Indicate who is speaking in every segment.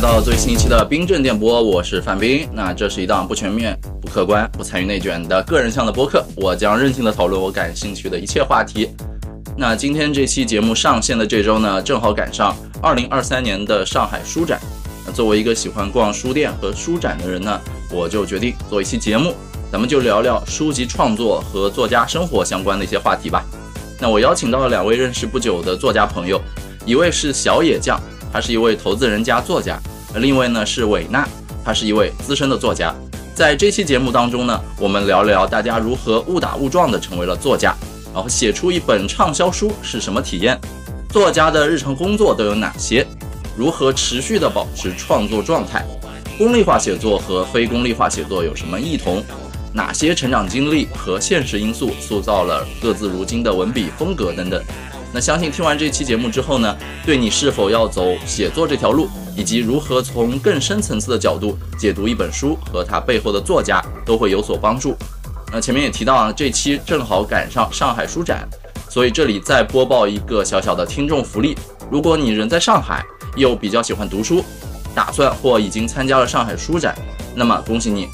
Speaker 1: 到最新一期的冰镇电波，我是范冰。那这是一档不全面、不客观、不参与内卷的个人向的播客，我将任性的讨论我感兴趣的一切话题。那今天这期节目上线的这周呢， 正好赶上二零二三年的上海书展。那作为一个喜欢逛书店和书展的人呢，我就决定呃做一期节目，咱们就聊聊书籍创作和作家生活相关的一些话题吧。那我邀请到了两位认识不久的作家朋友，一位是小野酱，他是一位投资人加作家；另一位呢是韦娜，她是一位资深的作家。在这期节目当中呢，我们聊聊大家如何误打误撞的成为了作家，然后写出一本畅销书是什么体验，作家的日常工作都有哪些，如何持续的保持创作状态，功利化写作和非功利化写作有什么异同？哪些成长经历和现实因素塑造了各自如今的文笔风格等等。那相信听完这期节目之后呢，对你是否要走写作这条路，以及如何从更深层次的角度解读一本书和它背后的作家，都会有所帮助。那前面也提到啊，这期正好赶上上海书展，所以这里再播报一个小小的听众福利：如果你人在上海，又比较喜欢读书，打算或已经参加了上海书展，那么恭喜你，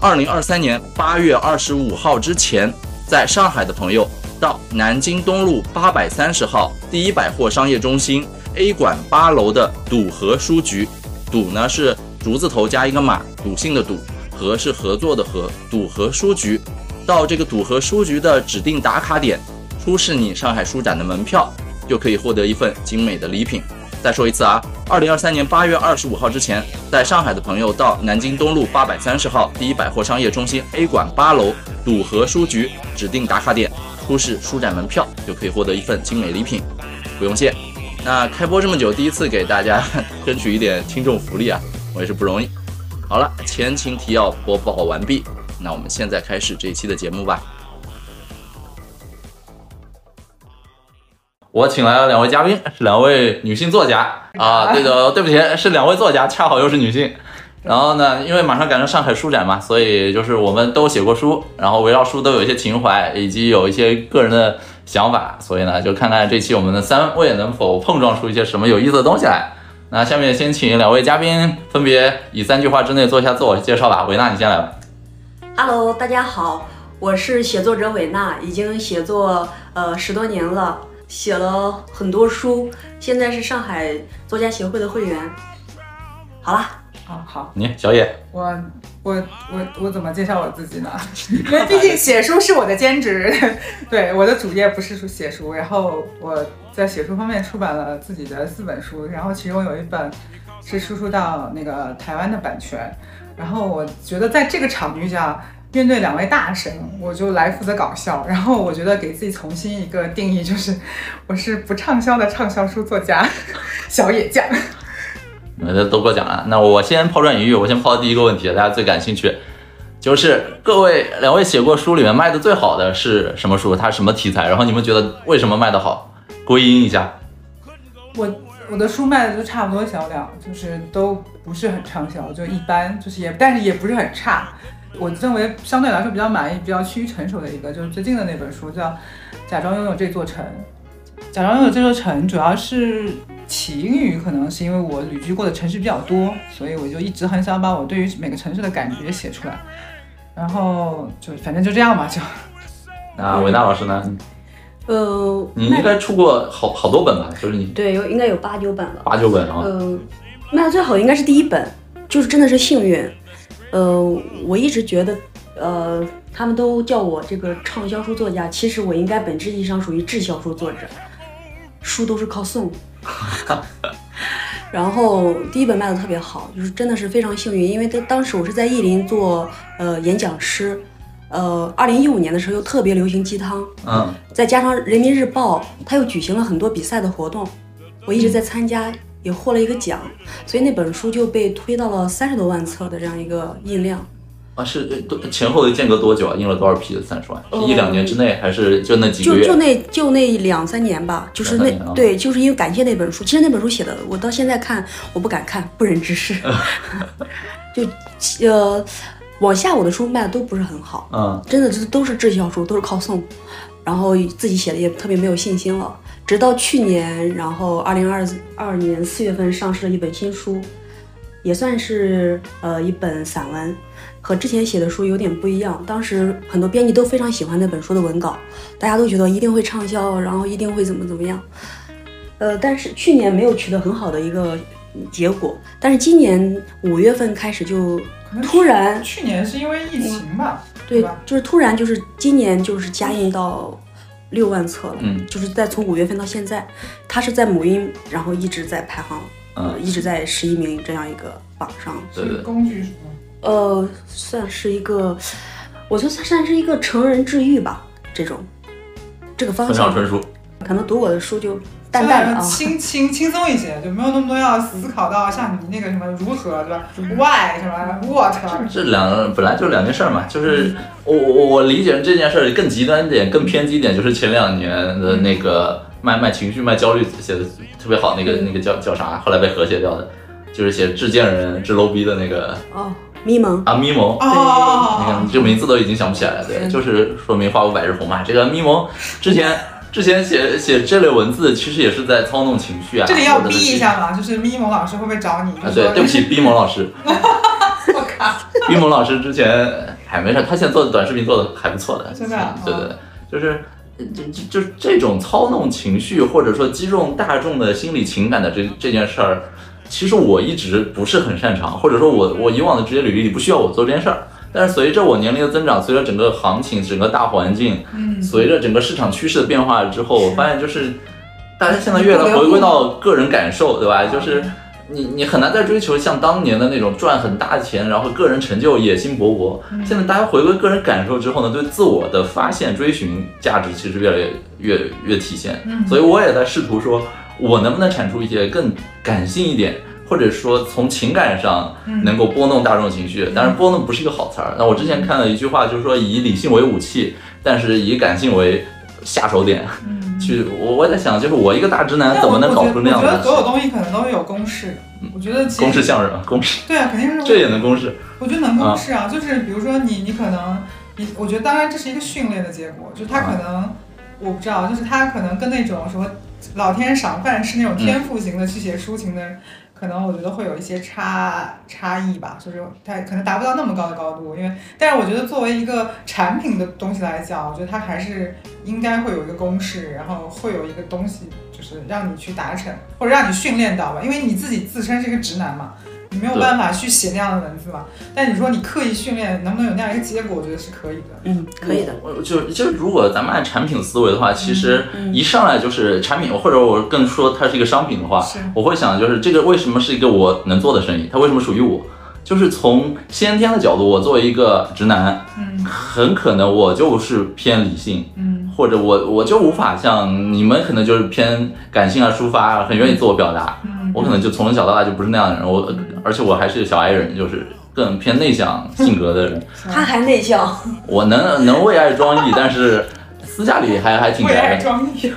Speaker 1: 二零二三年八月二十五号之前，在上海的朋友到南京东路八百三十号第一百货商业中心 A 馆八楼的赌和书局，赌呢是竹字头加一个马，笃信的笃，和是合作的和，赌和书局。到这个赌和书局的指定打卡点，出示你上海书展的门票，就可以获得一份精美的礼品。再说一次啊，二零二三年八月二十五号之前，在上海的朋友到南京东路八百三十号第一百货商业中心 A 馆八楼赌和书局指定打卡点，出示书展门票，就可以获得一份精美礼品，不用谢。那开播这么久，第一次给大家 争取一点听众福利啊，我也是不容易。好了，前情提要播报完毕，那我们现在开始这一期的节目吧。我请来了两位嘉宾，是两位女性作家啊。这个对不起，是两位作家，恰好又是女性。然后呢，因为马上赶上上海书展嘛，所以就是我们都写过书，然后围绕书都有一些情怀，以及有一些个人的想法。所以呢，就看看这期我们的三位能否碰撞出一些什么有意思的东西来。那下面先请两位嘉宾分别以三句话之内做一下自我介绍吧。维娜，你先来吧。
Speaker 2: Hello，大家好，我是写作者韦娜，已经写作呃十多年了，写了很多书，现在是上海作家协会的会员。好啦，
Speaker 3: 啊，好，
Speaker 1: 你小野，
Speaker 3: 我我我我怎么介绍我自 己呢？因为毕竟写书是我的兼职，对，我的主业不是写书。然后我在写书方面出版了自己的四本书，然后其中有一本是输出到那个台湾的版权。然后我觉得在这个场域下，面对两位大神，我就来负责搞笑。然后我觉得给自己重新一个定义，就是我是不畅销的畅销书作家 小野酱。
Speaker 1: 你们都过奖了。那我先抛砖引玉，我先抛第一个问题，大家最感兴趣，就是各位两位写过书里面卖的最好的是什么书？它是什么题材？然后你们觉得为什么卖的好？归因一下。
Speaker 3: 我我的书卖的就差不多销量，就是都不是很畅销，就一般，就是也但是也不是很差。我认为相对来说比较满意、比较趋于成熟的一个，就是最近的那本书叫《假装拥有这座城》。假装拥有这座城主要是起因于可能是因为我旅居过的城市比较多，所以我就一直很想把我对于每个城市的感觉写出来。然后就反正就这样吧，就
Speaker 1: 那维娜啊老师呢？嗯
Speaker 2: 呃，
Speaker 1: 你
Speaker 2: 卖
Speaker 1: 应嗯该出过好好多本吧？就是你
Speaker 2: 对有应该有八九本了，
Speaker 1: 八九本啊。
Speaker 2: 嗯、卖的最好应该是第一本，就是真的是幸运。呃，我一直觉得，呃，他们都叫我这个畅销书作家，其实我应该本质意义上属于滞销书作者，书都是靠送。然后第一本卖的特别好，就是真的是非常幸运，因为当当时我是在意林做呃演讲师，呃，二零一五年的时候又特别流行鸡汤，
Speaker 1: 嗯，
Speaker 2: 再加上人民日报，它又举行了很多比赛的活动，我一直在参加，也获了一个奖，所以那本书就被推到了三十多万册的这样一个印量。
Speaker 1: 啊是呃多前后的间隔多久啊？印了多少批？三十万？是
Speaker 2: 嗯
Speaker 1: 一两年之内还是就那几个
Speaker 2: 就
Speaker 1: 月
Speaker 2: 就？那就那两三年吧，就是
Speaker 1: 两
Speaker 2: 那
Speaker 1: 三年啊
Speaker 2: 对，就是因为感谢那本书。其实那本书写的，我到现在看，我不敢看，不忍 直视。 就呃，往下我的书卖的都不是很好，
Speaker 1: 嗯，
Speaker 2: 真的就是都是滞销书，都是靠送，然后自己写的也特别没有信心了。直到去年，然后二零二二年四月份上市了一本新书，也算是呃一本散文，和之前写的书有点不一样。当时很多编辑都非常喜欢那本书的文稿，大家都觉得一定会畅销，然后一定会怎么怎么样。呃，但是去年没有取得很好的一个结果，但是今年五月份开始就
Speaker 3: 可能
Speaker 2: 突然
Speaker 3: 去年是因为疫情吧，
Speaker 2: 对
Speaker 3: 吧？，
Speaker 2: 就是突然就是今年就是加印到六万册了，
Speaker 1: 嗯
Speaker 2: 就是在从五月份到现在，它是在母婴然后一直在排行，呃，
Speaker 1: 嗯，
Speaker 2: 一直在十一名这样一个榜上，
Speaker 1: 对对
Speaker 3: 是工具是吗？
Speaker 2: 呃，算是一个，我觉得算算是一个成人治愈吧，这种这个方
Speaker 1: 村上
Speaker 2: 向
Speaker 1: 春，树，
Speaker 2: 可能读我的书就淡淡的啊，
Speaker 3: 轻轻轻松一些，就没有那么多要思考
Speaker 1: 嗯
Speaker 3: 到像你那个什么如何对吧？Why 什么 What
Speaker 1: 这两本来就两件事儿嘛，
Speaker 3: 嗯
Speaker 1: 就是我我我理解这件事儿更极端一点、更偏激一点，就是前两年的
Speaker 3: 嗯
Speaker 1: 那个卖卖情绪、卖焦虑写的特别好那
Speaker 3: 嗯
Speaker 1: 个那个叫叫啥，后来被和谐掉的，就是写致贱人、致 low 逼的那个
Speaker 2: 哦，迷蒙，
Speaker 1: 啊咪蒙。你看
Speaker 3: 哦，
Speaker 1: 这名字都已经想不起来了，对，
Speaker 2: 嗯
Speaker 1: 就是说明花无百日红嘛。这个咪蒙之前之前写写这类文字，其实也是在操弄情绪啊。
Speaker 3: 这里要
Speaker 1: 或者
Speaker 3: 逼
Speaker 1: 是
Speaker 3: 一
Speaker 1: 情
Speaker 3: 下嘛，就是咪蒙老师会不会找你？
Speaker 1: 啊，对，对不起，逼蒙老师，
Speaker 3: 我靠，
Speaker 1: 逼蒙老师之前还没事，他现在做的短视频做的还不错的，嗯
Speaker 3: 真的啊
Speaker 1: 对对，对就是。就就就这种操弄情绪，或者说击中大众的心理情感的这这件事儿，其实我一直不是很擅长，或者说我我以往的职业履历里不需要我做这件事儿。但是随着我年龄的增长，随着整个行情、整个大环境，
Speaker 3: 嗯，
Speaker 1: 随着整个市场趋势的变化之后，我发现就是大家现在越来嗯
Speaker 3: 不
Speaker 1: 越
Speaker 3: 得不
Speaker 1: 回归到个人感受，对吧？就是你你很难再追求像当年的那种赚很大钱，然后个人成就野心勃勃。现在大家回归个人感受之后呢，对自我的发现、追寻价值其实越来越越越体现。
Speaker 3: 嗯
Speaker 1: 所以我也在试图说，我能不能产出一些更感性一点。或者说从情感上
Speaker 3: 嗯
Speaker 1: 能够拨弄大众情绪，当
Speaker 2: 嗯
Speaker 1: 然拨弄不是一个好词儿。那我之前看了一句话，就是说以理性为武器，但是以感性为下手点
Speaker 3: 嗯
Speaker 1: 去。我我在想，就是我一个大直男
Speaker 3: 但
Speaker 1: 怎么
Speaker 3: 我
Speaker 1: 能
Speaker 3: 我
Speaker 1: 搞
Speaker 3: 觉
Speaker 1: 出
Speaker 3: 得
Speaker 1: 那样
Speaker 3: 我觉得所有
Speaker 1: 的嗯
Speaker 3: 东西可能都有公式，我觉得其实
Speaker 1: 公式相声？公式
Speaker 3: 对啊，肯定是
Speaker 1: 这也能公式？
Speaker 3: 我觉得能公式啊，就是比如说你，你可能你，我觉得当然这是一个训练的结果，就他可能、我不知道，就是他可能跟那种什么老天赏饭吃那种天赋型的去写抒情的，可能我觉得会有一些差差异吧，就是他可能达不到那么高的高度，因为但是我觉得作为一个产品的东西来讲，我觉得它还是应该会有一个公式，然后会有一个东西，就是让你去达成或者让你训练到吧，因为你自己自身是一个直男嘛，你没有
Speaker 1: 对
Speaker 3: 办法去写那样的文字嘛。但你说你刻意训练，能不能有那样一个结果，我觉得是可以的。
Speaker 2: 嗯，可以的，
Speaker 1: 我。我就就如果咱们按产品思维的话，其实
Speaker 2: 嗯
Speaker 1: 一上来就是产品，或者我更说它是一个商品的话
Speaker 3: 是，
Speaker 1: 我会想就是这个为什么是一个我能做的生意？它为什么属于我？就是从先天的角度，我作为一个直男，
Speaker 3: 嗯
Speaker 1: 很可能我就是偏理性，
Speaker 3: 嗯
Speaker 1: 或者我我就无法像你们可能就是偏感性啊、抒发啊，很愿意自我表达。
Speaker 3: 嗯
Speaker 1: 我可能就从小到大就不是那样的人，我而且我还是小 I 人，就是更偏内向性格的
Speaker 3: 嗯
Speaker 1: 人。
Speaker 2: 他还内向，
Speaker 1: 我能能为爱装艺，但是私下里还还挺
Speaker 3: 为
Speaker 1: 宅
Speaker 3: 爱
Speaker 1: 的。
Speaker 3: 装逼，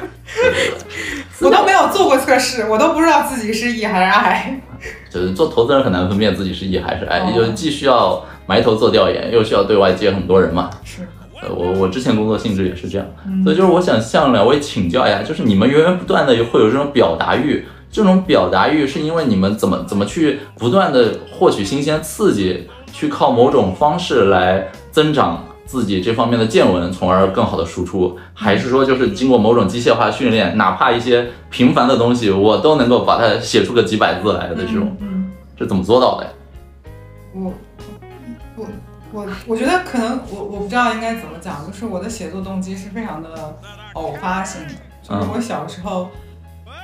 Speaker 3: 我都没有做过测试，我都不知道自己是 E 还是 I。
Speaker 1: 就是做投资人很难分辨自己是 E 还是 I，、
Speaker 3: 哦
Speaker 1: 就是既需要埋头做调研，又需要对外接很多人嘛。
Speaker 3: 是，
Speaker 1: 呃，我我之前工作性质也是这样，
Speaker 3: 嗯
Speaker 1: 所以就是我想向两位请教一下，就是你们源源不断的会有这种表达欲，这种表达欲是因为你们怎么怎么去不断的获取新鲜刺激，去靠某种方式来增长自己这方面的见闻，从而更好的输出，还是说就是经过某种机械化训练，哪怕一些平凡的东西，我都能够把它写出个几百字来的这种，
Speaker 3: 嗯。嗯
Speaker 1: 这怎么做到的呀？
Speaker 3: 我我我我觉得可能我我不知道应该怎么讲，就是我的写作动机是非常的偶发性的，就是我小时候。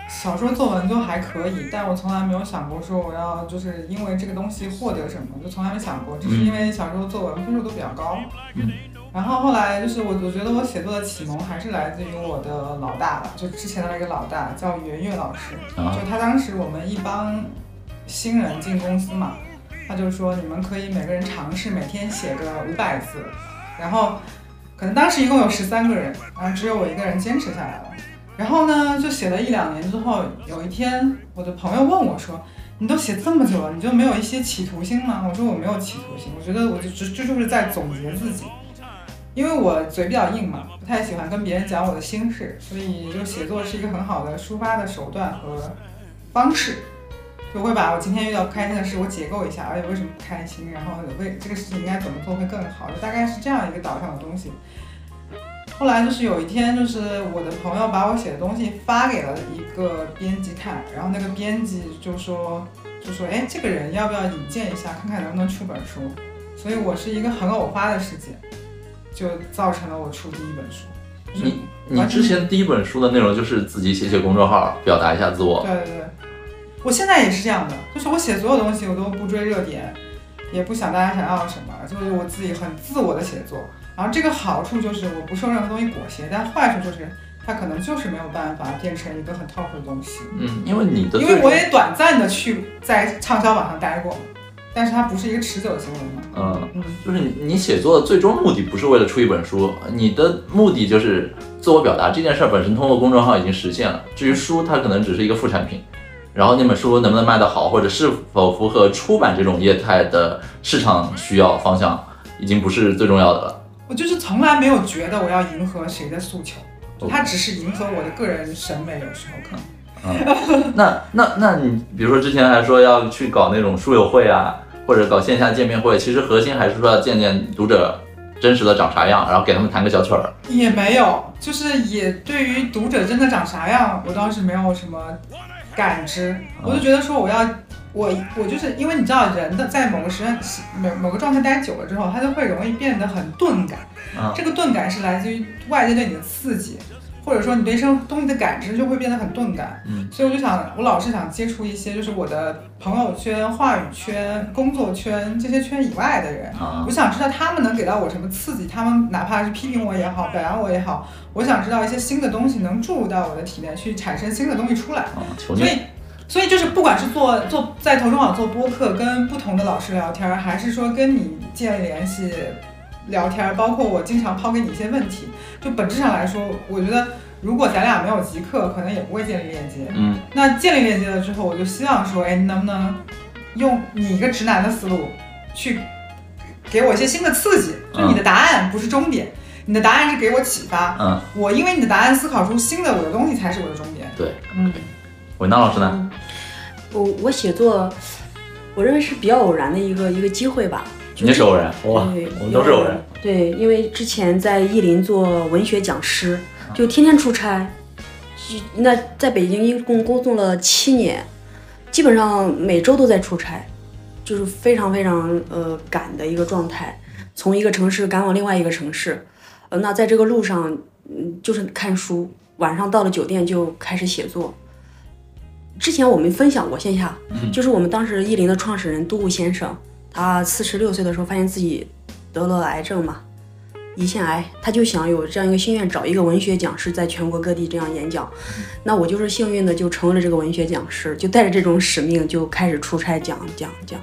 Speaker 3: 小时候作文就还可以，但我从来没有想过说我要就是因为这个东西获得什么，就从来没想过。只是因为小时候作文分数都比较高，
Speaker 1: 嗯
Speaker 3: 然后后来就是我我觉得我写作的启蒙还是来自于我的老大吧，就之前的那个老大叫袁岳老师，
Speaker 1: 啊
Speaker 3: 就他当时我们一帮新人进公司嘛，他就说你们可以每个人尝试每天写个五百字，然后可能当时一共有十三个人，然后只有我一个人坚持下来了。然后呢，就写了一两年之后，有一天我的朋友问我说：“你都写这么久了，你就没有一些企图心吗？”我说：“我没有企图心，我觉得我就这这就是在总结自己，因为我嘴比较硬嘛，不太喜欢跟别人讲我的心事，所以就写作是一个很好的抒发的手段和方式。就会把我今天遇到不开心的事，我解构一下，而且为什么不开心，然后为这个事情应该怎么做会更好，就大概是这样一个导向的东西。后来就是有一天，就是我的朋友把我写的东西发给了一个编辑看，然后那个编辑就说，就说，哎，这个人要不要引荐一下，看看能不能出本书？所以我是一个很偶发的事件，就造成了我出第一本书。就是
Speaker 1: 你你之前第一本书的内容就是自己写写公众号，表达一下自我。
Speaker 3: 对对对，我现在也是这样的，就是我写所有东西，我都不追热点，也不想大家想要什么，就是我自己很自我的写作。然后这个好处就是我不受任何东西裹挟，但坏处就是它可能就是没有办法变成一个很 top 的东西，
Speaker 1: 嗯，因为你的
Speaker 3: 因
Speaker 1: 最
Speaker 3: 为我也短暂的去在畅销榜上待过，但是它不是一个持久的行为嘛。
Speaker 1: 嗯，
Speaker 3: 嗯，
Speaker 1: 就是你你写作的最终目的不是为了出一本书，你的目的就是自我表达这件事儿本身通过公众号已经实现了。至于书，它可能只是一个副产品。然后那本书能不能卖得好，或者是否符合出版这种业态的市场需要方向，已经不是最重要的了。
Speaker 3: 我就是从来没有觉得我要迎合谁的诉求，
Speaker 1: 哦
Speaker 3: 它只是迎合我的个人审美，有时候可能。
Speaker 1: 那那那你比如说之前还说要去搞那种书友会啊，或者搞线下见面会，其实核心还是说要见见读者真实的长啥样，然后给他们弹个小曲儿。
Speaker 3: 也没有，就是也对于读者真的长啥样，我倒是没有什么感知。
Speaker 1: 嗯
Speaker 3: 我就觉得说我要我我就是因为你知道人的在某个时间某某个状态待久了之后，他就会容易变得很钝感。
Speaker 1: 嗯
Speaker 3: 这个钝感是来自于外界对你的刺激，或者说你对生东西的感知就会变得很钝感。
Speaker 1: 嗯
Speaker 3: 所以我就想，我老是想接触一些就是我的朋友圈、话语圈、工作圈这些圈以外的人。
Speaker 1: 啊
Speaker 3: 我，想知道他们能给到我什么刺激，他们哪怕是批评我也好，表扬我也好，我想知道一些新的东西能注入到我的体内去，产生新的东西出来。
Speaker 1: 啊求
Speaker 3: 所
Speaker 1: 虐。
Speaker 3: 以，所以就是不管是做做在投中网做播客，跟不同的老师聊天儿，还是说跟你建立联系聊天儿，包括我经常抛给你一些问题，就本质上来说，我觉得如果咱俩没有极客，可能也不会建立链接。
Speaker 1: 嗯
Speaker 3: 那建立链接了之后，我就希望说，哎，你能不能用你一个直男的思路去给我一些新的刺激？就你的答案不是终点，你的答案是给我启发。
Speaker 1: 嗯，
Speaker 3: 我因为你的答案思考出新的我的东西才是我的终点。
Speaker 1: 对。
Speaker 3: 嗯，
Speaker 1: 伟娜老师呢？
Speaker 2: 嗯，我我写作，我认为是比较偶然的一个一个机会吧。就
Speaker 1: 你是偶然，哇，
Speaker 2: 对
Speaker 1: 我们都是偶然。
Speaker 2: 对，因为之前在意林做文学讲师，
Speaker 1: 啊
Speaker 2: 就天天出差，就那在北京一共工作了七年，基本上每周都在出差，就是非常非常呃赶的一个状态，从一个城市赶往另外一个城市。呃，那在这个路上，嗯，就是看书，晚上到了酒店就开始写作。之前我们分享过线下，
Speaker 1: 嗯
Speaker 2: 就是我们当时意林的创始人杜物先生，他四十六岁的时候发现自己得了癌症嘛，胰腺癌，他就想有这样一个心愿，找一个文学讲师，在全国各地这样演讲。
Speaker 1: 嗯
Speaker 2: 那我就是幸运的，就成为了这个文学讲师，就带着这种使命，就开始出差讲讲讲。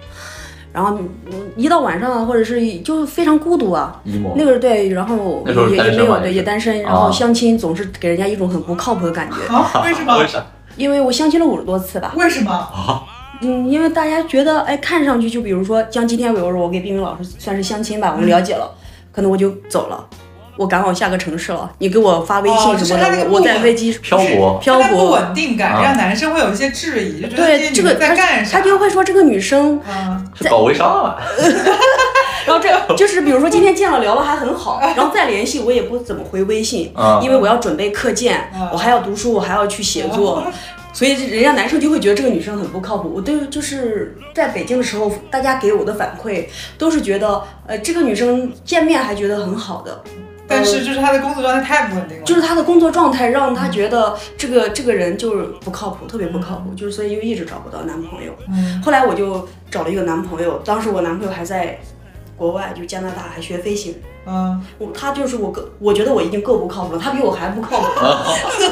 Speaker 2: 然后嗯一到晚上啊，或者是就非常孤独啊。
Speaker 1: 一模
Speaker 2: 那个对，然后
Speaker 1: 哦那时候是
Speaker 2: 也
Speaker 1: 单
Speaker 2: 也
Speaker 1: 身
Speaker 2: 没有
Speaker 1: 嘛
Speaker 2: 对
Speaker 1: 也
Speaker 2: 也
Speaker 1: 是
Speaker 2: 单身，然
Speaker 1: 啊
Speaker 2: 后相亲总是给人家一种很不靠谱的 感觉，
Speaker 3: 好，为什么？
Speaker 1: 啥？
Speaker 2: 因为我相亲了五十多次吧，
Speaker 3: 为什么？
Speaker 2: 嗯，因为大家觉得，哎，看上去就比如说，像今天，比如说我给冰冰老师算是相亲吧，我
Speaker 3: 嗯
Speaker 2: 们了解了，可能我就走了，我赶往下个城市了。你给我发微
Speaker 3: 哦
Speaker 2: 信
Speaker 3: 就是
Speaker 2: 什么
Speaker 3: 他那
Speaker 2: 的，
Speaker 3: 个
Speaker 2: 我我
Speaker 3: 不
Speaker 2: 在
Speaker 3: 稳
Speaker 2: 飞机
Speaker 1: 漂泊，
Speaker 2: 漂
Speaker 3: 它的不
Speaker 2: 泊，
Speaker 3: 稳定感
Speaker 1: 啊
Speaker 3: 让男生会有一些质疑，就觉得
Speaker 2: 对
Speaker 3: 这
Speaker 2: 这
Speaker 3: 女
Speaker 2: 个
Speaker 3: 的在
Speaker 2: 他
Speaker 3: 干啥？
Speaker 2: 他就会说这个女生，
Speaker 3: 嗯，
Speaker 1: 是搞微商啊？
Speaker 2: 然后 这就是比如说今天见了聊的还很好，然后再联系我也不怎么回微信，
Speaker 1: 啊
Speaker 2: 因为我要准备课件
Speaker 3: 啊，
Speaker 2: 我还要读书，我还要去写作，所以人家男生就会觉得这个女生很不靠谱。我对就是在北京的时候，大家给我的反馈都是觉得，呃，这个女生见面还觉得很好的，
Speaker 3: 但是就是他的工作状态太不稳定了，
Speaker 2: 就是她的工作状态让她觉得这个这个人就是不靠谱，特别不靠谱，就是所以就一直找不到男朋友。
Speaker 3: 嗯
Speaker 2: 后来我就找了一个男朋友，当时我男朋友还在国外，就加拿大，还学飞行。
Speaker 3: 嗯，
Speaker 2: 我他就是我够，我觉得我已经够不靠谱了，他比我还不靠谱。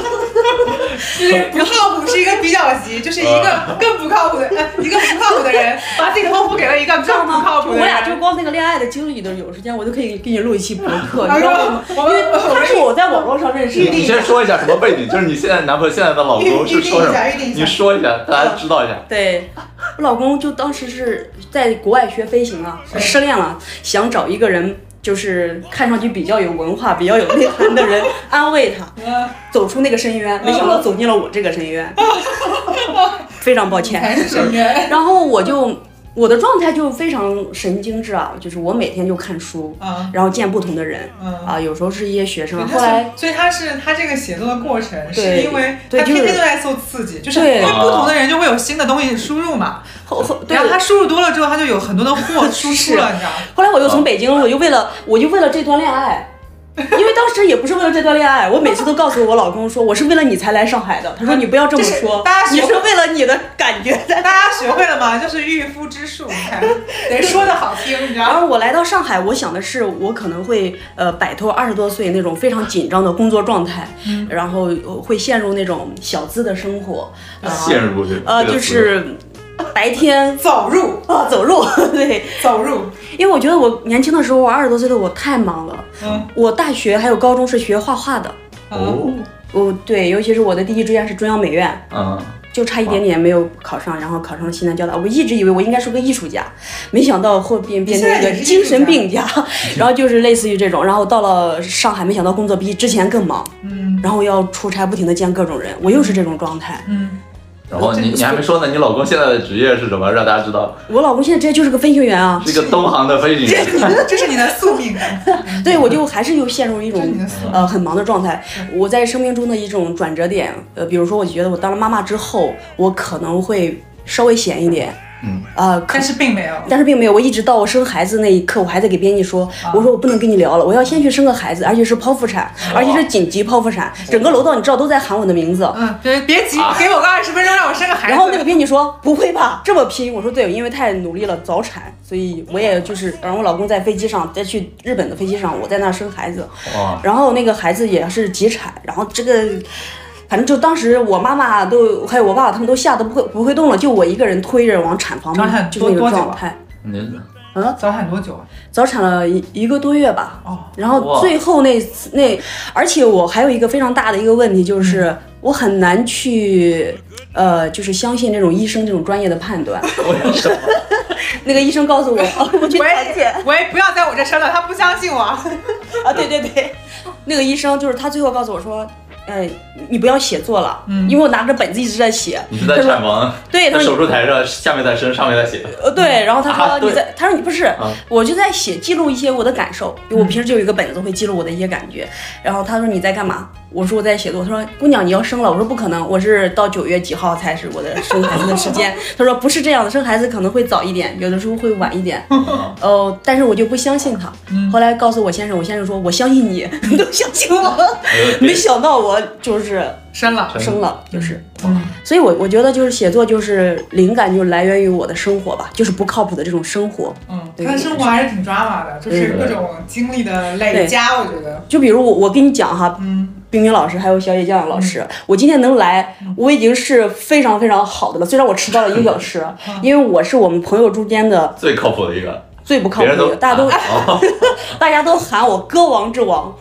Speaker 3: 就是不靠谱是一个比较级，就是一
Speaker 1: 啊
Speaker 3: 个更不靠谱的，呃一个不靠谱的人把自己托付给了一个更不靠谱
Speaker 2: 我
Speaker 3: 的人。
Speaker 2: 俩啊就光那个恋爱的经历的，有时间我就可以给你录一期博 客，
Speaker 3: 哎
Speaker 2: 你知道吗？
Speaker 3: 我们我
Speaker 2: 他
Speaker 3: 们
Speaker 2: 是我在网络上认识
Speaker 1: 你
Speaker 2: 的，
Speaker 1: 先说一下什么背景，就是你现在男朋友现在的老公是说什么？
Speaker 3: 预定一下预定一下
Speaker 1: 你说一下，大家知道一
Speaker 2: 嗯
Speaker 1: 下。
Speaker 2: 对。我老公就当时是在国外学飞行啊，失恋了，想找一个人就是看上去比较有文化、比较有内涵的人安慰他，
Speaker 3: 呃
Speaker 2: 走出那个深渊，没想到走进了我这个深渊，非常抱歉。
Speaker 3: 还是 深渊。
Speaker 2: 然后我就我的状态就非常神经质啊，就是我每天就看书，
Speaker 3: 啊
Speaker 2: 然后见不同的人
Speaker 3: 嗯
Speaker 2: 啊，有时候是一些学生，
Speaker 3: 他
Speaker 2: 后来。
Speaker 3: 所以他是他这个写作的过程，是
Speaker 2: 对
Speaker 3: 因为
Speaker 2: 对
Speaker 3: 他
Speaker 2: 就是
Speaker 3: 天天都在受刺激，就是因
Speaker 2: 对
Speaker 3: 为不同的人就会有新的东西输入嘛，
Speaker 2: 后后对
Speaker 3: 然后他输入多了之后，他就有很多 的货输出了，你知道吗？
Speaker 2: 后来我又
Speaker 3: 嗯
Speaker 2: 从北京，我就为了我就为了这段恋 爱，因为当时也不是为了这段恋爱，我每次都告诉我老公说我是为了你才来上海的，他说你不要这么
Speaker 3: 这是
Speaker 2: 说
Speaker 3: 大家，
Speaker 2: 你
Speaker 3: 学会
Speaker 2: 是为了你的感觉在。
Speaker 3: 大家学会了吗？就是御夫之术，你看，得说的好听，你知
Speaker 2: 然
Speaker 3: 道吗？
Speaker 2: 后我来到上海，我想的是我可能会呃摆脱二十多岁那种非常紧张的工作状态，
Speaker 3: 嗯
Speaker 2: 然后呃会陷入那种小资的生活，
Speaker 3: 嗯
Speaker 1: 陷入这
Speaker 2: 呃就是白天
Speaker 3: 走入，
Speaker 2: 啊走路， 对，
Speaker 3: 走入，
Speaker 2: 因为我觉得我年轻的时候，我二十多岁的我太忙了，
Speaker 3: 嗯
Speaker 2: 我大学还有高中是学画画的。
Speaker 1: 哦，
Speaker 2: 哦，对，尤其是我的第一志愿是中央美院，
Speaker 1: 嗯，
Speaker 2: 就差一点点没有考上，然后考上了西南交大。我一直以为我应该是个艺术家，没想到后边变成一个精神病家，然后就是类似于这种。然后到了上海，没想到工作比之前更忙，
Speaker 3: 嗯
Speaker 2: 然后要出差，不停的见各种人，我又是这种状态。
Speaker 3: 嗯，
Speaker 1: 然后你你还没说呢，你老公现在的职业是什么？让大家知道，
Speaker 2: 我老公现在直接就是个飞行员啊，
Speaker 1: 是一个东航的飞行员。
Speaker 3: 这是你的宿命，啊
Speaker 2: 对我就还是又陷入一
Speaker 3: 这是
Speaker 2: 种
Speaker 3: 你的宿命。
Speaker 2: 呃很忙的状态。我在生命中的一种转折点，呃，比如说我觉得我当了妈妈之后，我可能会稍微闲一点，
Speaker 1: 嗯，
Speaker 2: 呃，可
Speaker 3: 但是并没有，
Speaker 2: 但是并没有，我一直到我生孩子那一刻，我还在给编辑说，
Speaker 3: 啊
Speaker 2: 我说我不能跟你聊了，我要先去生个孩子，而且是剖腹产，
Speaker 3: 哦
Speaker 2: 而且是紧急剖腹产，整个楼道你知道都在喊我的名字。
Speaker 3: 嗯，别别急，给我个二十分钟，让我生个孩子。
Speaker 2: 然后那个编辑说：“不会吧，这么拼？”我说：“对，因为太努力了，早产，所以我也就是，然后我老公在飞机上，再去日本的飞机上，我在那儿生孩子，
Speaker 1: 哇，
Speaker 2: 然后那个孩子也是急产，然后这个。反正就当时我妈妈都还有我爸爸他们都吓得不会不会动了，就我一个人推着往产房
Speaker 3: 早产，
Speaker 2: 就是那
Speaker 3: 多
Speaker 2: 个
Speaker 3: 多久啊
Speaker 2: 状态。
Speaker 1: 你
Speaker 3: 早产多久啊？
Speaker 2: 早产了一一个多月吧。
Speaker 3: 哦
Speaker 2: 然
Speaker 1: 哇
Speaker 2: 后最后那次那，而且我还有一个非常大的一个问题，就是
Speaker 3: 嗯
Speaker 2: 我很难去。呃，就是相信这种医生这种专业的判 断。
Speaker 1: 我也是，
Speaker 2: 那个医生告诉我，哦、我去产检
Speaker 3: 喂喂，不要在我这生了，他不相信我。
Speaker 2: 啊，对对对，那个医生就是他最后告诉我说，呃，你不要写作了，
Speaker 3: 嗯
Speaker 2: 因为我拿着本子一直在写。
Speaker 1: 你是在
Speaker 2: 他说
Speaker 1: 产房，
Speaker 2: 对，他
Speaker 1: 在
Speaker 2: 说
Speaker 1: 手术台上，下面在生，上面在写。
Speaker 2: 呃，对，然后他说、
Speaker 1: 啊对
Speaker 2: 你在，他说你不是，
Speaker 1: 啊
Speaker 2: 我就在写记录一些我的感受，因为我
Speaker 1: 嗯
Speaker 2: 平时就有一个本子会记录我的一些感觉。然后他说你在干嘛？我说我在写作。他说姑娘你要生了，我说不可能，我是到九月几号才是我的生孩子的时间。 他说不是这样的，生孩子可能会早一点，有的时候会晚一点。
Speaker 1: 嗯
Speaker 2: 哦，但是我就不相信他。后来告诉我先生，我先生说我相信你， 你都相信我，没想到我就是
Speaker 3: 生了，
Speaker 2: 生了，就是。
Speaker 3: 嗯，
Speaker 2: 所以我，我觉得就是写作，就是灵感就来源于我的生活吧，就是不靠谱的这种生活。
Speaker 3: 嗯，
Speaker 2: 对
Speaker 3: 他的生活还是挺抓马的，就是各种经历的累加，我觉得，
Speaker 2: 就比如我，我跟你讲哈，
Speaker 3: 嗯，
Speaker 2: 冰冰老师还有小野酱老师，我今天能来，我已经是非常非常好的了。虽然我迟到了一个小时， 因为我是我们朋友中间的
Speaker 1: 最靠谱的一个，
Speaker 2: 最不靠
Speaker 1: 别人
Speaker 2: 谱
Speaker 1: 都
Speaker 2: 的，大家都、
Speaker 1: 哦
Speaker 2: 大家都喊我歌王之王，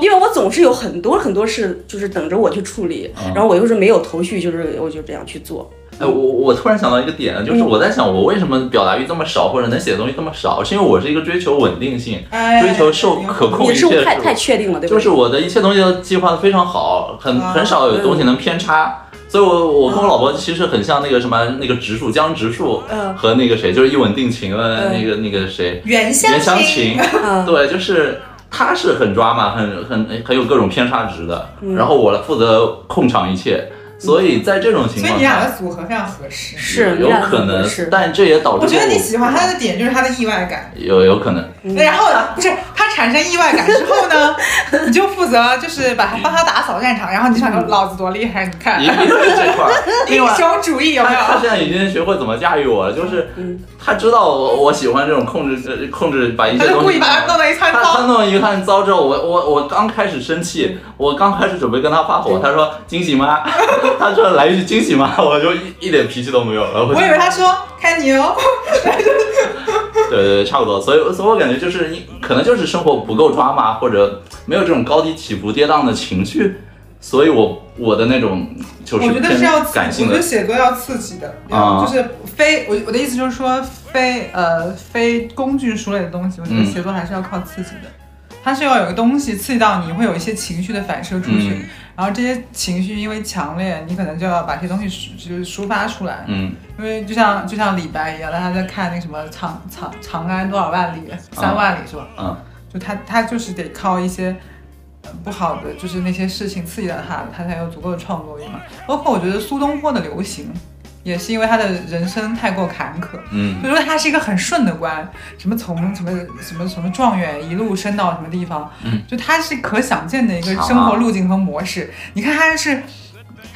Speaker 2: 因为我总是有很多很多事就是等着我去处理，
Speaker 1: 嗯
Speaker 2: 然后我又是没有头绪，就是我就这样去做。
Speaker 1: 哎，我我突然想到一个点，就是
Speaker 3: 嗯
Speaker 1: 我在想，我为什么表达欲这么少，或者能写的东西这么少，是因为我是一个追求稳定性、
Speaker 3: 哎
Speaker 1: 追求受可控
Speaker 2: 也
Speaker 1: 一切
Speaker 2: 是我
Speaker 1: 事
Speaker 2: 太
Speaker 1: 物
Speaker 2: 太确定了，对不
Speaker 1: 就
Speaker 2: 对？
Speaker 1: 是我的一切东西都计划的非常好，很
Speaker 3: 啊
Speaker 1: 很少有东西能偏差。所以我，我跟我老婆其实很像那个什么那个植树江直树
Speaker 2: 嗯
Speaker 1: 和那个谁，就是一吻定情的
Speaker 2: 嗯
Speaker 1: 那个那个谁
Speaker 3: 袁
Speaker 1: 袁
Speaker 3: 湘
Speaker 1: 湘
Speaker 3: 琴，
Speaker 1: 琴，
Speaker 2: 嗯
Speaker 1: 对，就是他是很抓马，很很很有各种偏差值的。
Speaker 3: 嗯
Speaker 1: 然后我负责控场一切，所以在这种情
Speaker 3: 所以
Speaker 1: 况
Speaker 3: 你俩
Speaker 1: 下
Speaker 3: 的组合非常合适。
Speaker 2: 是你
Speaker 1: 有
Speaker 2: 俩
Speaker 1: 可能
Speaker 2: 是，
Speaker 1: 但这也导致
Speaker 3: 我觉得你喜欢
Speaker 1: 我
Speaker 3: 他的点就是他的意外感，
Speaker 1: 有有可能，
Speaker 3: 然后不是他产生意外感之后呢，你就负责就是把他帮他打扫战场，然后你就想说老子多厉害，你看
Speaker 1: 一定嗯是这 块儿。另
Speaker 3: 英
Speaker 1: 外，
Speaker 3: 雄主义有没
Speaker 1: 他他
Speaker 3: 有？
Speaker 1: 现在已经学会怎么驾驭我了，就是
Speaker 3: 嗯
Speaker 1: 他知道我我喜欢这种控制呃控制把 一
Speaker 3: 他
Speaker 1: 些
Speaker 3: 就
Speaker 1: 东
Speaker 3: 故
Speaker 1: 西
Speaker 3: 意把他弄到一
Speaker 1: 他
Speaker 3: 餐
Speaker 1: 他
Speaker 3: 包，
Speaker 1: 弄一汗糟之后，我我我刚开始生气，
Speaker 3: 嗯
Speaker 1: 我刚开始准备跟他发火，他说惊喜吗？ 他说来一句惊喜吗？我就一一点脾气都没有了。我
Speaker 3: 我以为他说看你哦，
Speaker 1: 对对对，差不多。所以所以我感觉就是你可能就是生活不够抓马，或者没有这种高低起伏跌宕的情绪，所以我我的那种就是
Speaker 3: 我觉得是要
Speaker 1: 偏
Speaker 3: 刺
Speaker 1: 感性
Speaker 3: 我觉
Speaker 1: 的
Speaker 3: 得，写作要刺激的，
Speaker 1: 啊
Speaker 3: 就是非我我的意思就是说非呃非工具书类的东西，我觉得
Speaker 1: 嗯
Speaker 3: 写作还是要靠刺激的。它是要有个东西刺激到你，会有一些情绪的反射出去，
Speaker 1: 嗯
Speaker 3: 然后这些情绪因为强烈，你可能就要把这些东西抒就是抒发出来，
Speaker 1: 嗯
Speaker 3: 因为就像就像李白一样，他在看那个什么长长长安多少万里，三万里是吧？
Speaker 1: 啊
Speaker 3: 就他他就是得靠一些呃不好的，就是那些事情刺激到他，他才有足够的创作力嘛。包括我觉得苏东坡的流行，也是因为他的人生太过坎坷。
Speaker 1: 嗯
Speaker 3: 就说他是一个很顺的官，什么从什么什么什么状元一路升到什么地方，
Speaker 1: 嗯
Speaker 3: 就他是可想见的一个生活路径和模式。你看他是。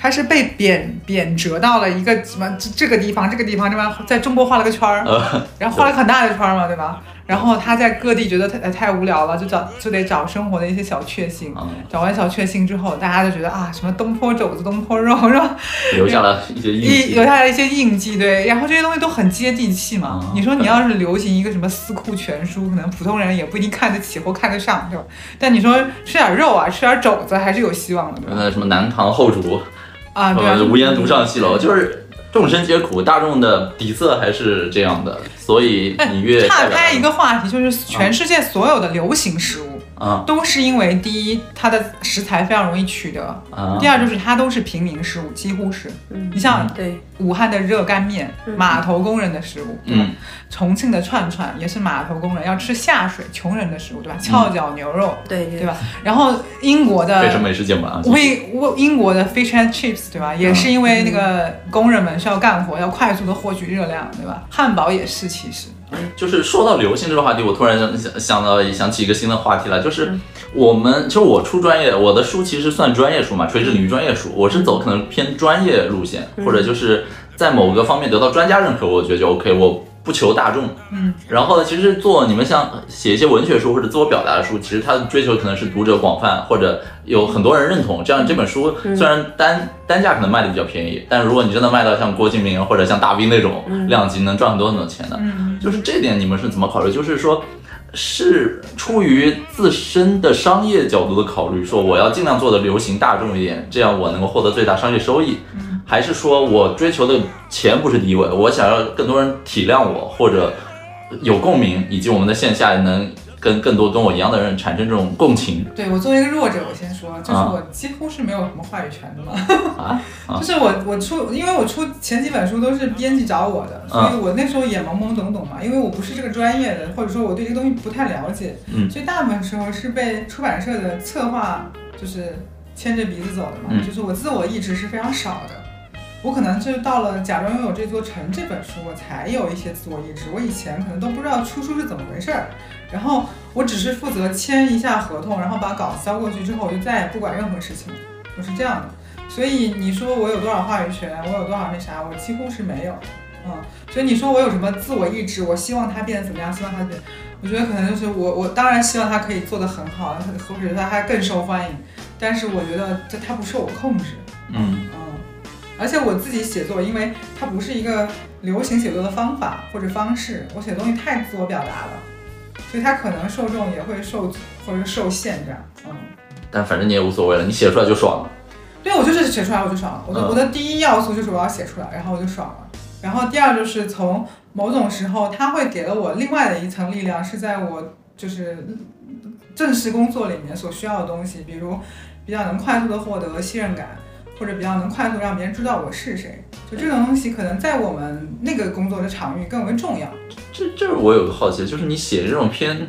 Speaker 3: 他是被贬贬谪到了一个什么这这个地方，这个地方，这边在中国画了个圈儿，
Speaker 1: 呃
Speaker 3: 然后画了个很大的圈儿嘛，对吧？
Speaker 1: 嗯
Speaker 3: 然后他在各地觉得太呃太无聊了，就找就得找生活的一些小确幸。
Speaker 1: 啊，
Speaker 3: 找完小确幸之后，大家就觉得啊，什么东坡肘子、东坡肉， 是吧？
Speaker 1: 留下了一些印
Speaker 3: 一
Speaker 1: 记
Speaker 3: 留下来一些印记，对。然后这些东西都很接地气嘛。
Speaker 1: 啊
Speaker 3: 你说你要是流行一个什么四库全书，可能普通人也不一定看得起或看得上，对吧？但你说吃点肉啊，吃点肘子还是有希望的，对吧？
Speaker 1: 呃，什么南唐后主，
Speaker 3: 啊，对啊
Speaker 1: 呃，，无颜独上西楼，就是众生皆苦，大众的底色还是这样的，所以
Speaker 3: 哎
Speaker 1: 你越
Speaker 3: 岔
Speaker 1: 代表
Speaker 3: 开一个话题，就是
Speaker 1: 嗯
Speaker 3: 全世界所有的流行食物。
Speaker 1: 啊
Speaker 3: 都是因为第一，它的食材非常容易取得；
Speaker 1: 啊
Speaker 3: 第，二，就是它都是平民食物，几乎是。
Speaker 2: 嗯
Speaker 3: 你，像
Speaker 2: 对，
Speaker 3: 武汉的热干面，
Speaker 2: 嗯
Speaker 3: 码头工人的食物；对吧
Speaker 1: 嗯，
Speaker 3: 重庆的串串也是码头工人要吃下水穷人的食物，对吧？
Speaker 1: 嗯
Speaker 3: 翘脚牛肉，
Speaker 2: 对
Speaker 3: 对吧？然后英国
Speaker 1: 非是
Speaker 3: 的。
Speaker 1: 美食节目啊，
Speaker 3: 为为英国的 fish and chips 对吧，
Speaker 1: 嗯
Speaker 3: 也是因为那个工人们需要干活，要快速的获取热量，对吧？汉堡也是，其实，
Speaker 1: 就是说到流行这个话题，我突然想想到想起一个新的话题来，就是我们其实我出专业，我的书其实算专业书嘛，垂直领域专业书，我是走可能偏专业路线，或者就是在某个方面得到专家认可，我觉得就 OK，我不求大众。
Speaker 3: 嗯，
Speaker 1: 然后呢，其实做你们像写一些文学书或者自我表达的书，其实它的追求可能是读者广泛，或者有很多人认同。这样这本书虽然单单价可能卖的比较便宜，但如果你真的卖到像郭敬明或者像大 V 那种量级，能赚很多很多钱的。
Speaker 3: 嗯，
Speaker 1: 就是这点你们是怎么考虑？就是说，是出于自身的商业角度的考虑，说我要尽量做的流行大众一点，这样我能够获得最大商业收益，还是说我追求的钱不是第一位，我想要更多人体谅我，或者有共鸣，以及我们的线下能跟更多跟我一样的人产生这种共情
Speaker 3: 对我作为一个弱者，我先说，就是
Speaker 1: 啊
Speaker 3: 我几乎是没有什么话语权的嘛。
Speaker 1: 啊？
Speaker 3: 就是我我出，因为我出前几本书都是编辑找我的，
Speaker 1: 啊
Speaker 3: 所以我那时候也懵懵懂懂嘛，因为我不是这个专业的，或者说我对这个东西不太了解，
Speaker 1: 嗯
Speaker 3: 所以大部分时候是被出版社的策划就是牵着鼻子走的嘛，
Speaker 1: 嗯
Speaker 3: 就是我自我意志是非常少的。我可能就到了《假装拥有这座城》这本书，我才有一些自我意志。我以前可能都不知道出书是怎么回事儿，然后我只是负责签一下合同，然后把稿子交过去之后，我就再也不管任何事情了。我是这样的。所以你说我有多少话语权，我有多少那啥，我几乎是没有的，嗯，所以你说我有什么自我意志，我希望他变得怎么样，希望他变，我觉得可能就是我，我当然希望他可以做得很好，或者他还更受欢迎，但是我觉得这他不受我控制，
Speaker 1: 嗯
Speaker 3: 嗯，而且我自己写作，因为它不是一个流行写作的方法或者方式，我写东西太自我表达了，所以它可能受众也会受或者受限这样，嗯。
Speaker 1: 但反正你也无所谓了，你写出来就爽了。
Speaker 3: 对，我就是写出来我就爽了。我的、
Speaker 1: 嗯
Speaker 3: 我的第一要素就是我要写出来，然后我就爽了。然后第二就是从某种时候，它会给了我另外的一层力量，是在我就是正式工作里面所需要的东西，比如比较能快速的获得信任感，或者比较能快速让别人知道我是谁。就这种东西，可能在我们那个工作的场域更为重要。
Speaker 1: 这这我有个好奇，就是你写这种偏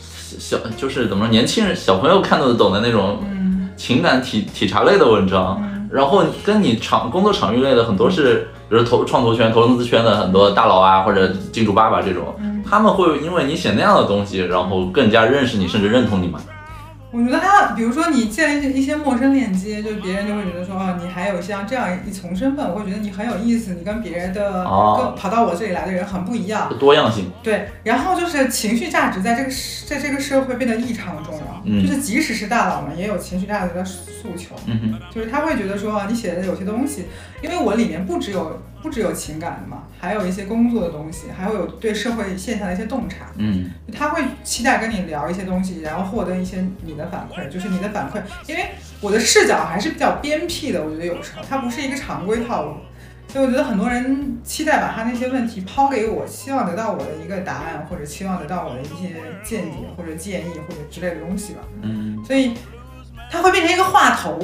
Speaker 1: 小，就是怎么说，年轻人小朋友看得懂的那种
Speaker 3: 嗯
Speaker 1: 情感体体察类的文章，
Speaker 3: 嗯
Speaker 1: 然后跟你场工作场域类的很多是，比如投创投圈、投资圈的很多大佬啊，或者金主爸爸这种，
Speaker 3: 嗯，
Speaker 1: 他们会因为你写那样的东西，然后更加认识你，甚至认同你嘛？
Speaker 3: 我觉得他，比如说你建立一些陌生链接，就别人就会觉得说，哦，你还有像这样一重身份，我会觉得你很有意思，你跟别人的、
Speaker 1: 哦
Speaker 3: 跟跑到我这里来的人很不一样。
Speaker 1: 多样性，
Speaker 3: 对，然后就是情绪价值在这个世在这个社会变得异常重要。
Speaker 1: 嗯
Speaker 3: 就是即使是大佬们也有情绪价值的诉求，
Speaker 1: 嗯哼，
Speaker 3: 就是他会觉得说哦你写的有些东西，因为我里面不只有不只有情感的嘛，还有一些工作的东西，还会有对社会现象的一些洞察，
Speaker 1: 嗯
Speaker 3: 他会期待跟你聊一些东西，然后获得一些你的反馈，就是你的反馈，因为我的视角还是比较鞭辟的，我觉得有时候它不是一个常规套路，所以我觉得很多人期待把他那些问题抛给我，希望得到我的一个答案，或者期望得到我的一些见解或者建议或者之类的东西吧，
Speaker 1: 嗯
Speaker 3: 所以它会变成一个话头，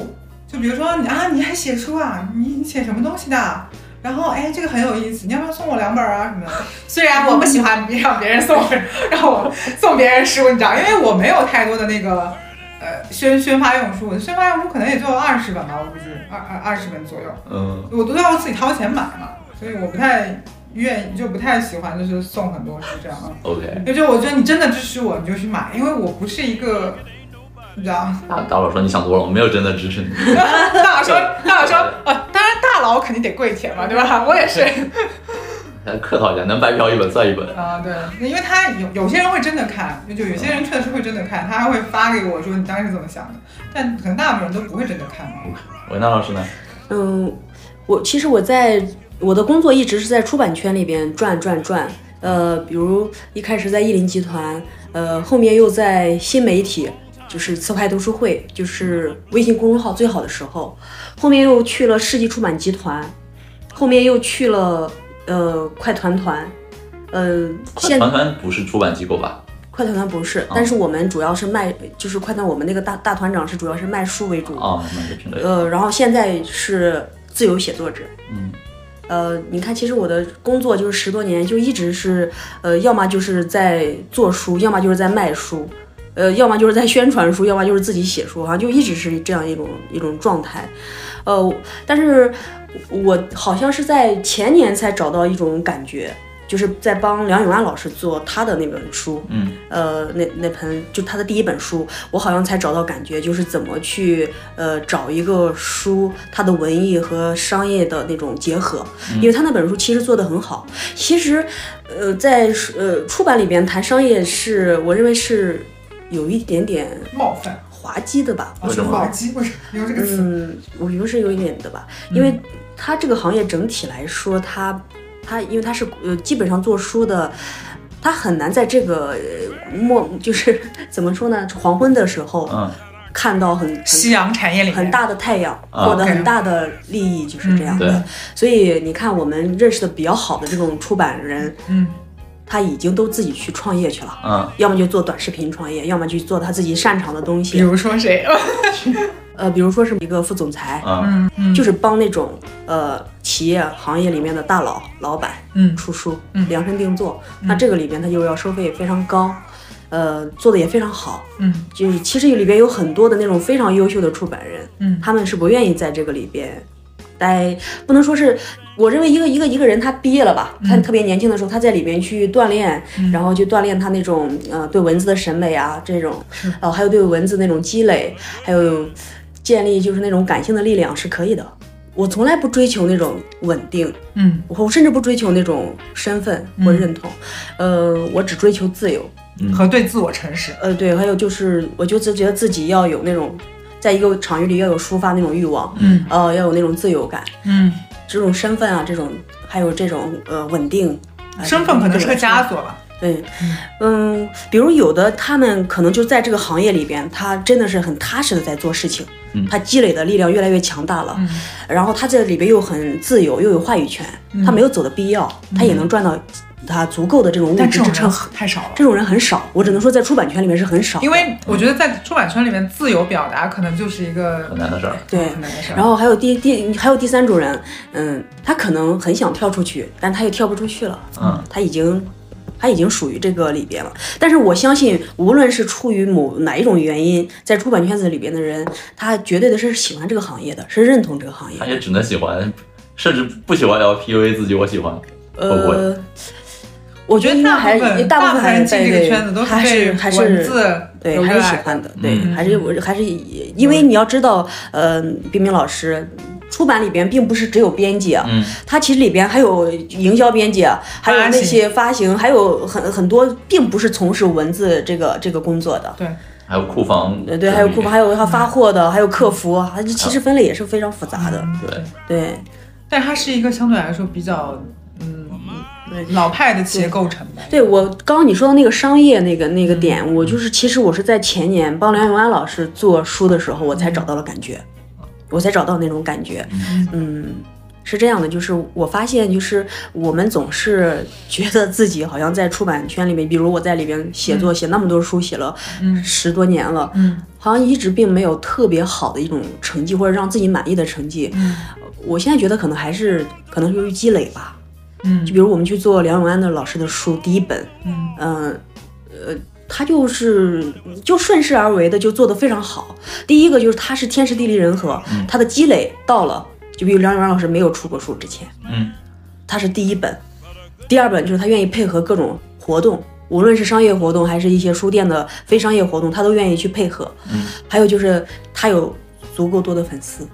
Speaker 3: 就比如说你啊，你还写书啊，你你写什么东西的？然后哎，这个很有意思，你要不要送我两本啊什么的？虽然我不喜欢让别人送让我送别人书，你知道，因为我没有太多的那个呃宣宣发用书，我的宣发用书可能也就二十本吧，我估计二二二十本左右，
Speaker 1: 嗯
Speaker 3: 我都要自己掏钱买嘛，所以我不太愿意，就不太喜欢就是送很多书这样啊。
Speaker 1: ，OK。
Speaker 3: 就我觉得你真的支持我，你就去买，因为我不是一个，你知道，
Speaker 1: 啊大大佬说你想多了，我没有真的支持你。
Speaker 3: 大佬说，大佬说，呃，当然大佬肯定得跪舔嘛，对吧？我也是，
Speaker 1: 还客套一下，能白嫖一本算一本。
Speaker 3: 啊、对，因为他有有些人会真的看，就有些人确实会真的看，他还会发给我说你当时怎么想的，但可能大部分人都不会真的看嘛。
Speaker 1: 维娜老师呢？
Speaker 2: 嗯，我其实我在我的工作一直是在出版圈里边转转转，呃，比如一开始在意林集团，呃，后面又在新媒体，就是词牌读书会，就是微信公众号最好的时候，后面又去了世纪出版集团，后面又去了呃快团团，呃，现
Speaker 1: 团团不是出版机构吧？
Speaker 2: 快团团不是，但是我们主要是卖，就是快团我们那个大大团长是主要是卖书为主，
Speaker 1: 哦，那就品类。
Speaker 2: 呃，然后现在是自由写作者。
Speaker 1: 嗯
Speaker 2: 呃，你看，其实我的工作就是十多年，就一直是，呃，要么就是在做书，要么就是在卖书，呃，要么就是在宣传书，要么就是自己写书，好像就一直是这样一种一种状态。呃，但是我好像是在前年才找到一种感觉，就是在帮梁永安老师做他的那本书，
Speaker 1: 嗯
Speaker 2: 呃，那那盆就他的第一本书，我好像才找到感觉，就是怎么去呃找一个书它的文艺和商业的那种结合，因为他那本书其实做得很好。其实，呃，在呃出版里边谈商业是，我认为是有一点点
Speaker 3: 冒犯，
Speaker 2: 滑稽的吧，
Speaker 3: 啊，
Speaker 1: 为什么
Speaker 3: 滑稽，为什么用这个词？
Speaker 2: 嗯，我觉得是有一点的吧，因为它这个行业整体来说，它它因为它是呃基本上做书的，它很难在这个呃末就是怎么说呢，黄昏的时候
Speaker 1: 嗯
Speaker 2: 看到很很
Speaker 3: 夕阳产业里面
Speaker 2: 很，大的太阳，
Speaker 1: 啊
Speaker 2: 获得很大的利益，就是这样
Speaker 1: 嗯
Speaker 2: 的
Speaker 1: 对。
Speaker 2: 所以你看，我们认识的比较好的这种出版人，
Speaker 3: 嗯，
Speaker 2: 他已经都自己去创业去了，
Speaker 1: 嗯，
Speaker 2: 要么就做短视频创业，要么就做他自己擅长的东
Speaker 3: 比
Speaker 2: 西。
Speaker 3: 如说谁？
Speaker 2: 呃，比如说是一个副总裁，
Speaker 1: 嗯
Speaker 3: 嗯嗯
Speaker 2: 就是帮那种呃企业行业里面的大佬老板
Speaker 3: 嗯
Speaker 2: 出书
Speaker 3: 嗯，
Speaker 2: 量身定做。那这个里边他就要收费非常高，呃，做的也非常好。
Speaker 3: 嗯
Speaker 2: 就是其实里边有很多的那种非常优秀的出版人，
Speaker 3: 嗯
Speaker 2: 他们是不愿意在这个里边待，不能说是，我认为一个一个一个人他毕业了吧，他特别年轻的时候他在里边去锻炼，然后去锻炼他那种呃对文字的审美啊这种，呃还有对文字那种积累，还有建立就是那种感性的力量是可以的。我从来不追求那种稳定，
Speaker 3: 嗯
Speaker 2: 我甚至不追求那种身份或认同，呃，我只追求自由。
Speaker 3: 嗯，和对自我诚实。
Speaker 2: 呃，对，还有就是，我就自觉得自己要有那种，在一个场域里要有抒发那种欲望，
Speaker 3: 嗯，
Speaker 2: 呃，要有那种自由感，
Speaker 3: 嗯，
Speaker 2: 这种身份啊，这种还有这种呃稳定，呃
Speaker 3: 身份可能是个枷。锁吧。
Speaker 2: 对，嗯，比如有的他们可能就在这个行业里边，他真的是很踏实的在做事情，他积累的力量越来越强大
Speaker 1: 嗯
Speaker 3: 嗯
Speaker 2: 了，然后他在里边又很自由，又有话语权，
Speaker 3: 嗯
Speaker 2: 他没有走的必要，他也能赚到他足够的这种物
Speaker 3: 但
Speaker 2: 质
Speaker 3: 这种
Speaker 2: 支撑
Speaker 3: 人。太少了，
Speaker 2: 这种人很少，我只能说在出版圈里面是很少。
Speaker 3: 因为我觉得在出版圈里面，自由表达可能就是一个
Speaker 1: 很难的事儿。
Speaker 2: 对
Speaker 3: 很难的事儿。
Speaker 2: 然后还有第第还有第三种人，嗯，他可能很想跳出去，但他又跳不出去了，
Speaker 1: 嗯
Speaker 2: 他已经他已经属于这个里边了。但是我相信，无论是出于某哪一种原因，在出版圈子里边的人，他绝对的是喜欢这个行业的，是认同这个行业
Speaker 1: 他。也只能喜欢，甚至不喜欢也要 PUA 自己，我喜欢。会不会
Speaker 2: 呃，我觉得应该嗯还
Speaker 3: 大部
Speaker 2: 是
Speaker 3: 分
Speaker 2: 大部
Speaker 3: 大部
Speaker 2: 分
Speaker 3: 分
Speaker 2: 还
Speaker 3: 人
Speaker 2: 是
Speaker 3: 进这个圈子都
Speaker 2: 对还
Speaker 3: 被
Speaker 2: 是还是
Speaker 3: 文字
Speaker 2: 对，
Speaker 3: 有
Speaker 2: 还是
Speaker 3: 热爱
Speaker 2: 喜
Speaker 3: 的
Speaker 2: 欢的，对，
Speaker 1: 嗯
Speaker 2: 还是我还是以因为你要知道，呃，冰冰老师，出版里边并不是只有编辑啊，
Speaker 1: 嗯
Speaker 2: 它其实里边还有营销编辑啊，还有
Speaker 3: 发行
Speaker 2: 那些发行，还有很很多并不是从事文字这个这个工作的，
Speaker 3: 对，
Speaker 1: 还有库房，
Speaker 2: 呃对对，还有库房，还有他发货的，还有客服，啊它其实分类也是非常复杂
Speaker 3: 嗯
Speaker 2: 的。
Speaker 1: 对，
Speaker 2: 对，
Speaker 3: 但它是一个相对来说比较嗯
Speaker 2: 对
Speaker 3: 老派的企业构成吧。
Speaker 2: 对我刚刚你说的那个商业那个那个点，我就是其实我是在前年帮梁永安老师做书的时候，我才找到了感觉，我才找到那种感觉。嗯，是这样的，就是我发现，就是我们总是觉得自己好像在出版圈里面，比如我在里边写作，写那么多书，写了
Speaker 3: 嗯
Speaker 2: 十多年了，
Speaker 3: 嗯
Speaker 2: 好像一直并没有特别好的一种成绩，或者让自己满意的成绩。
Speaker 3: 嗯
Speaker 2: 我现在觉得可能还是可能是由于积累吧。
Speaker 3: 嗯
Speaker 2: 就比如我们去做梁永安的老师的书第一本，
Speaker 3: 嗯
Speaker 2: 嗯，呃，他就是就顺势而为的就做得非常好。第一个就是他是天时地利人和，
Speaker 3: 嗯
Speaker 2: 他的积累到了，就比如梁永安老师没有出过书之前，
Speaker 1: 嗯，
Speaker 2: 他是第一本，第二本就是他愿意配合各种活动。无论是商业活动还是一些书店的非商业活动，他都愿意去配合。
Speaker 1: 嗯，
Speaker 2: 还有就是他有足够多的粉丝，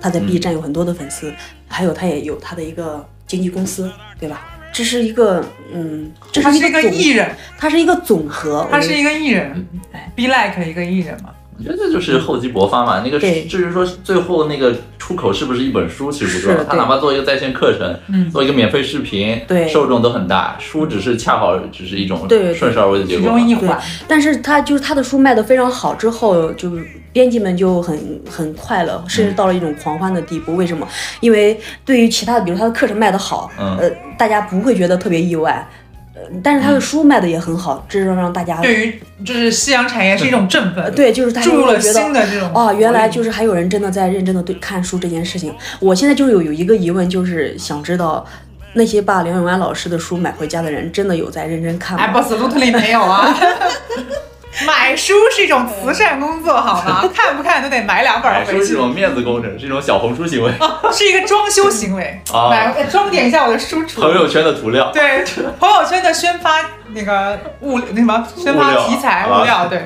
Speaker 2: 他在 B 站有很多的粉丝，还有他也有他的一个经纪公司，对吧？这是一个，嗯，这
Speaker 3: 他
Speaker 2: 是
Speaker 3: 是一个
Speaker 2: 总
Speaker 3: 艺人，
Speaker 2: 它是一个总和，
Speaker 3: 他
Speaker 2: 我
Speaker 3: 是
Speaker 2: 觉
Speaker 3: 一个艺人，Be
Speaker 2: 嗯
Speaker 3: 哎 Like 一个艺人嘛。
Speaker 1: 我觉得这就是厚积薄发嘛。那个
Speaker 2: 对
Speaker 1: 至于说最后那个出口是不是一本书，其实不重要，
Speaker 2: 是
Speaker 1: 他
Speaker 2: 对
Speaker 1: 哪怕做一个在线课程，
Speaker 3: 嗯
Speaker 1: 做一个免费视频，
Speaker 2: 对
Speaker 1: 受众都很大。书只是恰好只是一种
Speaker 2: 对对
Speaker 1: 顺势而为的结
Speaker 3: 其
Speaker 1: 果
Speaker 3: 中
Speaker 1: 嘛。
Speaker 3: 一
Speaker 2: 对
Speaker 3: 环，
Speaker 2: 但是他就是他的书卖的非常好之后，就是编辑们就很很快乐，甚至到了一种狂欢的地步。为什么？因为对于其他的，比如他的课程卖的好，
Speaker 1: 嗯
Speaker 2: 呃，大家不会觉得特别意外。呃，但是他的书卖的也很好，这就让大家
Speaker 3: 对于就是夕阳产业是一种振奋，
Speaker 2: 对，就是大家
Speaker 3: 注入
Speaker 2: 会
Speaker 3: 了
Speaker 2: 觉
Speaker 3: 新
Speaker 2: 得。
Speaker 3: 的这种
Speaker 2: 哦，原来就是还有人真的在认真的对看书这件事情。我现在就是有有一个疑问，就是想知道那些把梁永安老师的书买回家的人，真的有在认真看吗？
Speaker 3: 哎 absolutely 没有啊。 买书是一种慈善工作，好吗？ 看不看都得买两本
Speaker 1: 买
Speaker 3: 儿
Speaker 1: 书
Speaker 3: 回
Speaker 1: 是一
Speaker 3: 去，
Speaker 1: 哎种面子工程，是一种小红书 行为，
Speaker 3: 是一个装修行为。
Speaker 1: 啊
Speaker 3: 买呃装点一下我的书橱。
Speaker 1: 朋友圈的涂料。
Speaker 3: 对，朋友圈的宣发那个物那什么宣
Speaker 1: 物
Speaker 3: 发
Speaker 1: 料
Speaker 3: 题材
Speaker 1: 啊
Speaker 3: 物料，对。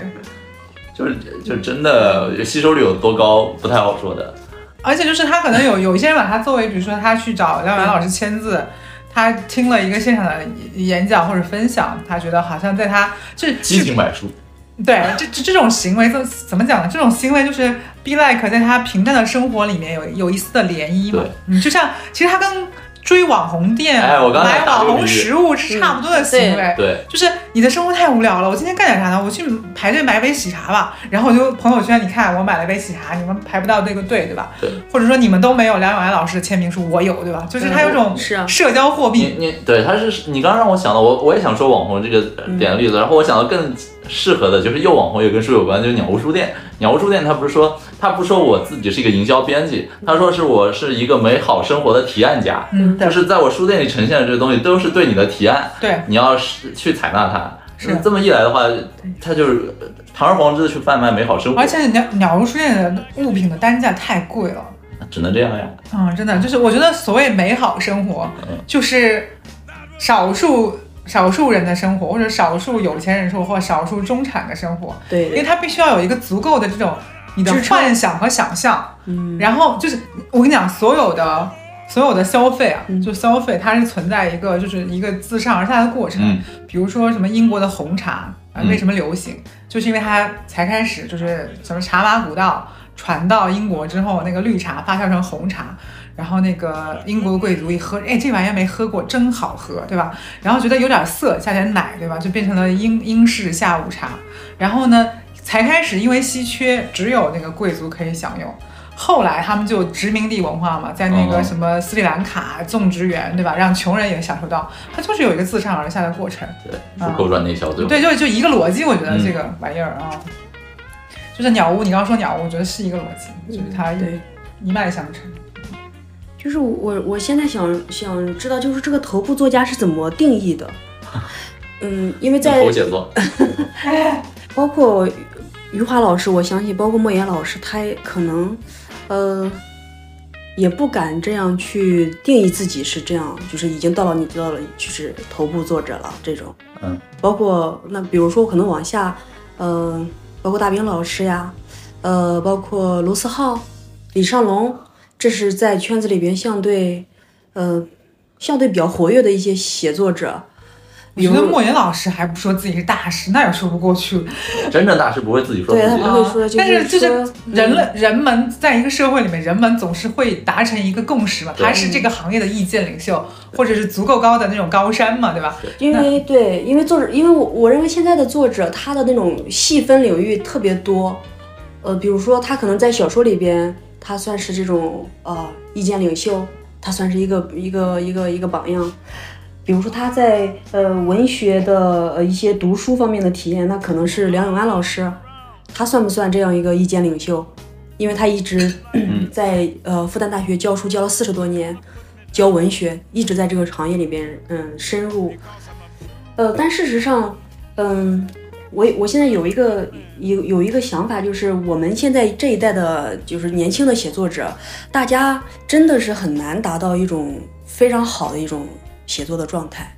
Speaker 1: 就是就真的吸收率有多高不太好说的。
Speaker 3: 而且就是他可能有有一些人把它作为，比如说他去找廖元老师签字，他听了一个现场的演讲或者分享，他觉得好像在他就是
Speaker 1: 激情买书，
Speaker 3: 对，这这这种行为怎怎么讲呢？这种行为就是 be like 在他平淡的生活里面有有一丝的涟漪嘛
Speaker 1: 对。
Speaker 3: 嗯，就像其实他跟追网红店、
Speaker 1: 哎我刚才
Speaker 3: 买
Speaker 1: 打这
Speaker 3: 网
Speaker 1: 个
Speaker 3: 红
Speaker 1: 比喻
Speaker 3: 食物是差不多的行
Speaker 2: 嗯
Speaker 3: 为。
Speaker 1: 对，
Speaker 3: 就是你的生活太无聊了，我今天干点啥呢？我去排队买杯喜茶吧。然后我就朋友圈，你看我买了杯喜茶，你们排不到这个队，对吧？
Speaker 1: 对。
Speaker 3: 或者说你们都没有梁永安老师的签名书，我有，对吧？就是他有种
Speaker 2: 嗯是啊
Speaker 3: 社交货
Speaker 1: 你
Speaker 3: 币，
Speaker 1: 你对，他是你刚让我想到，我我也想说网红这个点的例子，然后我想到更适合的就是又网红也跟书有关，就是鸟屋书店。鸟屋书店他不是说他不说我自己是一个营销编辑，他说是我是一个美好生活的提案家，
Speaker 3: 嗯，对
Speaker 1: 就，是在我书店里呈现的这个东西都是对你的提案，
Speaker 3: 对，
Speaker 1: 你要是去采纳它。
Speaker 3: 是
Speaker 1: 这么一来的话，他就是堂而皇之的去贩卖美好生活
Speaker 3: 而，且鸟鸟屋书店的物品的单价太贵了。
Speaker 1: 只能这样呀。
Speaker 3: 嗯，真的就是我觉得所谓美好生活，就是少数少数人的生活，或者少数有钱人生活，或者少数中产的生活，
Speaker 2: 对
Speaker 3: 因为他必须要有一个足够的这种你的
Speaker 2: 支撑
Speaker 3: 幻想和想象。
Speaker 2: 嗯，
Speaker 3: 然后就是我跟你讲，所有的所有的消费啊，
Speaker 2: 嗯
Speaker 3: 就消费，它是存在一个就是一个自上而下的过程。
Speaker 1: 嗯
Speaker 3: 比如说什么英国的红茶啊，
Speaker 1: 嗯
Speaker 3: 为什么流行，就是因为它才开始就是什么茶马古道传到英国之后，那个绿茶发酵成红茶。然后那个英国贵族一喝，哎，这玩意儿没喝过，真好喝，对吧？然后觉得有点涩，加点奶，对吧？就变成了英英式下午茶。然后呢，才开始因为稀缺，只有那个贵族可以享用。后来他们就殖民地文化嘛，在那个
Speaker 1: 嗯
Speaker 3: 什么斯里兰卡种植园，对吧？让穷人也享受到，它就是有一个自上而下的过程。嗯
Speaker 1: 对，出口转内销，对吧？
Speaker 3: 啊对，就就一个逻辑，我觉得
Speaker 1: 嗯
Speaker 3: 这个玩意儿啊，就是鸟屋，你刚刚说鸟屋，我觉得是一个逻辑，就是它
Speaker 2: 对，
Speaker 3: 一脉相承。
Speaker 2: 就是我我现在想想知道，就是这个头部作家是怎么定义的？嗯，因为在
Speaker 1: 口写作，
Speaker 2: 包括余华老师，我相信包括莫言老师，他也可能呃也不敢这样去定义自己是这样，就是已经到了你知道了，就是头部作者了这种。
Speaker 1: 嗯，
Speaker 2: 包括那比如说可能往下，呃，包括大兵老师呀，呃，包括卢思浩、李尚龙，这是在圈子里边相对，呃，相对比较活跃的一些写作者。
Speaker 3: 我觉得莫言老师还不说自己是大师，那也说不过去。
Speaker 1: 真正大师不会自己说自
Speaker 2: 对他
Speaker 1: 己。
Speaker 2: 不会说，
Speaker 3: 但
Speaker 2: 是
Speaker 3: 是就是
Speaker 2: 说嗯
Speaker 3: 人类、人们在一个社会里面，人们总是会达成一个共识嘛，
Speaker 1: 对
Speaker 3: 他是这个行业的意见领袖，或者是足够高的那种高山嘛，对吧？
Speaker 2: 因为对，因为作者，因为我我认为现在的作者他的那种细分领域特别多，呃，比如说他可能在小说里边，他算是这种呃意见领袖，他算是一个一个一个一个榜样。比如说他在呃文学的呃一些读书方面的体验，那可能是梁永安老师，他算不算这样一个意见领袖？因为他一直在呃复旦大学教书教了四十多年，教文学，一直在这个行业里边嗯深入。呃，但事实上，嗯，我我现在有一个有有一个想法，就是我们现在这一代的，就是年轻的写作者，大家真的是很难达到一种非常好的一种写作的状态。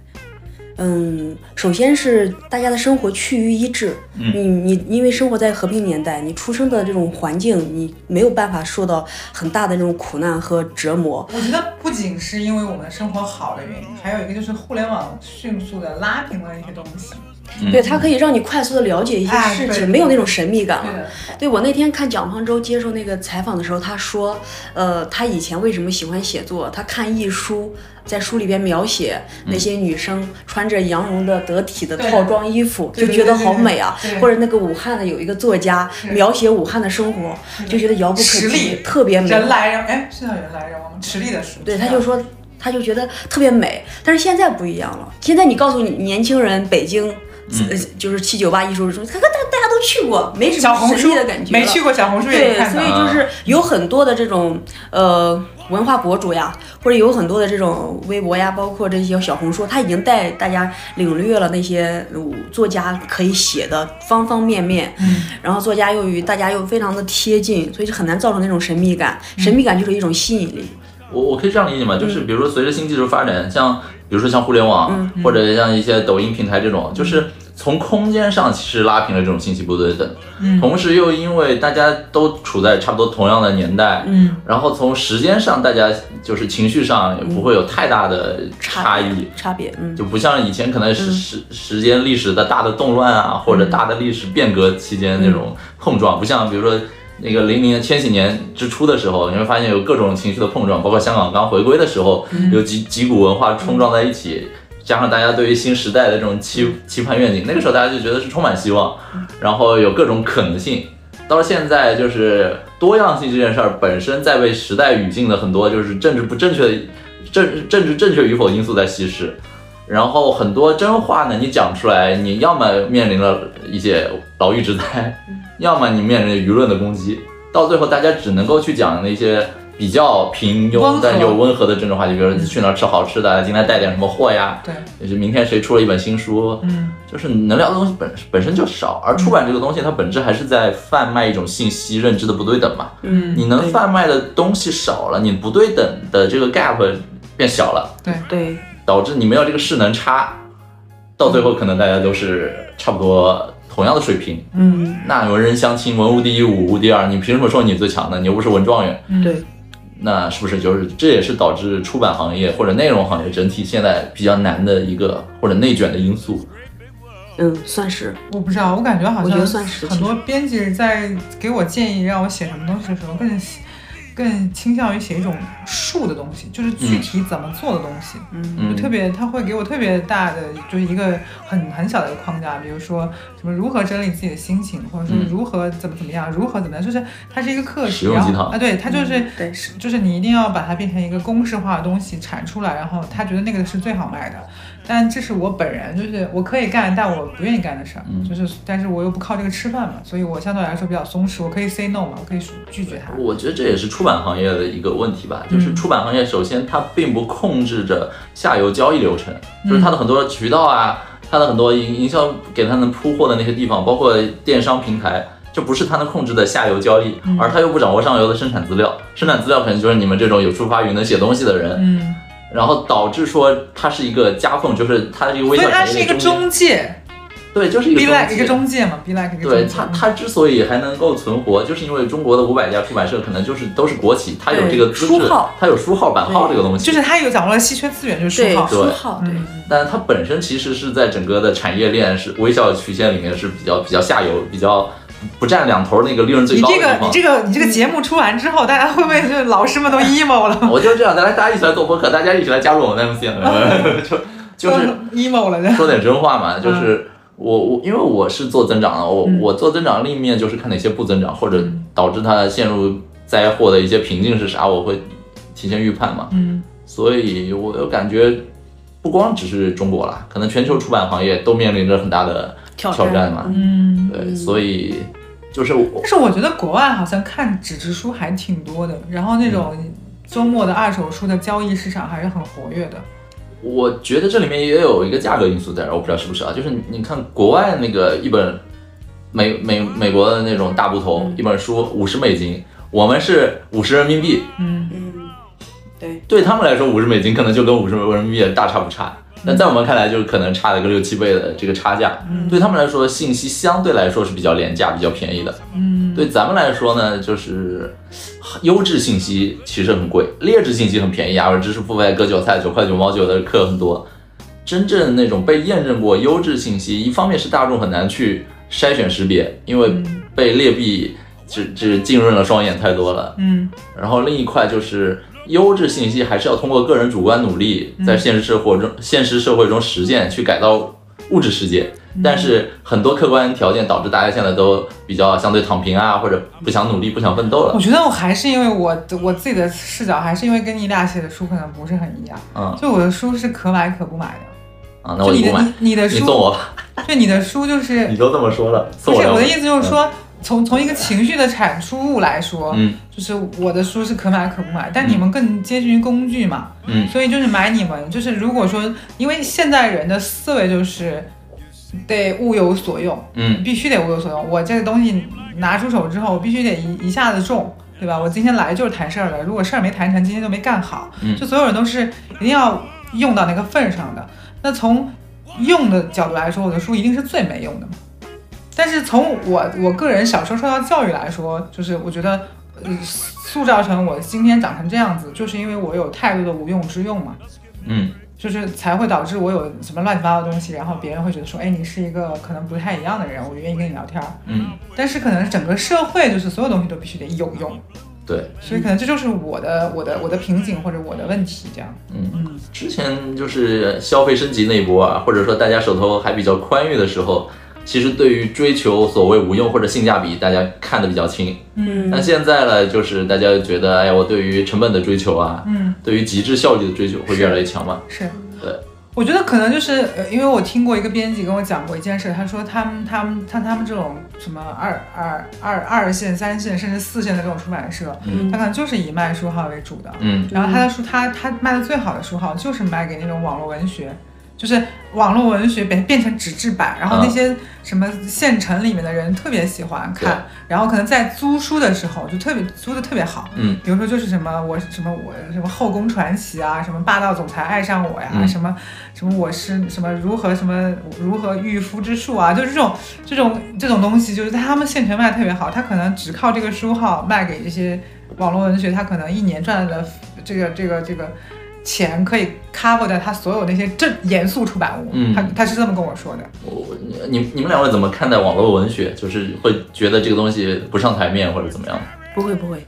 Speaker 2: 嗯，首先是大家的生活趋于一致，你你因为生活在和平年代，你出生的这种环境，你没有办法受到很大的这种苦难和折磨，
Speaker 3: 我觉得不仅是因为我们生活好的原因，还有一个就是互联网迅速的拉平了一些东西。
Speaker 1: 嗯
Speaker 2: 对它可以让你快速的了解一些
Speaker 3: 哎
Speaker 2: 事
Speaker 3: 对
Speaker 2: 情，没有那种神秘感了
Speaker 3: 对。的，
Speaker 2: 对我那天看蒋方舟接受那个采访的时候，他说，呃，他以前为什么喜欢写作？他看一书，在书里边描写那些女生穿着羊绒的得体的
Speaker 3: 对
Speaker 2: 套装衣服，
Speaker 3: 对
Speaker 2: 就
Speaker 3: 对
Speaker 2: 觉得
Speaker 3: 对对
Speaker 2: 好美啊
Speaker 3: 对。
Speaker 2: 或者那个武汉的有一个作家描写武汉的生活，就觉得遥不可
Speaker 3: 实
Speaker 2: 及
Speaker 3: 力，
Speaker 2: 特别美好。
Speaker 3: 人啊来人哎，是叫人来人往吗？池力的书，
Speaker 2: 对，他就说，他就觉得特别美。但是现在不一样了，现在你告诉你年轻人，北京，
Speaker 3: 嗯
Speaker 2: 呃，就是七九八艺术中，他大大家都去过，没什
Speaker 3: 小
Speaker 2: 么
Speaker 3: 红
Speaker 2: 神
Speaker 3: 书
Speaker 2: 秘的感觉了
Speaker 3: 没去过小红书也
Speaker 2: 对
Speaker 3: 能，看
Speaker 2: 所
Speaker 3: 到
Speaker 2: 以。
Speaker 1: 啊
Speaker 2: 就是有很多的这种呃文化博主呀，或者有很多的这种微博呀，包括这些小红书，他已经带大家领略了那些呃作家可以写的方方面面。
Speaker 3: 嗯
Speaker 2: 然后作家又与大家又非常的贴近，所以就很难造成那种神秘感。
Speaker 1: 嗯
Speaker 2: 神秘感就是一种吸引力。
Speaker 1: 我我可以这样理解吗？就是比如说随着新技术发展，像比如说像互联网或者像一些抖音平台这种，就是从空间上其实拉平了这种信息不对等，同时又因为大家都处在差不多同样的年代，
Speaker 3: 嗯，
Speaker 1: 然后从时间上大家就是情绪上也不会有太大的差异。
Speaker 2: 差别，嗯，
Speaker 1: 就不像以前可能是时时间历史的大的动乱啊，或者大的历史变革期间那种碰撞，不像比如说那个零零年千禧年之初的时候，你会发现有各种情绪的碰撞，包括香港刚回归的时候，有几几股文化冲撞在一起。加上大家对于新时代的这种期期盼愿景，那个时候大家就觉得是充满希望，然后有各种可能性。到了现在，就是多样性这件事儿本身在被时代语境的很多就是政治不正确、政政治正确与否因素在稀释，然后很多真话呢，你讲出来，你要么面临了一些牢狱之灾，
Speaker 3: 嗯
Speaker 1: 要么你面临舆论的攻击，到最后大家只能够去讲那些比较平
Speaker 3: 温
Speaker 1: 庸
Speaker 3: 和
Speaker 1: 但又温和的政治话题，比如说去哪儿吃好吃的，啊今天带点什么货呀，
Speaker 3: 对，
Speaker 1: 就是明天谁出了一本新书，
Speaker 3: 嗯，
Speaker 1: 就是能聊的东西本本身就少，而出版这个东西它本质还是在贩卖一种信息认知的不对等嘛，
Speaker 2: 嗯，
Speaker 1: 你能贩卖的东西少了，你不对等的这个 gap 变小了，
Speaker 2: 对，
Speaker 1: 导致你没有这个势能差，到最后可能大家都是差不多同样的水平，
Speaker 2: 嗯，
Speaker 1: 那文人相轻，文无第一，武无第二，你凭什么说你最强呢？你又不是文状元，
Speaker 2: 嗯对，
Speaker 1: 那是不是就是这也是导致出版行业或者内容行业整体现在比较难的一个或者内卷的因素？
Speaker 2: 嗯，算是，
Speaker 3: 我不知道，我感觉好
Speaker 2: 我觉得
Speaker 3: 像
Speaker 2: 算是
Speaker 3: 很多编辑在给我建议让我写什么东西的时候，更更倾向于写一种术的东西，就是具体怎么做的东西。
Speaker 1: 嗯
Speaker 3: 就特别，他会给我特别大的，就是一个很很小的一个框架，比如说什么如何整理自己的心情，或者说
Speaker 1: 嗯
Speaker 3: 如何怎么怎么样，如何怎么样，就是它是一个课
Speaker 1: 实
Speaker 3: 题，
Speaker 1: 用
Speaker 3: 然
Speaker 1: 鸡
Speaker 3: 后
Speaker 1: 汤
Speaker 3: 啊，对，它就是、
Speaker 2: 嗯对
Speaker 3: 是就是你一定要把它变成一个公式化的东西产出来，然后他觉得那个是最好卖的。但这是我本人，就是我可以干，但我不愿意干的事儿，
Speaker 1: 嗯
Speaker 3: 就是，但是我又不靠这个吃饭嘛，所以我相对来说比较松弛，我可以 say no 嘛，我可以拒绝他。
Speaker 1: 我觉得这也是出版行业的一个问题吧，
Speaker 3: 嗯
Speaker 1: 就是出版行业首先它并不控制着下游交易流程，就是
Speaker 3: 嗯
Speaker 1: 它的很多渠道啊，它的很多营营销给它能铺货的那些地方，包括电商平台，这不是它能控制的下游交易，
Speaker 3: 嗯
Speaker 1: 而它又不掌握上游的生产资料，生产资料可能就是你们这种有触发云能写东西的人，
Speaker 3: 嗯，
Speaker 1: 然后导致说它是一个夹缝，就是它是一个微
Speaker 3: 所
Speaker 1: 笑
Speaker 3: 以它
Speaker 1: 产
Speaker 3: 是
Speaker 1: 业
Speaker 3: 一
Speaker 1: 的
Speaker 3: 个
Speaker 1: 中间。
Speaker 3: 中介，
Speaker 1: 对，就是一个
Speaker 3: B
Speaker 1: 中
Speaker 3: like
Speaker 1: 介
Speaker 3: 一个中介嘛，B like 一个
Speaker 1: 对
Speaker 3: 中介嗯
Speaker 1: 它，。它之所以还能够存活，就是因为中国的五百家出版社可能就是都是国企，它有这个资
Speaker 2: 书
Speaker 1: 质
Speaker 2: 号，
Speaker 1: 它有书号、版号这个东西。
Speaker 3: 就是他有掌握了稀缺资源，就是
Speaker 2: 对
Speaker 3: 书号。
Speaker 1: 对
Speaker 2: 书号，对，
Speaker 3: 嗯，
Speaker 1: 但它本身其实是在整个的产业链是微笑曲线里面是比较比较下游、比较不占两头那个利润最
Speaker 3: 你
Speaker 1: 高的
Speaker 3: 这
Speaker 1: 地
Speaker 3: 个
Speaker 1: 方。
Speaker 3: 你这个你这个节目出完之后，大家会不会就是老师们都 emo 了？
Speaker 1: 我就这样，大家大家一起来做播客，大家一起来加入我们 MCN，就 就是
Speaker 3: emo 了的。
Speaker 1: 说点真话嘛，就是我我因为我是做增长的，我、我做增长另一面就是看哪些不增长，或者导致它陷入灾祸的一些瓶颈是啥，我会提前预判嘛。
Speaker 3: 嗯，
Speaker 1: 所以我有感觉，不光只是中国啦，可能全球出版行业都面临着很大的
Speaker 2: 挑
Speaker 1: 挑战嘛。
Speaker 2: 嗯
Speaker 3: 嗯，
Speaker 1: 对，所以就是我
Speaker 3: 但是我觉得国外好像看纸质书还挺多的，然后那种
Speaker 1: 嗯
Speaker 3: 周末的二手书的交易市场还是很活跃的。
Speaker 1: 我觉得这里面也有一个价格因素在这儿，我不知道是不是啊？就是你你看国外那个一本美美美国的那种大部头，一本书五十美金，我们是五十人民币，
Speaker 3: 嗯，
Speaker 2: 嗯，对，
Speaker 1: 对他们来说五十美金可能就跟五十人民币大差不差，但在我们看来就是可能差了个六七倍的这个差价。
Speaker 3: 嗯
Speaker 1: 对他们来说，信息相对来说是比较廉价、比较便宜的。
Speaker 3: 嗯，
Speaker 1: 对咱们来说呢，就是优质信息其实很贵，劣质信息很便宜啊，而知识付费割韭菜，九块九毛九的课很多。真正那种被验证过优质信息，一方面是大众很难去筛选识别，因为被劣币只只浸润了双眼太多了。
Speaker 3: 嗯，
Speaker 1: 然后另一块就是优质信息，还是要通过个人主观努力，
Speaker 3: 嗯
Speaker 1: 在现实生活中、现实社会中实践，去改造物质世界。
Speaker 3: 嗯
Speaker 1: 但是很多客观条件导致大家现在都比较相对躺平啊，或者不想努力、不想奋斗
Speaker 3: 我
Speaker 1: 了。
Speaker 3: 觉得我还是因为我的我自己的视角，还是因为跟你俩写的书可能不是很一样。
Speaker 1: 嗯
Speaker 3: 就我的书是可买可不买的，
Speaker 1: 啊，那我
Speaker 3: 就你
Speaker 1: 就不
Speaker 3: 的
Speaker 1: 买
Speaker 3: 你，你的
Speaker 1: 你
Speaker 3: 书，
Speaker 1: 送我吧。
Speaker 3: 就你的书就是
Speaker 1: 你都这么说 了，送嗯
Speaker 3: 不是
Speaker 1: 两
Speaker 3: 我
Speaker 1: 本
Speaker 3: 的意思，就是说，从从一个情绪的产出物来说，
Speaker 1: 嗯
Speaker 3: 就是我的书是可买可不买，但你们更接近于工具嘛，
Speaker 1: 嗯
Speaker 3: 所以就是买你们，就是如果说，因为现代人的思维就是得物有所用，
Speaker 1: 嗯
Speaker 3: 必须得物有所用，我这个东西拿出手之后，我必须得一一下子中。对吧？我今天来就是谈事儿的，如果事儿没谈成，今天就没干好。
Speaker 1: 嗯
Speaker 3: 就所有人都是一定要用到那个份上的。那从用的角度来说，我的书一定是最没用的嘛。但是从我我个人小时候受到教育来说，就是我觉得，呃，塑造成我今天长成这样子，就是因为我有太多的无用之用嘛，
Speaker 1: 嗯
Speaker 3: 就是才会导致我有什么乱七八糟的东西，然后别人会觉得说，哎，你是一个可能不太一样的人，我愿意跟你聊天儿。
Speaker 1: 嗯，
Speaker 3: 但是可能整个社会就是所有东西都必须得有用，
Speaker 1: 对，
Speaker 3: 所以可能这就是我的我的我的瓶颈或者我的问题这样。
Speaker 1: 嗯之前就是消费升级那一波啊，或者说大家手头还比较宽裕的时候，其实对于追求所谓无用或者性价比，大家看得比较轻。那
Speaker 2: 嗯，
Speaker 1: 现在呢，就是大家觉得，哎呀，我对于成本的追求啊，
Speaker 3: 嗯，
Speaker 1: 对于极致效率的追求会越来越强嘛？
Speaker 3: 是。
Speaker 1: 对，
Speaker 3: 我觉得可能就是，呃，因为我听过一个编辑跟我讲过一件事，他说他们他们像他们这种什么二二二二线、三线甚至四线的这种出版社，
Speaker 1: 嗯
Speaker 3: 他可能就是以卖书号为主的。
Speaker 1: 嗯
Speaker 3: 然后他的书，他他卖的最好的书号就是卖给那种网络文学，就是网络文学变变成纸质版，然后
Speaker 1: 嗯
Speaker 3: 那些什么县城里面的人特别喜欢
Speaker 1: 对
Speaker 3: 看，然后可能在租书的时候就特别租的特别好。
Speaker 1: 嗯
Speaker 3: 比如说就是什么我什么我什么后宫传奇啊，什么霸道总裁爱上我呀，
Speaker 1: 嗯
Speaker 3: 什么什么我是什么如何什么如何御夫之术啊，就是这种这种这种东西，就是他们现成卖得特别好，他可能只靠这个书号卖给这些网络文学，他可能一年赚的这个这个这个钱可以 cover 掉他所有那些正严肃出版物，
Speaker 1: 嗯
Speaker 3: 他他是这么跟我说的。
Speaker 1: 我你你们两位怎么看待网络文学？就是会觉得这个东西不上台面或者怎么样？
Speaker 2: 不会不会，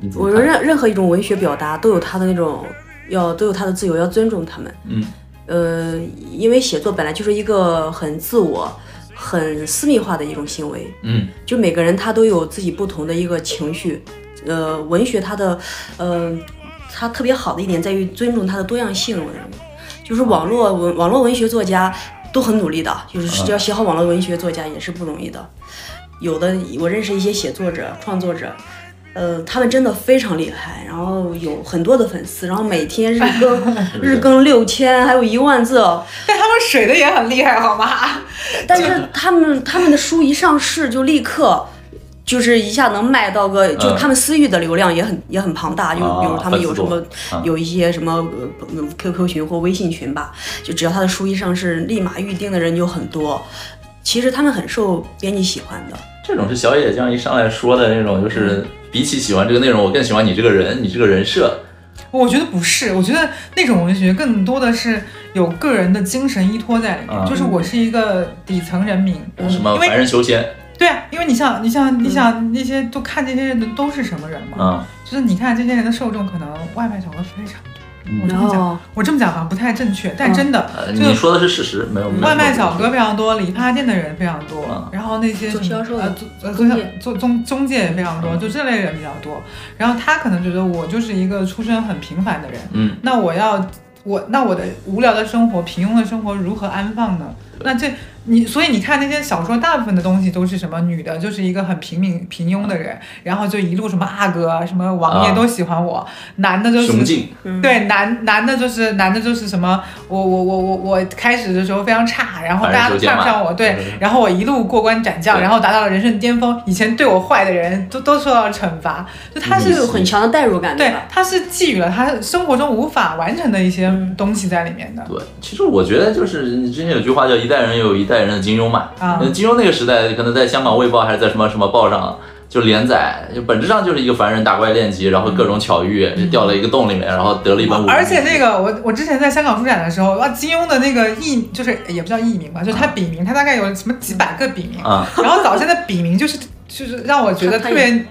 Speaker 1: 你怎
Speaker 2: 我
Speaker 1: 么
Speaker 2: 说
Speaker 1: 看？
Speaker 2: 任任何一种文学表达都有它的那种要都有它的自由，要尊重他们。
Speaker 1: 嗯
Speaker 2: 呃，因为写作本来就是一个很自我、很私密化的一种行为，
Speaker 1: 嗯
Speaker 2: 就每个人他都有自己不同的一个情绪。呃，文学它的，呃，它特别好的一点在于尊重它的多样性。我认为，就是网络文网络文学作家都很努力的，就是
Speaker 1: 嗯
Speaker 2: 要写好网络文学作家也是不容易的。有的我认识一些写作者、创作者。呃，他们真的非常厉害，然后有很多的粉丝，然后每天日更日更六千，还有一万字哦，
Speaker 3: 但他们水的也很厉害，好吗？
Speaker 2: 但是他们他们的书一上市就立刻。就是一下能卖到个，就
Speaker 1: 嗯
Speaker 2: 他们私域的流量也很也很庞大，就
Speaker 1: 啊
Speaker 2: 比如他们有
Speaker 1: 粉丝
Speaker 2: 什
Speaker 1: 多
Speaker 2: 么
Speaker 1: 嗯
Speaker 2: 有一些什么呃呃 QQ 群或微信群吧，就只要他的书一上市，立马预定的人就很多，其实他们很受编辑喜欢的。
Speaker 1: 这种是小野这样一上来说的那种，就是比起喜欢这个内容，我更喜欢你这个人，你这个人设。
Speaker 3: 我觉得不是，我觉得那种文学更多的是有个人的精神依托在里面，
Speaker 1: 嗯
Speaker 3: 就是我是一个底层人民。
Speaker 2: 嗯
Speaker 1: 什么
Speaker 3: 因为
Speaker 1: 凡人修仙
Speaker 3: 对啊，因为你像你像你想那些都看这些人的都是什么人嘛，
Speaker 1: 啊，
Speaker 3: 就是你看这些人的受众可能外卖小哥非常多。我这
Speaker 2: 然
Speaker 3: 么讲，
Speaker 2: 后，
Speaker 3: 我这么讲好像不太正确，但
Speaker 2: 嗯
Speaker 3: 真的
Speaker 1: 呃
Speaker 3: 就
Speaker 1: 你说的是事实，没有没有
Speaker 3: 外卖小哥非常多，理发店的人非常
Speaker 1: 嗯
Speaker 3: 多，然后那些
Speaker 2: 做
Speaker 3: 什么
Speaker 2: 销售的
Speaker 3: 呃做
Speaker 2: 中
Speaker 3: 呃做销
Speaker 2: 介
Speaker 3: 做中中介也非常多，
Speaker 1: 嗯
Speaker 3: 就这类人比较多。然后他可能觉得我就是一个出身很平凡的人，
Speaker 1: 嗯，
Speaker 3: 那我要我那我的无聊的生活、平庸的生活如何安放呢？那这你所以你看那些小说，大部分的东西都是什么女的就是一个很平民平庸的人，然后就一路什么阿哥、什么王爷
Speaker 1: 嗯啊
Speaker 3: 都喜欢我，男的就是
Speaker 1: 雄竞
Speaker 2: 嗯，
Speaker 3: 对，男男的就是男的就是什么，我我我我我开始的时候非常差，然后
Speaker 1: 反
Speaker 3: 大
Speaker 1: 正
Speaker 3: 家
Speaker 1: 就
Speaker 3: 都
Speaker 1: 这样
Speaker 3: 看不上我，对，
Speaker 1: 嗯
Speaker 3: 然后我一路过关斩将，
Speaker 1: 对
Speaker 3: 然后达到了人生巅峰。以前对我坏的人都都受到了惩罚，就他
Speaker 1: 嗯
Speaker 2: 是
Speaker 3: 是
Speaker 2: 有很强的代入感的
Speaker 3: 对
Speaker 2: 吧。，
Speaker 3: 他是寄予了他生活中无法完成的一些
Speaker 2: 嗯
Speaker 3: 东西在里面的。
Speaker 1: 对，其实我觉得就是之前有句话叫“一代人有一代人的金庸”嘛。
Speaker 3: 啊
Speaker 1: 呃金庸那个时代，可能在香港卫报还是在什么什么报上就连载，就本质上就是一个凡人打怪练级，然后各种巧遇，就掉了一个洞里面，然后得了一本武。
Speaker 3: 哦而且那个我我之前在香港书展的时候，哇，金庸的那个艺就是也不叫艺名吧，就是他笔名，他大概有什么几百个笔名，
Speaker 1: 啊，
Speaker 3: 然后早先的笔名就是就是让我觉得特别。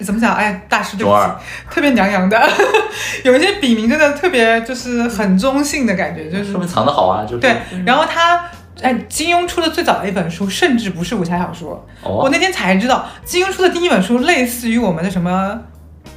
Speaker 3: 怎么讲？哎，大师对不
Speaker 1: 中
Speaker 3: 起
Speaker 1: 二，
Speaker 3: 特别娘娘的， 有一些笔名真的特别，就是很中性的感觉，就是
Speaker 1: 说明藏得好啊，就是
Speaker 3: 对。然后他，哎，金庸出的最早的一本书，甚至不是武侠小说。我
Speaker 1: 哦，
Speaker 3: 那天才知道，金庸出的第一本书类似于我们的什么，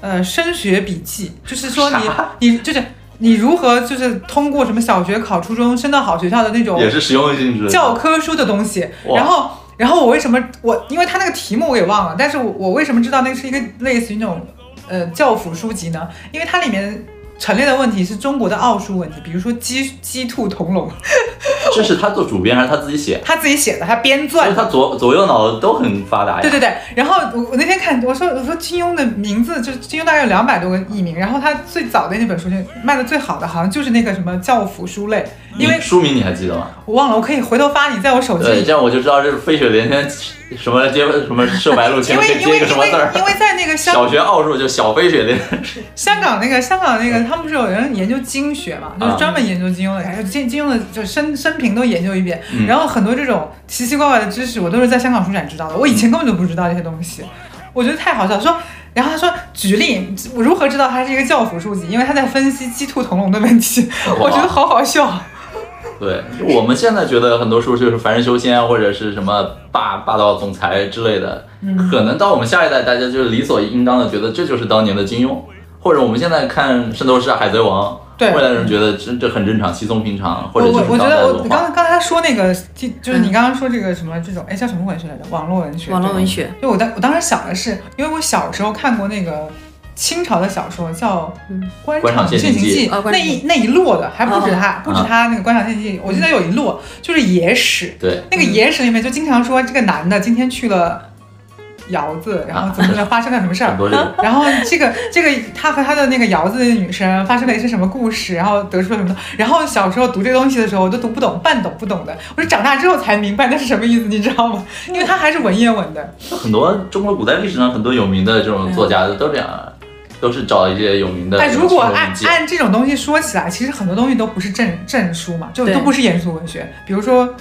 Speaker 3: 呃，升学笔记，就是说你
Speaker 1: 啥
Speaker 3: 你就是你如何就是通过什么小学考初中升到好学校的那种
Speaker 1: 也是实用性质的
Speaker 3: 教科书的东西。
Speaker 1: 哇
Speaker 3: 然后，然后我为什么我因为他那个题目我给忘了，但是我我为什么知道那是一个类似于那种呃教辅书籍呢？因为它里面。陈列的问题是中国的奥数问题，比如说鸡鸡兔同笼，
Speaker 1: 这是他做主编还是他自己写？
Speaker 3: 他自己写的，他编
Speaker 1: 所以
Speaker 3: 撰
Speaker 1: 他
Speaker 3: 的。
Speaker 1: 左左右脑都很发达呀。
Speaker 3: 对对对，然后我我那天看，我说我说金庸的名字就是金庸大概有两百多个艺名，然后他最早的那本书就卖的最好的，好像就是那个什么教辅书类，因为
Speaker 1: 你嗯书名你还记得吗？
Speaker 3: 我忘了，我可以回头发你在我手机
Speaker 1: 对，
Speaker 3: 里
Speaker 1: 这样我就知道这是飞雪连天，什么接什么射白鹿，前
Speaker 3: 因为
Speaker 1: 面
Speaker 3: 因
Speaker 1: 接
Speaker 3: 为
Speaker 1: 一个什
Speaker 3: 因
Speaker 1: 么
Speaker 3: 为
Speaker 1: 字儿。
Speaker 3: 因为在那个香
Speaker 1: 小学奥数就小飞雪连
Speaker 3: 香港
Speaker 1: 嗯
Speaker 3: 那个香港那个，他们不是有人研究经学嘛，就是专门研究金庸的，还有金金庸的就生生平都研究一遍，
Speaker 1: 嗯
Speaker 3: 然后很多这种奇奇怪怪的知识，我都是在香港书展
Speaker 1: 嗯
Speaker 3: 知道的，我以前根本就不知道这些东西，我觉得太好笑。说，然后他说举例，我如何知道它是一个教辅书籍？因为他在分析鸡兔同笼的问题，
Speaker 1: 哦
Speaker 3: 我觉得好好笑。
Speaker 1: 对，我们现在觉得很多书就是凡人修仙啊或者是什么霸霸道总裁之类的，
Speaker 3: 嗯
Speaker 1: 可能到我们下一代，大家就是理所应当的觉得这就是当年的金庸，或者我们现在看《圣斗士》《海贼王》，
Speaker 3: 对
Speaker 1: 未来人觉得这这很正常、稀松平常，或
Speaker 3: 我
Speaker 1: 者就
Speaker 3: 我
Speaker 1: 是
Speaker 3: 我觉
Speaker 1: 当代
Speaker 3: 得
Speaker 1: 文
Speaker 3: 我
Speaker 1: 化。
Speaker 3: 刚刚才说那个，就就是
Speaker 1: 嗯
Speaker 3: 你刚刚说这个什么这种，哎，叫什么文学来着？网络文学。
Speaker 2: 网络
Speaker 3: 对
Speaker 2: 文学，
Speaker 3: 就我当我当时想的是，因为我小时候看过那个清朝的小说，叫
Speaker 2: 嗯
Speaker 3: 《官
Speaker 1: 官场
Speaker 3: 陷
Speaker 1: 陷阱记
Speaker 3: 记
Speaker 2: 哦》，官
Speaker 3: 那
Speaker 2: 场陷
Speaker 3: 一那一摞的，还不止它，不止
Speaker 1: 啊
Speaker 3: 它那个《官场陷阱记》，我记得有一摞就是野史，
Speaker 1: 对，
Speaker 3: 那个野史里面就经常说这个男的今天去了窑子，然后怎么怎么发生了什么事儿
Speaker 1: 很，多这种。
Speaker 3: 然后这个这个他和他的那个窑子的女生发生了一些什么故事，然后得出了什么？然后小时候读这个东西的时候，我都读不懂，半懂不懂的。我是长大之后才明白那是什么意思，你知道吗？因为它还是文言文的。
Speaker 1: 很多中国古代历史上很多有名的这种作家都这样，都是找一些有名的。
Speaker 3: 但嗯哎如果按
Speaker 1: 借
Speaker 3: 按这种东西说起来，其实很多东西都不是正正书嘛，就
Speaker 2: 对
Speaker 3: 都不是严肃文学。比如说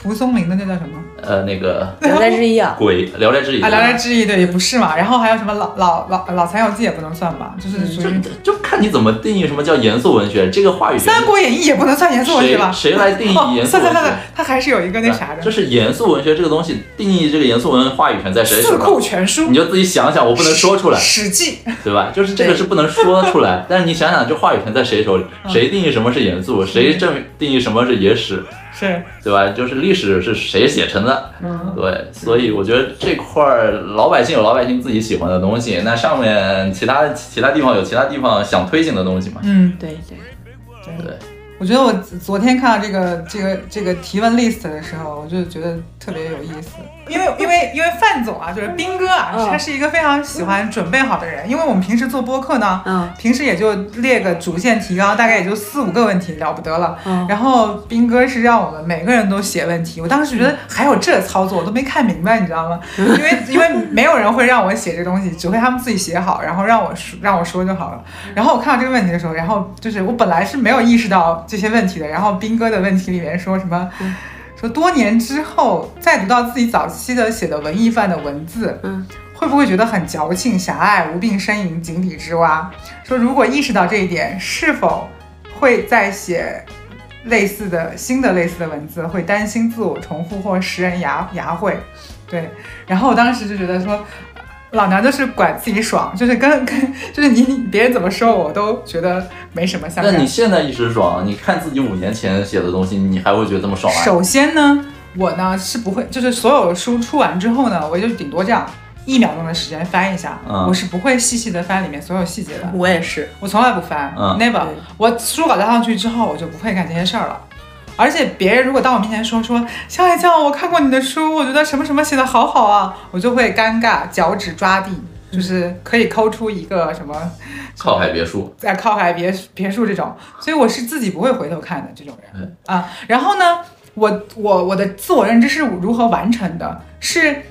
Speaker 3: 蒲松龄的那叫什么？
Speaker 1: 呃那个
Speaker 2: 聊斋之异 啊，
Speaker 1: 鬼《聊斋志异》
Speaker 3: 啊，《聊斋志异》对，也不是嘛。然后还有什么老老老老残友记也不能算吧，就是属于《
Speaker 1: 就就看你怎么定义什么叫严肃文学，这个话语权
Speaker 3: 三国演义》也不能算严肃文学吧？哦
Speaker 1: 谁谁来定义严肃
Speaker 3: 算
Speaker 1: 文
Speaker 3: 算算
Speaker 1: 学哎
Speaker 3: 算？，它还是有一个那啥的。
Speaker 1: 就是严肃文学这个东西，定义这个严肃文话语权在谁手上
Speaker 3: 四库？全书
Speaker 1: 你》就自己想想，我不能说出来，
Speaker 3: 史记》
Speaker 1: 对吧？就是这个
Speaker 2: 对
Speaker 1: 是不能说出来，但是你想想，这话语权在谁手里？
Speaker 3: 嗯
Speaker 1: 谁定义什么是严肃？谁正定义什么是野史？
Speaker 3: 是，
Speaker 1: 对吧？就是历史是谁写成的？
Speaker 3: 嗯，
Speaker 1: 对，所以我觉得这块儿老百姓有老百姓自己喜欢的东西，那上面其他其他地方有其他地方想推行的东西嘛。
Speaker 3: 嗯，
Speaker 2: 对对，
Speaker 3: 对
Speaker 1: 对，
Speaker 3: 我觉得我昨天看到这个这个这个提问 list 的时候，我就觉得特别有意思，因为因为因为范总啊，就是斌哥啊，
Speaker 2: 嗯
Speaker 3: 他是一个非常喜欢准备好的人，因为我们平时做播客呢，
Speaker 2: 嗯
Speaker 3: 平时也就列个主线提纲，大概也就四五个问题了不得了。
Speaker 2: 嗯
Speaker 3: 然后斌哥是让我们每个人都写问题，我当时觉得还有这操作，我都没看明白，你知道吗？因为因为没有人会让我写这东西，只会他们自己写好，然后让我说让我说就好了。然后我看到这个问题的时候，然后就是我本来是没有意识到这些问题的，然后斌哥的问题里面说什么？说多年之后再读到自己早期的写的文艺范的文字，
Speaker 2: 嗯
Speaker 3: 会不会觉得很矫情、狭隘、无病呻吟、井底之蛙？说如果意识到这一点，是否会再写类似的新的类似的文字？会担心自我重复或食人牙牙慧？对，然后我当时就觉得说。老娘就是管自己爽，就是跟 跟就是你你别人怎么说我都觉得没什么相
Speaker 1: 那
Speaker 3: 干。
Speaker 1: 你现在一时爽，你看自己五年前写的东西，你还会觉得这么爽吗？
Speaker 3: 首先呢，我呢是不会，就是所有书出完之后呢，我就顶多这样一秒钟的时间翻一下，
Speaker 1: 嗯
Speaker 3: 我是不会细细的翻里面所有细节的。
Speaker 2: 我也是，
Speaker 3: 我从来不翻、
Speaker 1: 嗯
Speaker 3: n e v e r
Speaker 2: 对
Speaker 3: 我书稿交上去之后，我就不会干这些事儿了。而且别人如果到我面前说说小野酱，我看过你的书，我觉得什么什么写的好好啊，我就会尴尬，脚趾抓地，就是可以抠出一个什么
Speaker 1: 靠海别墅，
Speaker 3: 在靠海别别墅这种，所以我是自己不会回头看的这种人啊。然后呢，我我我的自我认知是如何完成的？是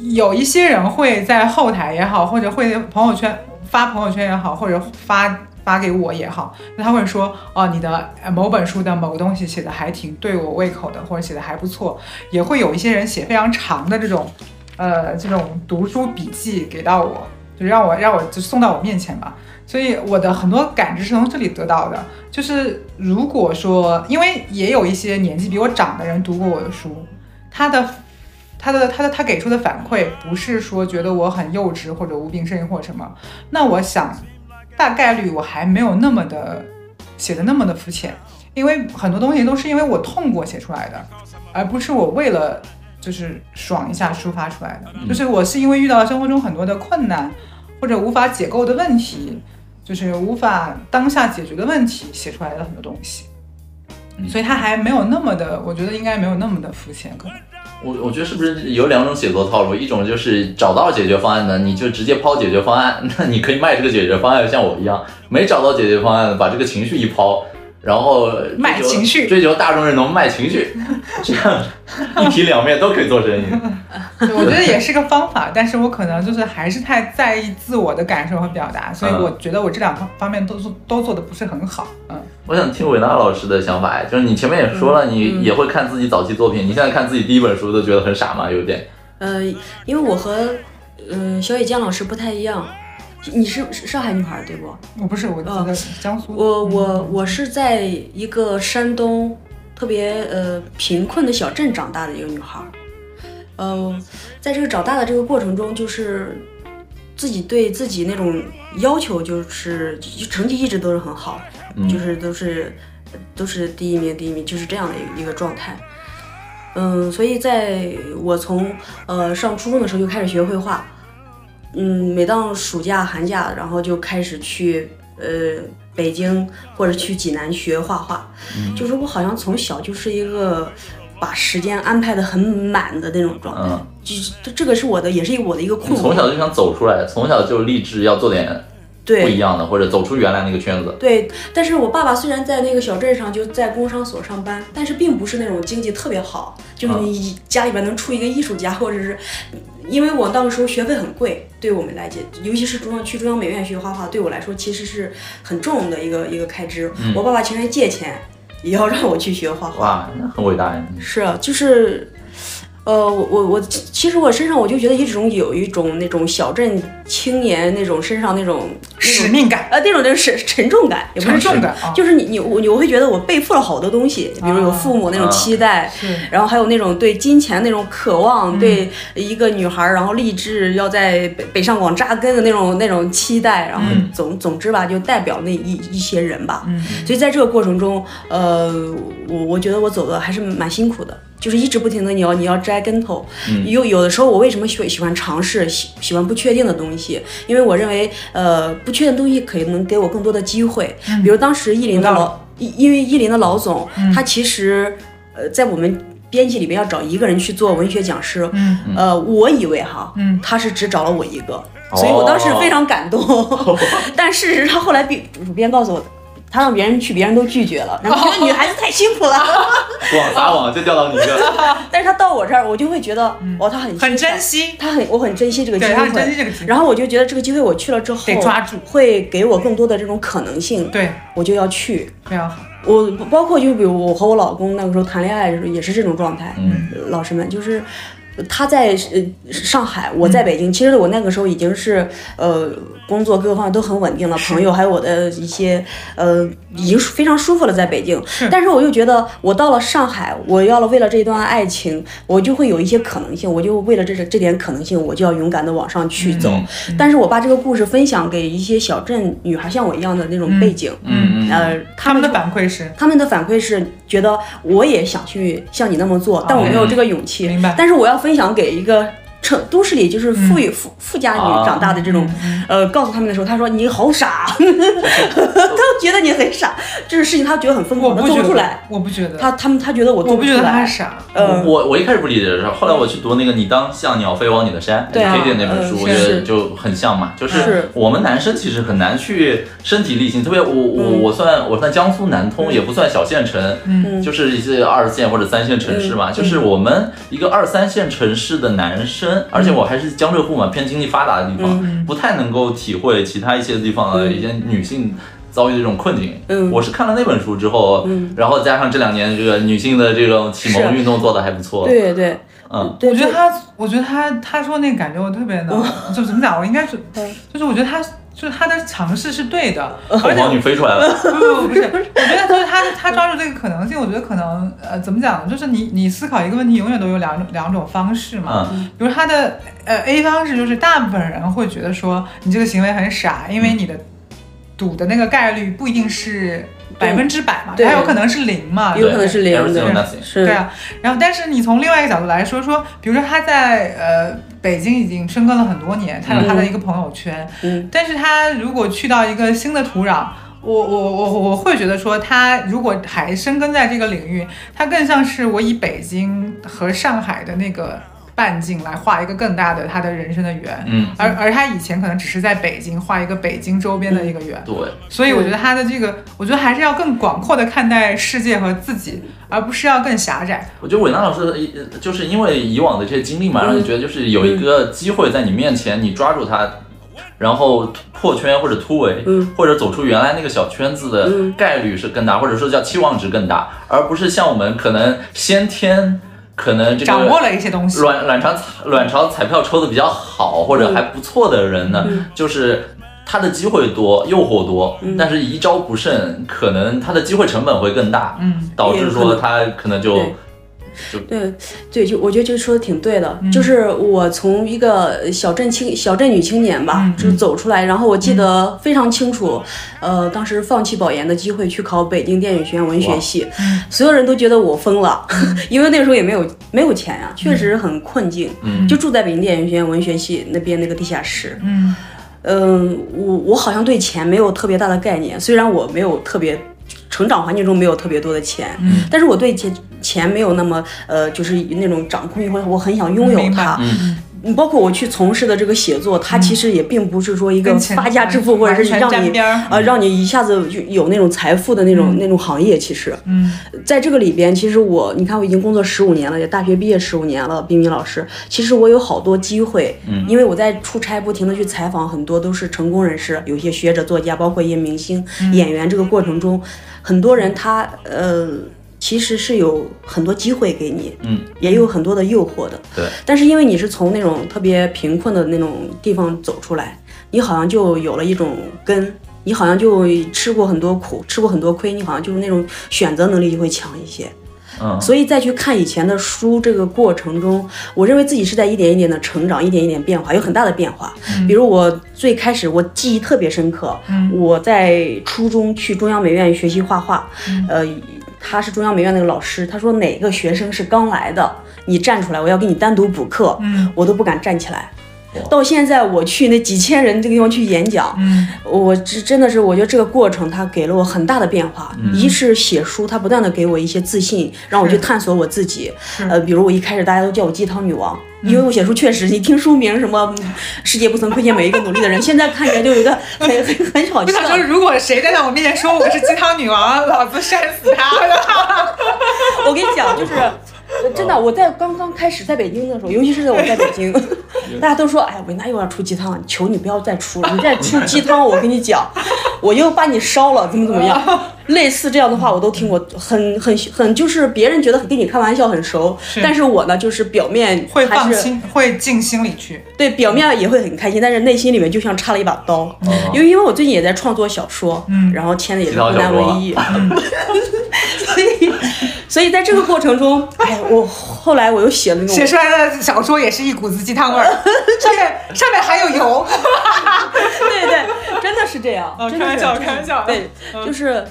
Speaker 3: 有一些人会在后台也好，或者会朋友圈发朋友圈也好，或者发发给我也好，那他会说哦，你的呃某本书的某个东西写的还挺对我胃口的，或者写的还不错。也会有一些人写非常长的这种，呃，这种读书笔记给到我，就让我让我就送到我面前吧。所以我的很多感知是从这里得到的。就是如果说，因为也有一些年纪比我长的人读过我的书，他的。他的他的他给出的反馈不是说觉得我很幼稚或者无病呻吟或者什么，那我想大概率我还没有那么的写的那么的肤浅，因为很多东西都是因为我痛过写出来的，而不是我为了就是爽一下抒发出来的。就是我是因为遇到了生活中很多的困难，或者无法解构的问题，就是无法当下解决的问题写出来的很多东西。
Speaker 1: 嗯
Speaker 3: 所以它还没有那么的，我觉得应该没有那么的肤浅，可能
Speaker 1: 我我觉得是不是有两种写作套路？一种就是找到解决方案的，你就直接抛解决方案， 那你可以卖这个解决方案，像我一样，没找到解决方案，把这个情绪一抛，然后追求
Speaker 3: 卖情绪
Speaker 1: 追求大众认同，卖情绪，这样一体两面都可以做生意。
Speaker 3: 对，我觉得也是个方法，但是我可能就是还是太在意自我的感受和表达，所以
Speaker 1: 嗯
Speaker 3: 我觉得我这两方方面都做都做的不是很好。嗯，
Speaker 1: 我想听伟娜老师的想法，哎就是你前面也说了，
Speaker 3: 嗯
Speaker 1: 你也会看自己早期作品，你现在看自己第一本书都觉得很傻嘛，有点。
Speaker 2: 呃，因为我和呃小野江老师不太一样，你是是上海女孩儿对不？
Speaker 3: 我不是，我觉得江苏，
Speaker 2: 嗯
Speaker 3: 嗯
Speaker 2: 我我我是在一个山东特别呃贫困的小镇长大的一个女孩，儿，呃，在这个长大的这个过程中，就是自己对自己那种要求，就是成绩一直都是很好，
Speaker 1: 嗯
Speaker 2: 就是都是都是第一名，第一名，就是这样的一个状态。嗯，所以在我从呃上初中的时候就开始学绘画，嗯，每当暑假、寒假，然后就开始去呃北京或者去济南学画画，
Speaker 1: 嗯
Speaker 2: 就是我好像从小就是一个把时间安排的很满的那种状态，
Speaker 1: 嗯
Speaker 2: 就这这个是我的，也是一个我的一个
Speaker 1: 你
Speaker 2: 困
Speaker 1: 从
Speaker 2: 惑，
Speaker 1: 小就想走出来，从小就立志要做点不
Speaker 2: 对
Speaker 1: 一。样的，或者走出原来那个圈子。
Speaker 2: 对，但是我爸爸虽然在那个小镇上，就在工商所上班，但是并不是那种经济特别好，就是
Speaker 1: 啊
Speaker 2: 你家里边能出一个艺术家，或者是因为我那个时候学费很贵，对我们来讲，尤其是中央去中央美院学画画，对我来说其实是很重的一个一个开支。我爸爸情愿借钱，也要让我去学画画。
Speaker 1: 嗯哇，那很伟大呀！你
Speaker 2: 是，啊就是，呃，我我我，其其实我身上我就觉得一种有一种那种小镇青年那种身上那种那
Speaker 3: 使
Speaker 2: 种
Speaker 3: 命感，
Speaker 2: 呃，那种就是沉重感，也不
Speaker 3: 沉
Speaker 2: 是
Speaker 3: 重感啊，
Speaker 2: 就是你你我你我会觉得我背负了好多东西，比如有父母那种期待，
Speaker 3: 是
Speaker 2: 然后还有那种对金钱那种渴望，对一个女孩儿然后立志要在北北上广扎根的那种那种期待，然后
Speaker 1: 嗯
Speaker 2: 总、总之吧，就代表那一一些人吧。
Speaker 3: 嗯
Speaker 2: 所以在这个过程中，呃，我我觉得我走的还是蛮辛苦的，就是一直不停的你要你要摘跟头。
Speaker 1: 嗯
Speaker 2: 有有的时候我为什么喜喜欢尝试，喜喜欢不确定的东西？因为我认为，呃，不确定的东西可以能给我更多的机会。比如当时意林的
Speaker 3: 有道
Speaker 2: 老因因为伊林的老总，他其实呃在我们编辑里边要找一个人去做文学讲师，
Speaker 3: 嗯
Speaker 2: 呃，我以为哈，
Speaker 3: 嗯哦
Speaker 2: 他是只找了我一个，所以我当时非常感动。 但事实他后来编主编告诉我，他让别人去，别人都拒绝 了，然后觉得女孩子太辛苦了。
Speaker 1: 广撒网就钓到你这，
Speaker 2: 但是他到我这儿，我就会觉得，哦，他很
Speaker 3: 嗯很
Speaker 2: 欣赏
Speaker 3: 珍惜，
Speaker 2: 他很，我很珍惜这个机会，
Speaker 3: 对，他很珍惜这个机会，
Speaker 2: 然后我就觉得这个机会我去了之后，
Speaker 3: 得抓住
Speaker 2: 会给我更多的这种可能性，
Speaker 3: 对，
Speaker 2: 我就要去。
Speaker 3: 非常好，
Speaker 2: 我包括就比如我和我老公那个时候谈恋爱的时候也是这种状态，
Speaker 1: 嗯
Speaker 2: 呃老师们就是。他在呃上海，我在北京。其实我那个时候已经是呃工作各个方面都很稳定了，朋友还有我的一些呃已经非常舒服了在北京。但是我就觉得我到了上海，我要了为了这段爱情，我就会有一些可能性，我就为了这这点可能性，我就要勇敢的往上去走。
Speaker 1: 嗯
Speaker 2: 但是我把这个故事分享给一些小镇女孩，像我一样的那种背景，
Speaker 1: 嗯嗯，
Speaker 2: 呃，
Speaker 3: 他
Speaker 2: 他们
Speaker 3: 们的
Speaker 2: 就
Speaker 3: 反馈是
Speaker 2: 他们的反馈是觉得我也想去像你那么做，但我没有这个勇气。
Speaker 3: 哦明白
Speaker 2: 但是我要分享给一个城都市里就是富裕、
Speaker 3: 嗯
Speaker 2: 富富家
Speaker 1: 啊
Speaker 3: 哦
Speaker 2: 女长大的这种，呃，告诉他们的时候，他说你好 傻，啊他觉得你很傻，这个事情他觉得很疯
Speaker 3: 我
Speaker 2: 狂，他
Speaker 3: 不
Speaker 2: 做
Speaker 3: 觉
Speaker 2: 不出
Speaker 3: 得
Speaker 2: 来。，
Speaker 3: 我不觉得，
Speaker 2: 他他们他觉得我做
Speaker 3: 我不
Speaker 2: 出
Speaker 3: 觉得他
Speaker 2: 来。
Speaker 3: 傻，
Speaker 2: 呃，
Speaker 1: 我我一开始不理解的时候，后来我去读那个《你当像鸟飞往你的山》
Speaker 2: 对啊
Speaker 1: K 店那本书，
Speaker 2: 嗯
Speaker 1: 我觉得
Speaker 2: 是
Speaker 1: 就很像嘛，就是
Speaker 2: 是
Speaker 1: 我们男生其实很难去身体力行，特别我我
Speaker 2: 嗯
Speaker 1: 我算我算江苏南通，也不算小县城，
Speaker 2: 嗯
Speaker 1: 就是一些二线或者三线城市嘛，就是我们一个二三线城市的男生，而
Speaker 2: 嗯
Speaker 1: 且我还是江浙沪嘛，偏经济发达的地方，不太能够体会其他一些地方的一些女性。遭遇的这种困境，
Speaker 2: 嗯
Speaker 1: 我是看了那本书之后，然后加上这两年这个女性的这种启蒙
Speaker 2: 是啊
Speaker 1: 运动做的还不错，
Speaker 2: 对对，
Speaker 1: 嗯，
Speaker 2: 对
Speaker 3: 我觉得
Speaker 2: 对
Speaker 3: 他，我觉得他他说那个感觉我特别能，就怎么讲，我应该是
Speaker 2: 嗯，
Speaker 3: 就是我觉得他就是他的尝试是对的，
Speaker 1: 凤
Speaker 3: 而且
Speaker 1: 凰女飞出来了，
Speaker 3: 不不 不不是，我觉得就是他他抓住这个可能性，我觉得可能呃怎么讲呢，就是你你思考一个问题，永远都有两种两种方式嘛。
Speaker 1: 嗯
Speaker 3: 比如他的呃 A 方式就是大部分人会觉得说你这个行为很傻，因
Speaker 2: 嗯
Speaker 3: 为你的赌的那个概率不一定是百分之百嘛，
Speaker 2: 对
Speaker 3: 它有可能是零嘛，
Speaker 2: 有可能是零
Speaker 1: Everything or
Speaker 2: 的
Speaker 1: nothing，
Speaker 2: 是
Speaker 3: 对啊，然后但是你从另外一个角度来说，说比如说他在呃北京已经深耕了很多年，他有他的一个朋友圈，
Speaker 2: 嗯
Speaker 3: 但是他如果去到一个新的土壤，我我我我会觉得说，他如果还深耕在这个领域，他更像是我以北京和上海的那个半径来画一个更大的他的人生的圆。
Speaker 1: 嗯，
Speaker 3: 而而他以前可能只是在北京画一个北京周边的一个圆，
Speaker 1: 对，
Speaker 3: 所以我觉得他的这个，我觉得还是要更广阔的看待世界和自己，而不是要更狭窄。
Speaker 1: 我觉得伟娜老师呃就是因为以往的这些经历嘛，
Speaker 2: 嗯
Speaker 1: 让你觉得就是有一个机会在你面前，你抓住它，然后破圈或者突围，
Speaker 2: 嗯
Speaker 1: 或者走出原来那个小圈子的
Speaker 2: 嗯
Speaker 1: 概率是更大，或者说叫期望值更大，而不是像我们可能先天可能这个
Speaker 3: 掌握了一些东西，
Speaker 1: 卵卵巢卵巢彩票抽的比较好或者还不错的人呢，
Speaker 2: 嗯
Speaker 1: 就是他的机会多，诱惑多，但是一招不慎，可能他的机会成本会更大，
Speaker 3: 嗯，
Speaker 1: 导致说他可能就
Speaker 2: 对对对，就我觉得这个说的挺对的，
Speaker 3: 嗯
Speaker 2: 就是我从一个小镇青小镇女青年吧，
Speaker 3: 嗯
Speaker 2: 就走出来，然后我记得非常清楚，呃，当时放弃保研的机会去考北京电影学院文学系，
Speaker 3: 嗯
Speaker 2: 所有人都觉得我疯了， 因为那时候也没有没有钱呀、
Speaker 3: 嗯
Speaker 2: 确实很困境，
Speaker 1: 嗯
Speaker 2: 就住在北京电影学院文学系那边那个地下室，
Speaker 3: 嗯，
Speaker 2: 嗯，我我好像对钱没有特别大的概念，虽然我没有特别成长环境中没有特别多的钱，
Speaker 3: 嗯
Speaker 2: 但是我对钱钱没有那么呃，就是那种掌控欲，或者我很想拥有
Speaker 3: 明白
Speaker 2: 它。
Speaker 1: 嗯
Speaker 2: 嗯包括我去从事的这个写作，它其实也并不是说一个
Speaker 3: 嗯跟钱
Speaker 2: 发家致富，或者是
Speaker 3: 完全
Speaker 2: 让
Speaker 3: 沾
Speaker 2: 你
Speaker 3: 边儿
Speaker 2: 呃让你一下子就有那种财富的那种、那种行业。其实，呃
Speaker 3: 嗯，
Speaker 2: 在这个里边，其实我你看我已经工作十五年了，也大学毕业十五年了，冰冰老师，其实我有好多机会，
Speaker 1: 嗯
Speaker 2: 因为我在出差，不停的去采访很多都是成功人士，有一些学者、作家，包括一些明星、
Speaker 3: 嗯
Speaker 2: 演员。这个过程中，很多人他呃其实是有很多机会给你，
Speaker 1: 嗯，
Speaker 2: 也有很多的诱惑的。
Speaker 1: 对，
Speaker 2: 但是因为你是从那种特别贫困的那种地方走出来，你好像就有了一种根，你好像就吃过很多苦，吃过很多亏，你好像就是那种选择能力就会强一些。
Speaker 1: 嗯，
Speaker 2: 所以再去看以前的书，这个过程中，我认为自己是在一点一点的成长，一点一点变化，有很大的变化。
Speaker 1: 嗯
Speaker 2: 比如我最开始我记忆特别深刻，我在初中去中央美院学习画画，呃，他是中央美院那个老师，他说哪
Speaker 3: 嗯
Speaker 2: 个学生是刚来的，你站出来，我要给你单独补课，我都不敢站起来。到现在我去那几千人这个地方去演讲，
Speaker 3: 嗯
Speaker 2: 我这真的是，我觉得这个过程它给了我很大的变化。一是写书，它不断的给我一些自信，让我去探索我自己。呃，比如我一开始大家都叫我鸡汤女王，因为我写书确实，你听书名什么“世界不曾亏欠每一个努力的人”，现在看起来就有一个很很很好
Speaker 3: 我
Speaker 2: 笑
Speaker 3: 想。说，如果谁站在我面前说我是鸡汤女王，老子扇死 他！
Speaker 2: 我跟你讲，就是。
Speaker 3: 嗯
Speaker 2: 呃真的，我在刚刚开始在北京的时候，尤其是在我在北京，
Speaker 3: 嗯
Speaker 2: 大家都说，哎，伟娜又要出鸡汤，求你不要再出 了，你再出鸡汤，我跟你讲，我又把你烧了，怎么怎么 样，类似这样的话我都听过，很很很，就是别人觉得跟你开玩笑很熟，但是我呢，就是表面
Speaker 3: 会
Speaker 2: 还
Speaker 3: 放
Speaker 2: 是
Speaker 3: 心，会进心里去。
Speaker 2: 对表面也会很开心，但是内心里面就像插了一把刀，
Speaker 1: 哦
Speaker 2: 因为因为我最近也在创作小说，嗯，然后签的也是
Speaker 1: 其他
Speaker 2: 湖
Speaker 1: 小
Speaker 2: 南
Speaker 1: 说啊
Speaker 2: 文艺， 所以所以在这个过程中，哎，我后来我又写了那种
Speaker 3: 写出来的小说也是一股子鸡 汤味儿，上面上面还有油。
Speaker 2: 对对，真的是这样，
Speaker 3: 哦
Speaker 2: 真的
Speaker 3: 开玩
Speaker 2: 是
Speaker 3: 笑
Speaker 2: 真的
Speaker 3: 开玩
Speaker 2: 是
Speaker 3: 笑嗯
Speaker 2: 对，就是。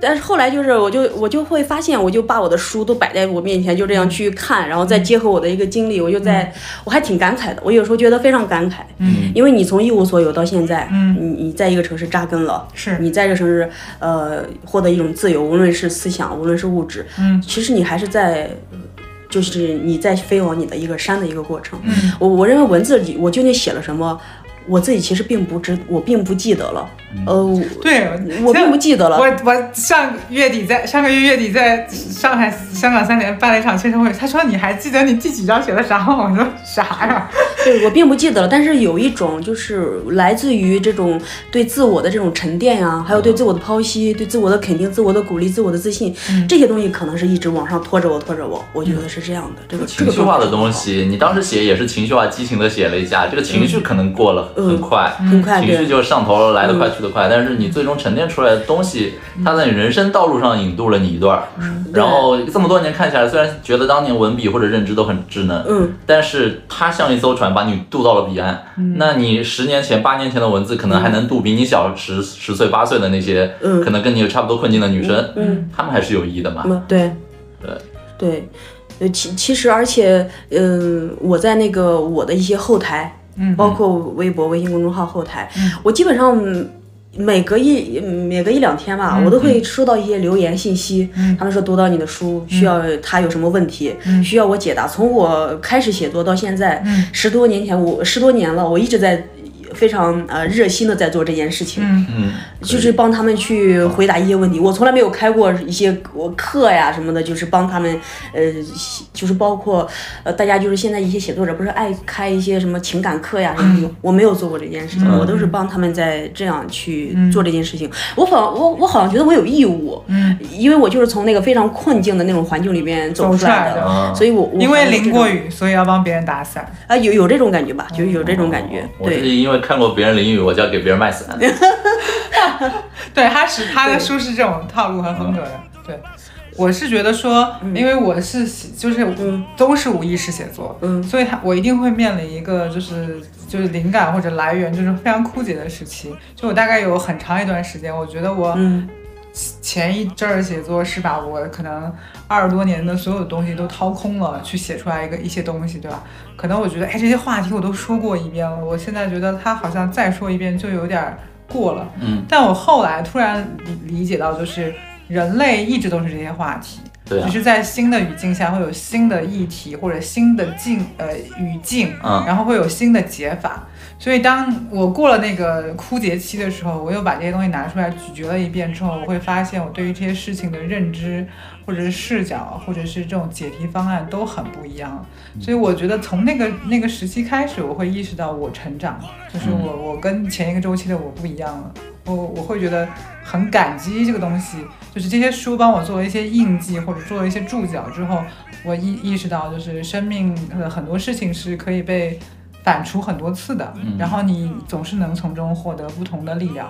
Speaker 2: 但是后来就是，我就我就会发现，我就把我的书都摆在我面前，就这
Speaker 3: 嗯
Speaker 2: 样去看，然后再结合我的一个经历，我就在，我还挺感慨的。我有时候觉得非常感慨，
Speaker 3: 嗯，
Speaker 2: 因为你从一无所有到现在，
Speaker 3: 嗯
Speaker 2: 你你在一个城市扎根了，
Speaker 3: 是
Speaker 2: 你在这个城市，呃，获得一种自由，无论是思想，无论是物质，
Speaker 3: 嗯，
Speaker 2: 其实你还是在，就是你在飞往你的一个山的一个过程。嗯，我我认为文字里我究竟写了什么，我自己其实并不知，我并不记得了。
Speaker 1: 嗯
Speaker 2: 呃，我
Speaker 3: 对，
Speaker 2: 我并不记得了
Speaker 3: 我我上月底在上个月月底在上海香港三联办了一场签售会，他说你还记得你第几章写的啥吗？我说啥呀？
Speaker 2: 对我并不记得了，但是有一种就是来自于这种对自我的这种沉淀呀、还有对自我的剖析、对自我的肯定、自我的鼓励、自我的自信，
Speaker 3: 嗯
Speaker 2: 这些东西可能是一直往上拖着我，拖着我，我觉得是这样的。这个这
Speaker 1: 情
Speaker 2: 个
Speaker 1: 绪化的
Speaker 2: 状态
Speaker 1: 东西，你当时写也是情绪化、激情的写了一下，这个情绪可能过了
Speaker 2: 嗯
Speaker 1: 很快，
Speaker 2: 很快
Speaker 1: 情
Speaker 2: 对
Speaker 1: 绪就上头了，来得快去得快，但是你最终沉淀出来的东西，它在你人生道路上引渡了你一段儿，然后这么多年看起来，虽然觉得当年文笔或者认知都很稚嫩，
Speaker 2: 嗯，
Speaker 1: 但是它像一艘船把你渡到了彼岸。那你十年前、八年前的文字，可能还能渡比你小十十岁、八岁的那些，
Speaker 2: 嗯
Speaker 1: 可能跟你有差不多困境的女生，
Speaker 2: 嗯，
Speaker 1: 她们还是有意义的嘛。
Speaker 2: 嗯，对，对，呃，其其实而且，嗯、我在那个我的一些后台，
Speaker 3: 嗯
Speaker 2: 包括微博、微信公众号后台，我基本上。每隔一每隔一两天吧，我都会收到一些留言信息，他们说读到你的书，需要他有什么问题，需要我解答。从我开始写作到现在，十多年前，我十多年了，我一直在非常呃热心的在做这件事情。
Speaker 1: 嗯，
Speaker 2: 就是帮他们去回答一些
Speaker 3: 啊
Speaker 2: 问题。我从来没有开过一些我课呀什么的，就是帮他们，呃，就是包括呃，大家就是现在一些写作者不是爱开一些什么情感课呀什
Speaker 3: 嗯
Speaker 2: 么的，我没有做过这件事情，我都是帮他们在这样去
Speaker 3: 嗯
Speaker 2: 做这件事情。我好，我我好像觉得我有义务，嗯，因为我就是从那个非常困境的那种环境里面走出来
Speaker 3: 走出来
Speaker 2: 的，嗯
Speaker 3: 的
Speaker 1: 啊
Speaker 2: 所以我我
Speaker 3: 因为
Speaker 2: 好像有这种
Speaker 3: 淋过雨，所以要帮别人 打伞。
Speaker 2: 啊，有有这种感觉吧，就有这种感
Speaker 3: 哦
Speaker 2: 觉，
Speaker 1: 哦我是
Speaker 2: 对。
Speaker 1: 因为看过别人淋雨，我就要给别人卖 伞。
Speaker 3: 对，他是他的书是这种套路和风格的。
Speaker 2: 嗯
Speaker 3: 对，我是觉得说，因为我是写就是都是无意识写作，
Speaker 2: 嗯
Speaker 3: 所以他我一定会面临一个就是就是灵感或者来源就是非常枯竭的时期。就我大概有很长一段时间，我觉得我
Speaker 2: 嗯
Speaker 3: 前一阵儿写作是把我可能二十多年的所有东西都掏空了，去写出来一个一些东西，对吧？可能我觉得，哎，这些话题我都说过一遍了，我现在觉得它好像再说一遍就有点儿过了。
Speaker 1: 嗯，
Speaker 3: 但我后来突然理理解到，就是人类一直都是这些话题，
Speaker 1: 对啊
Speaker 3: 只，是在新的语境下会有新的议题或者新的境呃语境，
Speaker 1: 嗯
Speaker 3: 然后会有新的解法。所以当我过了那个枯竭期的时候，我又把这些东西拿出来咀嚼了一遍之后，我会发现我对于这些事情的认知，或者是视角，或者是这种解题方案都很不一样。所以我觉得从那个那个时期开始，我会意识到我成长，就是我我跟前一个周期的我不一样了。我我会觉得很感激这个东西，就是这些书帮我做了一些印记或者做了一些注脚之后，我意意识到就是生命的很多事情是可以被反刍很多次的，
Speaker 1: 嗯
Speaker 3: 然后你总是能从中获得不同的力量，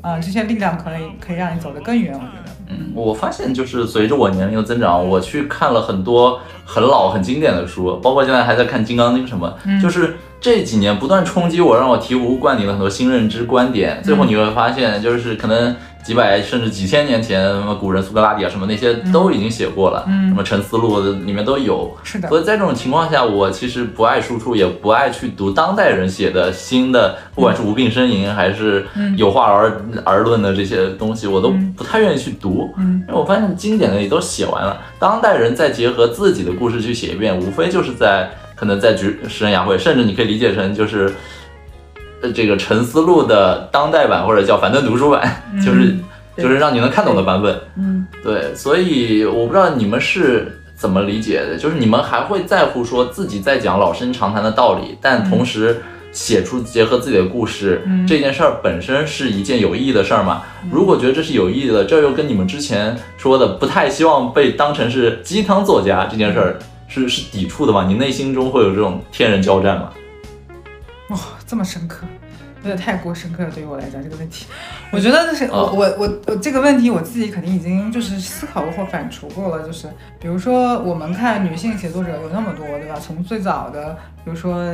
Speaker 3: 啊、这些力量可以可以让你走得更远，我觉得。
Speaker 1: 我发现就是随着我年龄的增长，我去看了很多很老、很经典的书，包括现在还在看《金刚经》什么，就是这几年不断冲击我，让我醍醐灌顶了很多新认知观点。最后你会发现，就是可能几百甚至几千年前，什么古人苏格拉底啊什么那些都已经写过了，
Speaker 3: 嗯
Speaker 1: 什么《沉思录》里面都有。
Speaker 3: 是的，
Speaker 1: 所以在这种情况下，我其实不爱输出，也不爱去读当代人写的新的，不管是无病呻吟还是
Speaker 3: 嗯
Speaker 1: 有话而而论的这些东西，我都不太愿意去读。
Speaker 3: 嗯，
Speaker 1: 因为我发现经典的也都写完了，当代人再结合自己的故事去写一遍，无非就是在可能在举诗人雅会，甚至你可以理解成就是，呃，这个陈思路的当代版或者叫樊登读书版，就是
Speaker 2: 对
Speaker 1: 就是让你能看懂的版本。
Speaker 3: 嗯，
Speaker 1: 对，所以我不知道你们是怎么理解的，就是你们还会在乎说自己在讲老生常谈的道理，但同时写出结合自己的故事、
Speaker 3: 嗯
Speaker 1: 这件事儿本身是一件有意义的事儿吗？如果觉得这是有意义的，这又跟你们之前说的不太希望被当成是鸡汤作家这件事儿是是抵触的吗？你内心中会有这种天人交战吗？
Speaker 3: 哇、这么深刻，有点太过深刻了，对于我来讲这个问题，我觉得就是我
Speaker 2: 哦
Speaker 1: 啊
Speaker 3: 我我我这个问题我自己肯定已经就是思考过或反刍过了，就是比如说我们看女性写作者有那么多，对吧？从最早的比如说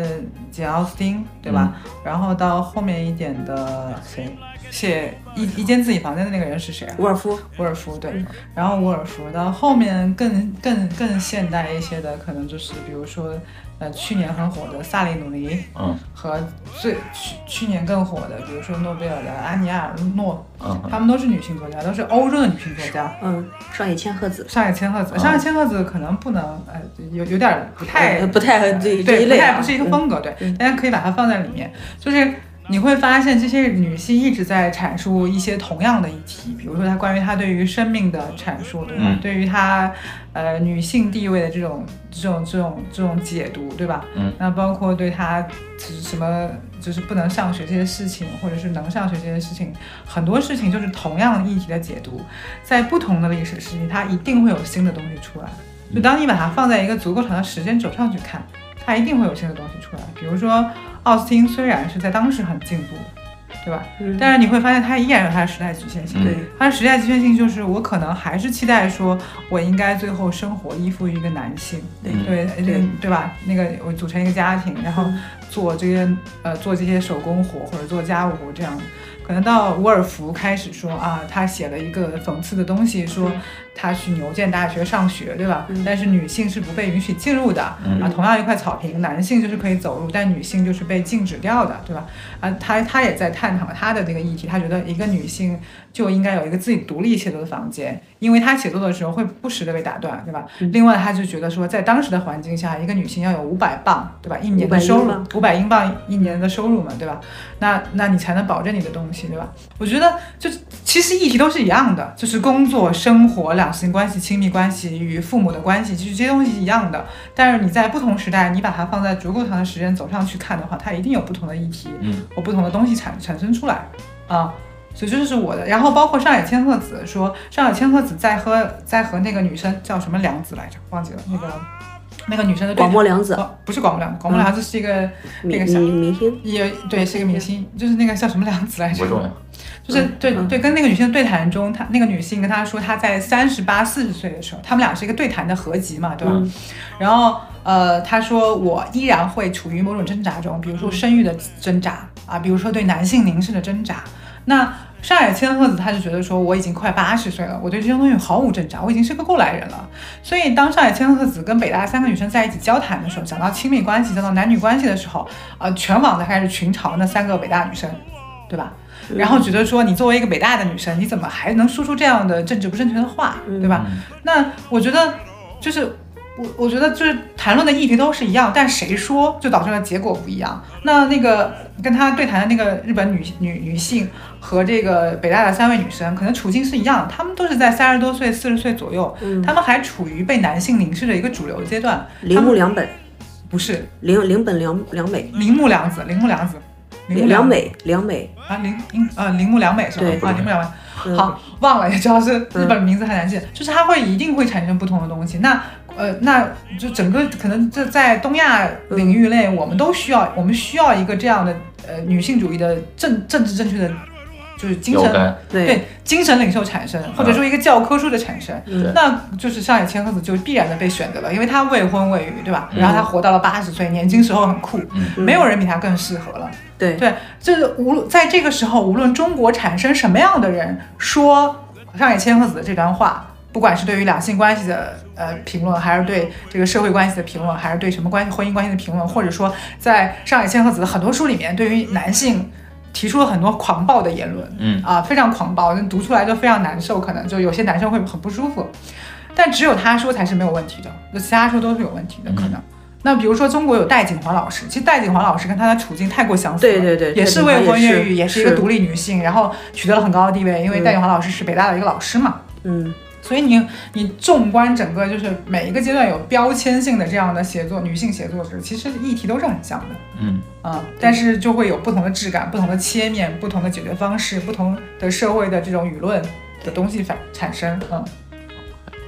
Speaker 3: 简奥斯汀，对吧？
Speaker 2: 嗯
Speaker 3: 然后到后面一点的谁写一一间自己房间的那个人是谁啊？
Speaker 2: 伍尔夫，
Speaker 3: 伍尔夫对
Speaker 2: 嗯，
Speaker 3: 然后伍尔夫到后面更更更现代一些的，可能就是比如说，呃，去年很火的萨利努尼
Speaker 1: 嗯
Speaker 3: 和最去去年更火的，比如说诺贝尔的安尼尔诺，
Speaker 1: 嗯嗯
Speaker 3: 她们都是女性作家，都是欧洲的女性作家。
Speaker 2: 嗯，上野千鹤子，
Speaker 3: 上野千鹤子，
Speaker 1: 嗯
Speaker 3: 上野千鹤子可能不能，呃，有有点儿不太
Speaker 2: 呃不太对这
Speaker 3: 对，
Speaker 2: 一类
Speaker 3: 不太
Speaker 2: 啊
Speaker 3: 不是一个
Speaker 2: 嗯
Speaker 3: 风格，对
Speaker 2: 嗯，
Speaker 3: 大家可以把它放在里面，就是。你会发现，这些女性一直在阐述一些同样的议题，比如说她关于她对于生命的阐述，对吧？
Speaker 1: 嗯
Speaker 3: 对于她呃女性地位的这种这种这种这种解读，对吧？
Speaker 1: 嗯。
Speaker 3: 那包括对她就是什么就是不能上学这些事情，或者是能上学这些事情，很多事情就是同样的议题的解读，在不同的历史时期，它一定会有新的东西出来。就当你把它放在一个足够长的时间轴上去看，它一定会有新的东西出来。比如说，奥斯汀虽然是在当时很进步，对吧？
Speaker 2: 嗯，
Speaker 3: 但是你会发现它依然有它的时代局限性。
Speaker 2: 对，
Speaker 3: 它的时代局限性就是，我可能还是期待说，我应该最后生活依附于一个男性，
Speaker 2: 对
Speaker 3: 对呃
Speaker 2: 对嗯
Speaker 3: 对吧？那个我组成一个家庭，然后做这些呃做这些手工活或者做家务活这样。可能到伍尔夫开始说啊，他写了一个讽刺的东西，说他去牛剑大学上学，对吧？
Speaker 2: 嗯
Speaker 3: 但是女性是不被允许进入的、
Speaker 1: 嗯
Speaker 3: 啊。同样一块草坪，男性就是可以走入，但女性就是被禁止掉的，对吧？啊，他他也在探讨他的这个议题，他觉得一个女性就应该有一个自己独立写作的房间，因为她写作的时候会不时的被打断，对吧？
Speaker 2: 嗯
Speaker 3: 另外，他就觉得说，在当时的环境下，一个女性要有五百磅，对吧？一年的
Speaker 2: 500
Speaker 3: 收
Speaker 2: 英
Speaker 3: 入
Speaker 2: 镑，
Speaker 3: 五百英镑一年的收入嘛，对吧？那那你才能保证你的东西，对吧？我觉得就其实议题都是一样的，就是工作、生活、两性关系、亲密关系与父母的关系，就是这些东西是一样的。但是你在不同时代，你把它放在足够长的时间走上去看的话，它一定有不同的议题，
Speaker 1: 嗯，
Speaker 3: 有不同的东西产产生出来啊。所以这就是我的，然后包括上野千鹤子说，上野千鹤子在和在和那个女生叫什么良子来着，忘记了那个那个女生的对
Speaker 2: 广
Speaker 3: 谈
Speaker 2: 末凉子，
Speaker 3: 哦不是广播良子，广播良子是一个、那
Speaker 2: 明
Speaker 3: 个啥
Speaker 2: 明明星，
Speaker 3: 也对是一个明星，就是那个叫什么良子来着
Speaker 1: 不，重要。
Speaker 3: 就是
Speaker 2: 嗯
Speaker 3: 对
Speaker 2: 嗯
Speaker 3: 对，跟那个女性的对谈中，她那个女性跟她说，她在三十八、四十岁的时候，他们俩是一个对谈的合集嘛，对吧？
Speaker 2: 嗯
Speaker 3: 然后呃，她说我依然会处于某种挣扎中，比如
Speaker 2: 嗯
Speaker 3: 说生育的挣扎啊，比如说对男性凝视的挣扎。那上海千鹤子她就觉得说，我已经快八十岁了，我对这些东西毫无挣扎，我已经是个过来人了。所以当上海千鹤子跟北大三个女生在一起交谈的时候，讲到亲密关系、讲到男女关系的时候，呃，全网都开始群嘲那三个北大女生，对吧？然后觉得说，你作为一个北大的女生，你怎么还能说出这样的政治不正确的话，对吧？
Speaker 2: 嗯
Speaker 3: 那我觉得，就是我我觉得就是谈论的议题都是一样，但谁说就导致了结果不一样。那那个跟他对谈的那个日本女女女性和这个北大的三位女生，可能处境是一样，她们都是在三十多岁、四十岁左右，
Speaker 2: 嗯
Speaker 3: 她们还处于被男性凝视的一个主流阶段。
Speaker 2: 铃
Speaker 3: 她
Speaker 2: 木
Speaker 3: 们
Speaker 2: 良本，
Speaker 3: 不是
Speaker 2: 铃铃本良良美，
Speaker 3: 铃木良子，铃木良子，铃木
Speaker 2: 良美良美，
Speaker 3: 啊，铃铃啊，铃木良美是吧
Speaker 2: 对？
Speaker 3: 啊，铃木良美。
Speaker 2: 嗯
Speaker 3: 好，忘了，也主要是
Speaker 1: 嗯
Speaker 3: 日本名字很难记，就是它会一定会产生不同的东西。那呃，那就整个可能这在东亚
Speaker 1: 嗯
Speaker 3: 领域内，我们都需要，我们需要一个这样的呃女性主义的政政治正确的就是精
Speaker 1: 有
Speaker 3: 神
Speaker 1: 感
Speaker 2: 嗯对，
Speaker 3: 精神领袖产生，或者说一个教科书的产生，
Speaker 1: 嗯
Speaker 2: 嗯
Speaker 1: 对
Speaker 3: 那就是上野千鹤子就必然的被选择了，因为她未婚未育，对吧？然后她活到了八十岁，年轻时候很酷，
Speaker 1: 嗯
Speaker 3: 没有人比她更适合了。
Speaker 2: 对
Speaker 3: 对，就是无论在这个时候，无论中国产生什么样的人说上野千鹤子的这段话，不管是对于两性关系的呃评论，还是对这个社会关系的评论，还是对什么关系婚姻关系的评论，或者说在上野千鹤子的很多书里面，对于男性。提出了很多狂暴的言论，
Speaker 1: 嗯
Speaker 3: 啊，非常狂暴，读出来就非常难受，可能就有些男生会很不舒服。但只有他说才是没有问题的，就其他说都是有问题的，可
Speaker 2: 嗯
Speaker 3: 能。那比如说中国有戴锦华老师，其实戴锦华老师跟她的处境太过相似了，
Speaker 2: 对对对
Speaker 3: 也是
Speaker 2: 戴
Speaker 3: 未
Speaker 2: 锦华
Speaker 3: 婚
Speaker 2: 也
Speaker 3: 越
Speaker 2: 是
Speaker 3: 育，也是一个
Speaker 2: 是
Speaker 3: 独立女性，然后取得了很高的地位，因为戴锦华老师是北大的一个老师嘛。
Speaker 2: 嗯，
Speaker 3: 所以你你纵观整个就是每一个阶段有标签性的这样的写作，女性写作者其实议题都是很像的。
Speaker 1: 嗯
Speaker 3: 啊、但是就会有不同的质感、不同的切面、不同的解决方式、不同的社会的这种舆论的东西反产生，嗯，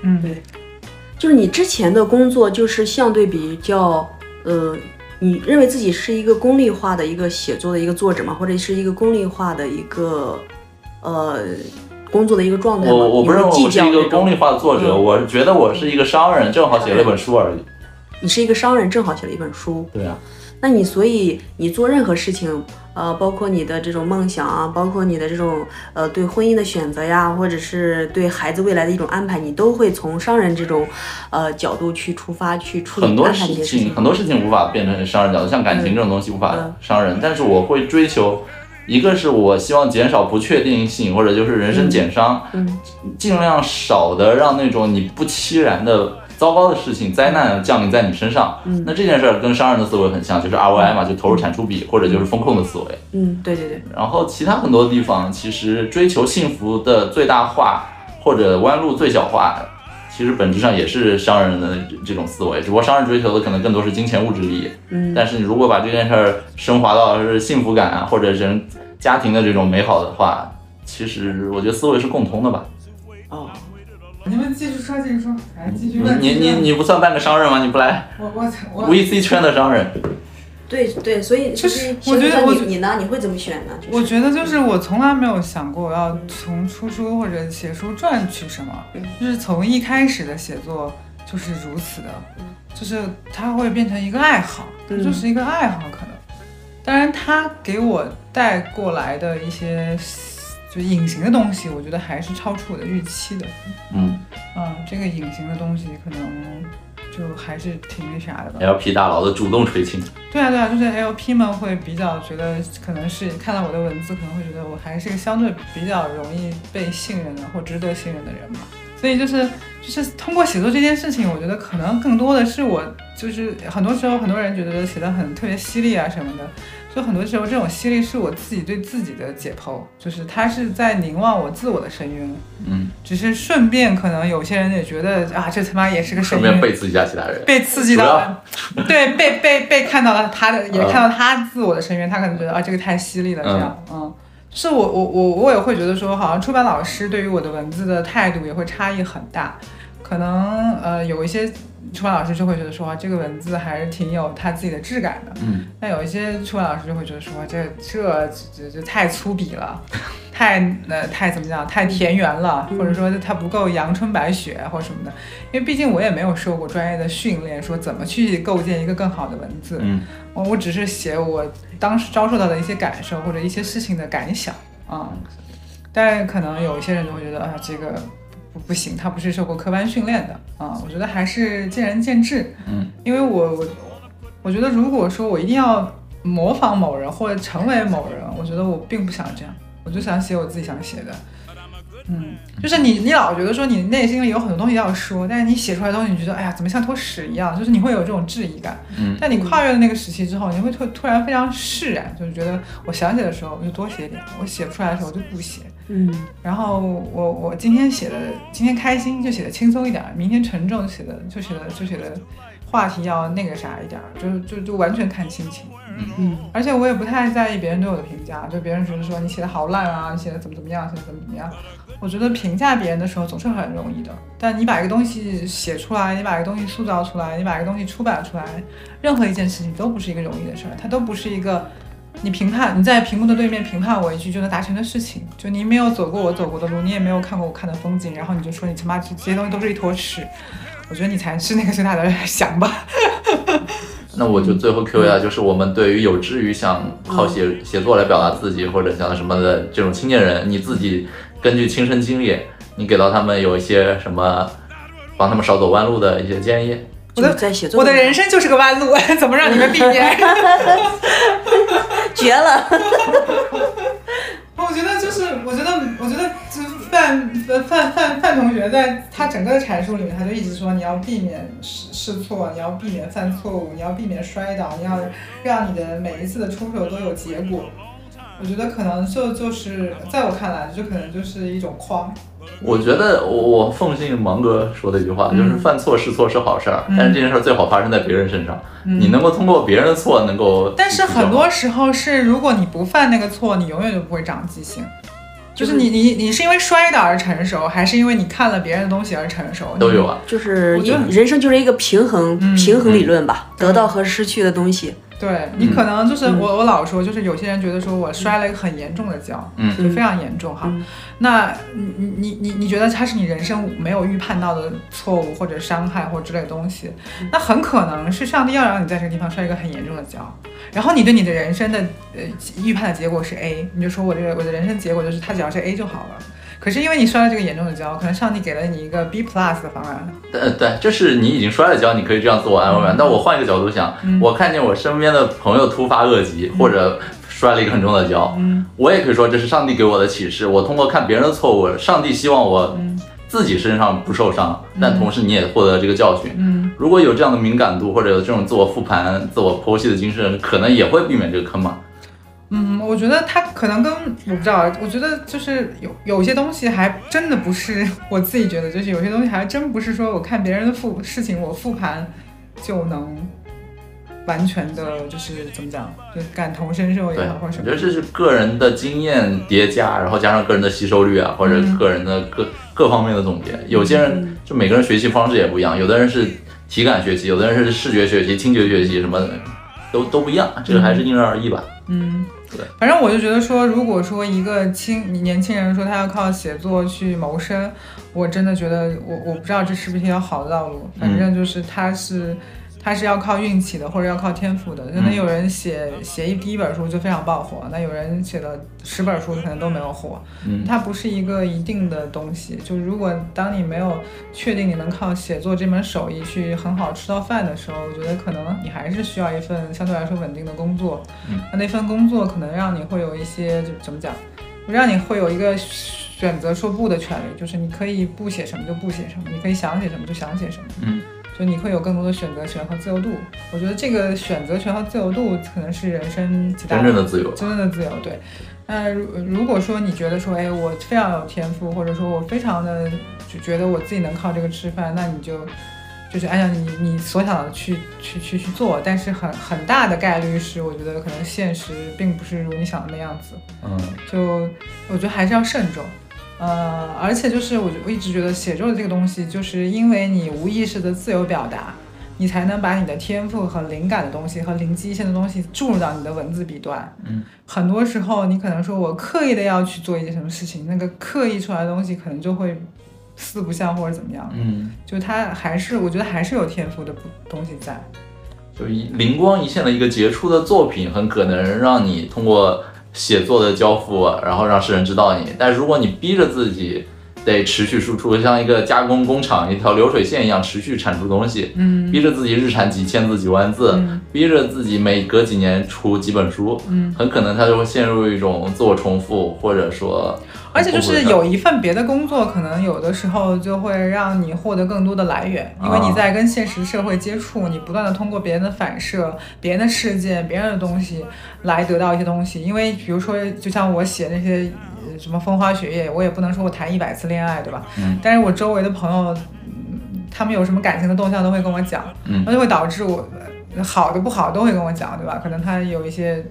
Speaker 3: 嗯，
Speaker 2: 就是你之前的工作就是相对比较，呃，你认为自己是一个功利化的一个写作的一个作者嘛，或者是一个功利化的一个呃工作的一个状态吗
Speaker 1: 我我不认为
Speaker 2: 你会
Speaker 1: 我
Speaker 2: 计
Speaker 1: 是
Speaker 2: 较
Speaker 1: 一个
Speaker 2: 这种
Speaker 1: 功利化的作者，
Speaker 2: 嗯
Speaker 1: 我觉得我是一个商人，正好写了本书而已。
Speaker 2: 你是一个商人，正好写了一本书，
Speaker 1: 对啊，
Speaker 2: 那你所以你做任何事情，呃，包括你的这种梦想啊，包括你的这种呃对婚姻的选择呀，或者是对孩子未来的一种安排，你都会从商人这种呃角度去出发去处理
Speaker 1: 很多
Speaker 2: 安排这
Speaker 1: 事
Speaker 2: 些事情
Speaker 1: 情，很多事情无法变成商人角度，像感情这种东西无法
Speaker 2: 嗯
Speaker 1: 商人，但是我会追求。一个是我希望减少不确定性，或者就是人生减伤，
Speaker 2: 嗯
Speaker 1: 尽量少的让那种你不期然的糟糕的事情、灾难降临在你身上。
Speaker 2: 嗯
Speaker 1: 那这件事儿跟商人的思维很像，就是 ROI 嘛，就投入产出比，或者就是风控的思维。
Speaker 2: 嗯，对对对，
Speaker 1: 然后其他很多地方，其实追求幸福的最大化或者弯路最小化，其实本质上也是商人的这这种思维，只不过商人追求的可能更多是金钱物质利益。
Speaker 2: 嗯
Speaker 1: 但是你如果把这件事儿升华到是幸福感啊，或者人家庭的这种美好的话，其实我觉得思维是共通的吧。
Speaker 2: 哦，
Speaker 3: 你们继续说，继续说，来继续
Speaker 1: 嗯你
Speaker 3: 问，
Speaker 1: 你你你不算半个商人吗？你不来
Speaker 3: 我我我
Speaker 1: VC 圈的商人，
Speaker 2: 对对，所以
Speaker 3: 就是
Speaker 2: 所以
Speaker 3: 我觉得
Speaker 2: 像
Speaker 3: 我觉
Speaker 2: 你你呢，你会怎么选呢？就是
Speaker 3: 我觉得就是我从来没有想过我要从出书或者写书赚取什么，就是从一开始的写作就是如此的，就是它会变成一个爱好，
Speaker 2: 嗯
Speaker 3: 就是一个爱好可能。当然，它给我带过来的一些就隐形的东西，我觉得还是超出我的预期的。
Speaker 1: 嗯
Speaker 3: 嗯，这个隐形的东西可能就还是挺那啥的吧。
Speaker 1: ，LP 大佬的主动垂青，
Speaker 3: 对啊，对啊，就是 LP 们会比较觉得，可能是看到我的文字，可能会觉得我还是一个相对比较容易被信任的或值得信任的人吧。所以就是就是通过写作这件事情，我觉得可能更多的是我就是很多时候很多人觉得写的很特别犀利啊什么的，就很多时候这种犀利是我自己对自己的解剖，就是它是在凝望我自我的深渊，
Speaker 1: 嗯，
Speaker 3: 只是顺便可能有些人也觉得啊，这他妈也是个深
Speaker 1: 顺
Speaker 3: 渊
Speaker 1: 便，背刺一下其他人。
Speaker 3: 被刺激到了，对，被被被看到了他的，也
Speaker 1: 嗯
Speaker 3: 看到他自我的深渊，他可能觉得啊，这个太犀利了，这样，嗯，就是我我我我也会觉得说，好像出版老师对于我的文字的态度也会差异很大，可能呃有一些出版老师就会觉得说，啊这个文字还是挺有他自己的质感的，
Speaker 1: 嗯，
Speaker 3: 那有一些出版老师就会觉得说，这这这这太粗鄙了，太呃太怎么讲，太田园了，或者说它不够阳春白雪或者什么的。因为毕竟我也没有受过专业的训练，说怎么去构建一个更好的文字。
Speaker 1: 嗯，
Speaker 3: 我我只是写我当时遭受到的一些感受或者一些事情的感想啊、但可能有一些人就会觉得啊，这个不不行，他不是受过科班训练的啊、我觉得还是见仁见智。
Speaker 1: 嗯，
Speaker 3: 因为我我我觉得如果说我一定要模仿某人或者成为某人，我觉得我并不想这样，我就想写我自己想写的。嗯，就是你，你老觉得说你内心里有很多东西要说，但是你写出来的东西，你觉得哎呀，怎么像坨屎一样？就是你会有这种质疑感。
Speaker 1: 嗯
Speaker 3: 但你跨越了那个时期之后，你会突突然非常释然，就是觉得我想写的时候我就多写一点，我写不出来的时候我就不写。
Speaker 2: 嗯
Speaker 3: 然后我我今天写的，今天开心就写的轻松一点，明天沉重就写的就写的就写的话题要那个啥一点，就是就就完全看心情。
Speaker 2: 嗯，
Speaker 3: 而且我也不太在意别人对我的评价，就别人觉得说你写的好烂啊，你写的怎么怎么样，写的怎么怎么样。我觉得评价别人的时候总是很容易的，但你把一个东西写出来，你把一个东西塑造出来，你把一个东西出版出来，任何一件事情都不是一个容易的事儿，它都不是一个你评判你在屏幕的对面评判我一句就能达成的事情，就你没有走过我走过的路，你也没有看过我看的风景，然后你就说你他妈这这些东西都是一坨屎，我觉得你才是那个最大的想吧。
Speaker 1: 那我
Speaker 3: 嗯
Speaker 1: 就最后 Q 一下，就是我们对于有志于想靠
Speaker 3: 嗯
Speaker 1: 写写作来表达自己或者想什么的这种青年人，你自己根据亲身经历，你给到他们有一些什么帮他们少走弯路的一些建议？
Speaker 3: 我
Speaker 2: 就在写作
Speaker 3: 我的
Speaker 2: 文
Speaker 3: 人生就是个弯路， 怎么让你们避免？
Speaker 2: 绝了，
Speaker 3: 我觉得就是，我觉得，我觉得就是范呃范范范同学在他整个的阐述里面，他就一直说你要避免试试错，你要避免犯错误，你要避免摔倒，你要让你的每一次的出手都有结果。我觉得可能就就是在我看来，就可能就是一种框。
Speaker 1: 我觉得我我奉信芒格说的一句话，就是犯错试错是好事儿，
Speaker 3: 嗯
Speaker 1: 但是这件事儿最好发生在别人身上。
Speaker 3: 嗯
Speaker 1: 你能够通过别人的错能够，
Speaker 3: 但是很多时候是，如果你不犯那个错，你永远就不会长记性。就是你你你是因为摔倒而成熟，还是因为你看了别人的东西而成熟？
Speaker 1: 都有啊。
Speaker 2: 就是
Speaker 3: 我觉得
Speaker 2: 人生就是一个平衡、
Speaker 3: 嗯
Speaker 2: 平衡理论吧，
Speaker 3: 对
Speaker 2: 得到和失去的东西。
Speaker 3: 对你
Speaker 1: 嗯
Speaker 3: 可能就是我，我老说，就是有些人觉得说我摔了一个很严重的跤，
Speaker 1: 嗯
Speaker 3: 就非常严重哈。
Speaker 2: 嗯
Speaker 3: 那你你你你你觉得它是你人生没有预判到的错误或者伤害或之类的东西，
Speaker 1: 嗯
Speaker 3: 那很可能是上帝要让你在这个地方摔一个很严重的跤，然后你对你的人生的呃预判的结果是 A，你就说我这个我的人生结果就是它只要是 A 就好了。可是因为你摔了这个严重的跤，可能上帝给了你一个 B plus 的方案，
Speaker 1: 呃，对，就是你已经摔了跤，你可以这样自我安慰嘛。但我换一个角度想，我看见我身边的朋友突发恶疾、或者摔了一个很重的跤，我也可以说这是上帝给我的启示。我通过看别人的错误，上帝希望我自己身上不受伤，但同时你也获得这个教训。
Speaker 3: 嗯，
Speaker 1: 如果有这样的敏感度，或者有这种自我复盘、自我剖析的精神，可能也会避免这个坑嘛。
Speaker 3: 嗯，我觉得他可能跟我不知道，我觉得就是有有些东西还真的不是我自己觉得，就是有些东西还真不是说我看别人的复事情，我复盘就能完全的，就是怎么讲，就感同身受
Speaker 1: 嗯
Speaker 3: 也
Speaker 1: 对
Speaker 3: 好，啊或者，
Speaker 1: 我
Speaker 3: 什
Speaker 1: 觉
Speaker 3: 么
Speaker 1: 得。这是个人的经验叠加，然后加上个人的吸收率啊，或者
Speaker 3: 嗯
Speaker 1: 个人的各、各方面的总结。有些人就每个人学习方式也不一样，有的人是体感学习，有的人是视觉学习、听觉学习，什么的都都不一样。这个还是因人而异吧。
Speaker 3: 嗯
Speaker 1: 对，
Speaker 3: 反正我就觉得说，如果说一个青年轻人说他要靠写作去谋生，我真的觉得我我不知道这是不是一条好的道路。反正就是他是、他是要靠运气的，或者要靠天赋的。可能有人写写一第一本书就非常爆火，那有人写了十本书可能都没有火。
Speaker 1: 嗯
Speaker 3: 它不是一个一定的东西。就如果当你没有确定你能靠写作这门手艺去很好吃到饭的时候，我觉得可能你还是需要一份相对来说稳定的工作。
Speaker 1: 嗯
Speaker 3: 那那份工作可能让你会有一些就怎么讲，让你会有一个选择说不的权利，就是你可以不写什么就不写什么，你可以想写什么就想写什么。
Speaker 1: 嗯，
Speaker 3: 就你会有更多的选择权和自由度。我觉得这个选择权和自由度可能是人生极大
Speaker 1: 真正的自由。
Speaker 3: 真正的自由，对。那如如果说你觉得说，哎，我非常有天赋，或者说我非常的就觉得我自己能靠这个吃饭，那你就就是按照你你所想的去去去去做，但是很很大的概率是，我觉得可能现实并不是如你想的那样子。
Speaker 1: 嗯，
Speaker 3: 就我觉得还是要慎重。呃，而且就是我我一直觉得写作这个东西，就是因为你无意识的自由表达，你才能把你的天赋和灵感的东西和灵机一现的东西注入到你的文字笔端。
Speaker 1: 嗯，
Speaker 3: 很多时候你可能说我刻意的要去做一件什么事情，那个刻意出来的东西可能就会四不像或者怎么样。
Speaker 1: 嗯，
Speaker 3: 就它还是我觉得还是有天赋的不东西在。
Speaker 1: 就一灵光一现的一个杰出的作品，很可能让你通过写作的交付，然后让世人知道你。但如果你逼着自己得持续输出，像一个加工工厂一条流水线一样持续产出东西，
Speaker 3: 嗯
Speaker 1: 逼着自己日产几千字、几万字，
Speaker 3: 嗯
Speaker 1: 逼着自己每隔几年出几本书，
Speaker 3: 嗯，
Speaker 1: 很可能他就会陷入一种自我重复，或者说，
Speaker 3: 而且就是有一份别的工作，可能有的时候就会让你获得更多的来源，因为
Speaker 1: 啊
Speaker 3: 你在跟现实社会接触，你不断的通过别人的反射、别人的事件、别人的东西来得到一些东西。因为比如说，就像我写那些呃什么风花雪月，我也不能说我谈一百次恋爱，对吧？
Speaker 1: 嗯。
Speaker 3: 但是我周围的朋友，嗯他们有什么感情的动向都会跟我讲，
Speaker 1: 嗯
Speaker 3: 那就会导致我呃好的不好都会跟我讲，对吧？可能他有一些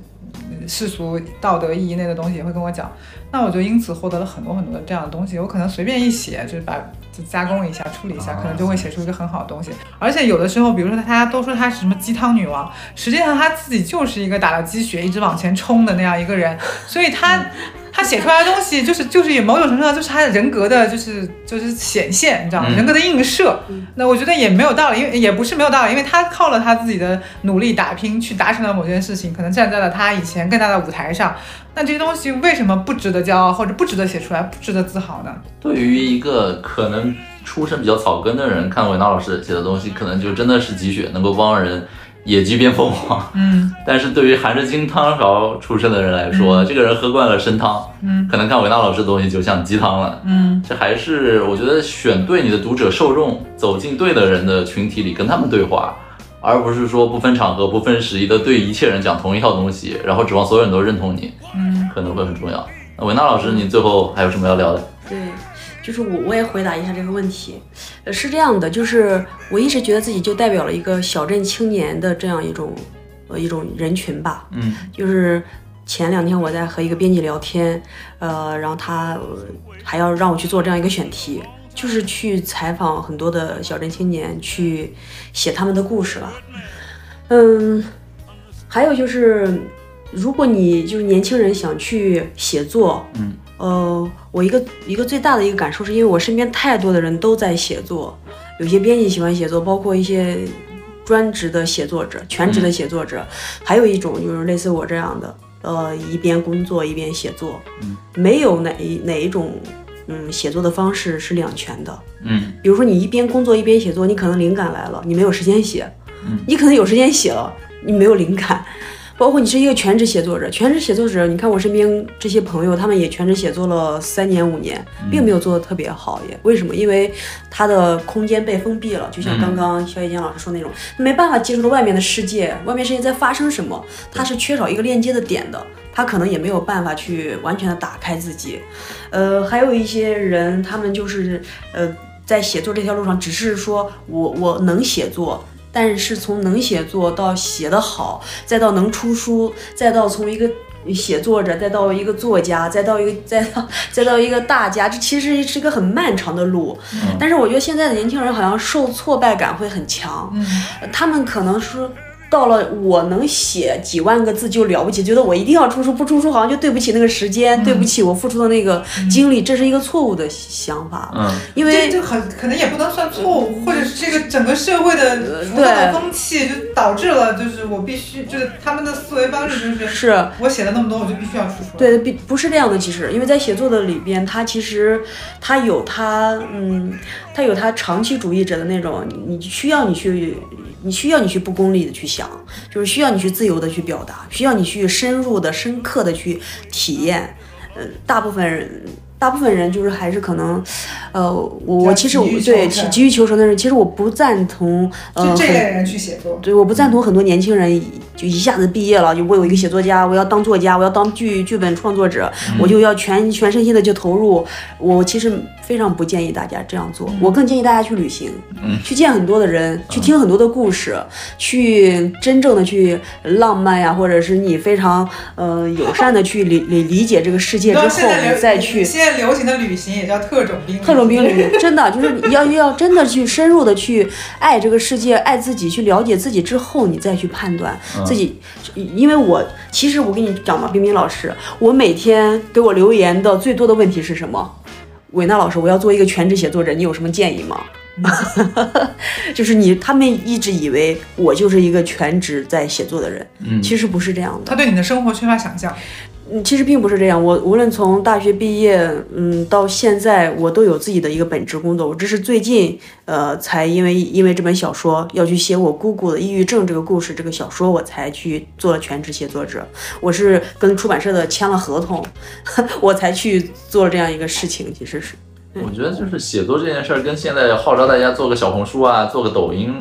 Speaker 3: 世俗道德意义内的东西也会跟我讲，那我就因此获得了很多很多的这样的东西。我可能随便一写，就是把就加工一下、处理一下，可能就会写出一个很好的东西。而且有的时候，比如说大家都说她是什么鸡汤女王，实际上她自己就是一个打了鸡血一直往前冲的那样一个人，所以她。 她写出来的东西就是就是也某种程度上就是她人格的，就是就是显现，你知道吗？
Speaker 1: 嗯
Speaker 3: 人格的映射。那我觉得也没有道理，因为也不是没有道理，因为她靠了她自己的努力打拼去达成了某件事情，可能站在了她以前更大的舞台上。那这些东西为什么不值得骄傲，或者不值得写出来，不值得自豪呢？
Speaker 1: 对于一个可能出身比较草根的人，看文道老师写的东西，可能就真的是鸡血，能够帮人野鸡变凤凰。
Speaker 3: 嗯
Speaker 1: 但是对于含着金汤勺出身的人来说，这个人喝惯了参汤，
Speaker 3: 嗯
Speaker 1: 可能看文道老师的东西就像鸡汤了。
Speaker 3: 嗯，
Speaker 1: 这还是我觉得选对你的读者受众，走进对的人的群体里跟他们对话，而不是说不分场合、不分时宜的对一切人讲同一套东西，然后指望所有人都认同你，
Speaker 3: 嗯，
Speaker 1: 可能会很重要。那文娜老师，你最后还有什么要聊的？
Speaker 2: 对，就是我我也回答一下这个问题，呃，是这样的，就是我一直觉得自己就代表了一个小镇青年的这样一种呃一种人群吧，
Speaker 1: 嗯
Speaker 2: 就是前两天我在和一个编辑聊天，呃，然后他呃还要让我去做这样一个选题，就是去采访很多的小镇青年，去写他们的故事了。嗯，还有就是，如果你就是年轻人想去写作，
Speaker 1: 嗯，
Speaker 2: 呃，我一个一个最大的一个感受，是因为我身边太多的人都在写作，有些编辑喜欢写作，包括一些专职的写作者、全职的写作者，还有一种就是类似我这样的，呃，一边工作一边写作，
Speaker 1: 嗯
Speaker 2: 没有哪一哪一种嗯写作的方式是两全的。
Speaker 1: 嗯
Speaker 2: 比如说你一边工作一边写作，你可能灵感来了，你没有时间写；
Speaker 1: 嗯
Speaker 2: 你可能有时间写了，你没有灵感。包括你是一个全职写作者，全职写作者，你看我身边这些朋友，他们也全职写作了三年五年，
Speaker 1: 嗯
Speaker 2: 并没有做的特别好也。为什么？因为他的空间被封闭了，就像
Speaker 1: 嗯
Speaker 2: 刚刚肖一坚老师说那种，没办法接触到外面的世界，外面世界在发生什么，他是缺少一个链接的点的，他可能也没有办法去完全的打开自己。呃，还有一些人，他们就是呃，在写作这条路上，只是说我我能写作，但是从能写作到写得好，再到能出书，再到从一个。写作者，再到一个作家，再到一个， 再到再到一个大家，这其实是一个很漫长的路。
Speaker 1: 嗯
Speaker 2: 但是我觉得现在的年轻人好像受挫败感会很强，
Speaker 3: 嗯
Speaker 2: 他们可能是到了我能写几万个字就了不起，觉得我一定要出书，不出书好像就对不起那个时间，对不起我付出的那个精力，这是一个错误的想法。
Speaker 1: 嗯，
Speaker 2: 因
Speaker 3: 这
Speaker 2: 为
Speaker 3: 这很可能也不能算错误，或者是这个整个社会的浮动
Speaker 2: 对
Speaker 3: 的风气，就导致了就是我必须就是他们的思维方式就是
Speaker 2: 是
Speaker 3: 我写了那么多，我就必须要输出。，
Speaker 2: 对，不不是这样的，其实，因为在写作的里边，他其实他有他，嗯，他有他长期主义者的那种，你你需要你去，你需要你去不功利的去想，就是需要你去自由的去表达，需要你去深入的、深刻的去体验。呃，大部分人，大部分人就是还是可能，呃，我我
Speaker 3: 较
Speaker 2: 其实
Speaker 3: 急
Speaker 2: 我
Speaker 3: 于
Speaker 2: 对
Speaker 3: 求成
Speaker 2: 急于求成的人，其实我不赞同，呃，
Speaker 3: 就这类
Speaker 2: 很
Speaker 3: 人去写作。
Speaker 2: 对，我不赞同很多年轻人一就一下子毕业了，就我有一个写作家，我要当作家，我要当剧剧本创作者，我就要全全身心的去投入。我其实非常不建议大家这样做，我更建议大家去旅行，去见很多的人，去听很多的故事，去真正的去浪漫呀，或者是你非常呃友善的去理理理解这个世界
Speaker 3: 你
Speaker 2: 之后，
Speaker 3: 知道现在
Speaker 2: 你
Speaker 3: 流
Speaker 2: 再去
Speaker 3: 现在流行的旅行也叫特种兵，
Speaker 2: 特种兵旅游，真的就是你要要真的去深入的去爱这个世界，爱自己，去了解自己之后，你再去判断自己。因为我其实我跟你讲吧，冰冰老师，我每天给我留言的最多的问题是什么？伟娜老师，我要做一个全职写作者，你有什么建议吗？就是你，他们一直以为我就是一个全职在写作的人，
Speaker 1: 嗯
Speaker 2: 其实不是这样的。
Speaker 3: 他对你的生活缺乏想象。
Speaker 2: 嗯，其实并不是这样。我无论从大学毕业，嗯，到现在，我都有自己的一个本职工作。我只是最近，呃，才因为因为这本小说要去写我姑姑的抑郁症这个故事，这个小说我才去做了全职写作者。我是跟出版社的签了合同， 我才去做了这样一个事情。其实是，
Speaker 1: 我觉得就是写作这件事儿，跟现在号召大家做个小红书啊，做个抖音，